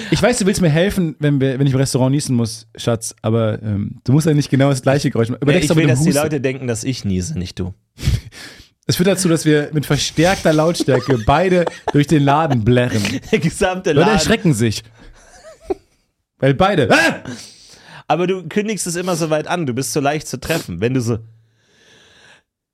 [SPEAKER 3] Ich weiß, du willst mir helfen, wenn, wir, wenn ich im Restaurant niesen muss, Schatz, aber ähm, du musst ja nicht genau das gleiche Geräusch machen.
[SPEAKER 2] Ja,
[SPEAKER 3] Überlegst
[SPEAKER 2] ich
[SPEAKER 3] doch
[SPEAKER 2] will,
[SPEAKER 3] mit dem
[SPEAKER 2] dass die
[SPEAKER 3] Husten.
[SPEAKER 2] Leute denken, dass ich niese, nicht du. [laughs]
[SPEAKER 3] Es führt dazu, dass wir mit verstärkter Lautstärke beide durch den
[SPEAKER 2] [laughs]
[SPEAKER 3] Laden blärren.
[SPEAKER 2] Der gesamte
[SPEAKER 3] Leute
[SPEAKER 2] Laden.
[SPEAKER 3] erschrecken sich. Weil beide. Ah!
[SPEAKER 2] Aber du kündigst es immer so weit an, du bist so leicht zu treffen, wenn du so.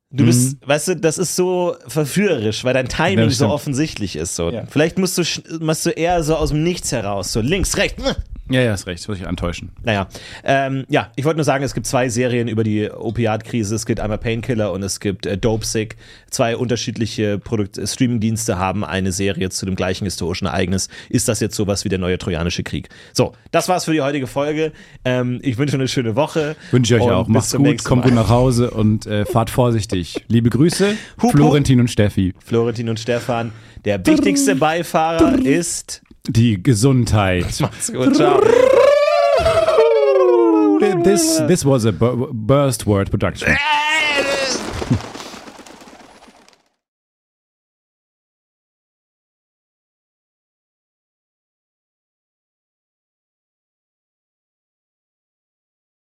[SPEAKER 2] Du bist, weißt du, das ist so verführerisch, weil dein
[SPEAKER 3] Mhm. Ja,
[SPEAKER 2] Timing
[SPEAKER 3] das
[SPEAKER 2] so
[SPEAKER 3] stimmt.
[SPEAKER 2] offensichtlich ist. So.
[SPEAKER 3] Ja.
[SPEAKER 2] Vielleicht musst du, sch- machst du eher so aus dem Nichts heraus, so links, rechts.
[SPEAKER 3] Ja, ja, ist recht. Das muss ich antäuschen.
[SPEAKER 2] Naja, ähm, ja, ich wollte nur sagen, es gibt zwei Serien über die Opiatkrise. Es gibt einmal Painkiller und es gibt äh, Dope Sick. Zwei unterschiedliche Produkt äh, Streamingdienste haben eine Serie zu dem gleichen historischen Ereignis. Ist das jetzt sowas wie der neue Trojanische Krieg? So, das war's für die heutige Folge. Ähm, ich wünsche eine schöne Woche.
[SPEAKER 3] Wünsche ich euch
[SPEAKER 2] und
[SPEAKER 3] auch.
[SPEAKER 2] bis
[SPEAKER 3] Macht's
[SPEAKER 2] zum
[SPEAKER 3] gut,
[SPEAKER 2] nächsten
[SPEAKER 3] kommt
[SPEAKER 2] Mal.
[SPEAKER 3] gut nach Hause und äh, fahrt vorsichtig. Liebe Grüße,
[SPEAKER 2] Hup,
[SPEAKER 3] Florentin und Steffi.
[SPEAKER 2] Florentin und Stefan. Der wichtigste Beifahrer ist.
[SPEAKER 3] Die Gesundheit.
[SPEAKER 2] Macht's gut, ciao.
[SPEAKER 3] This, this was a bu- burst word production.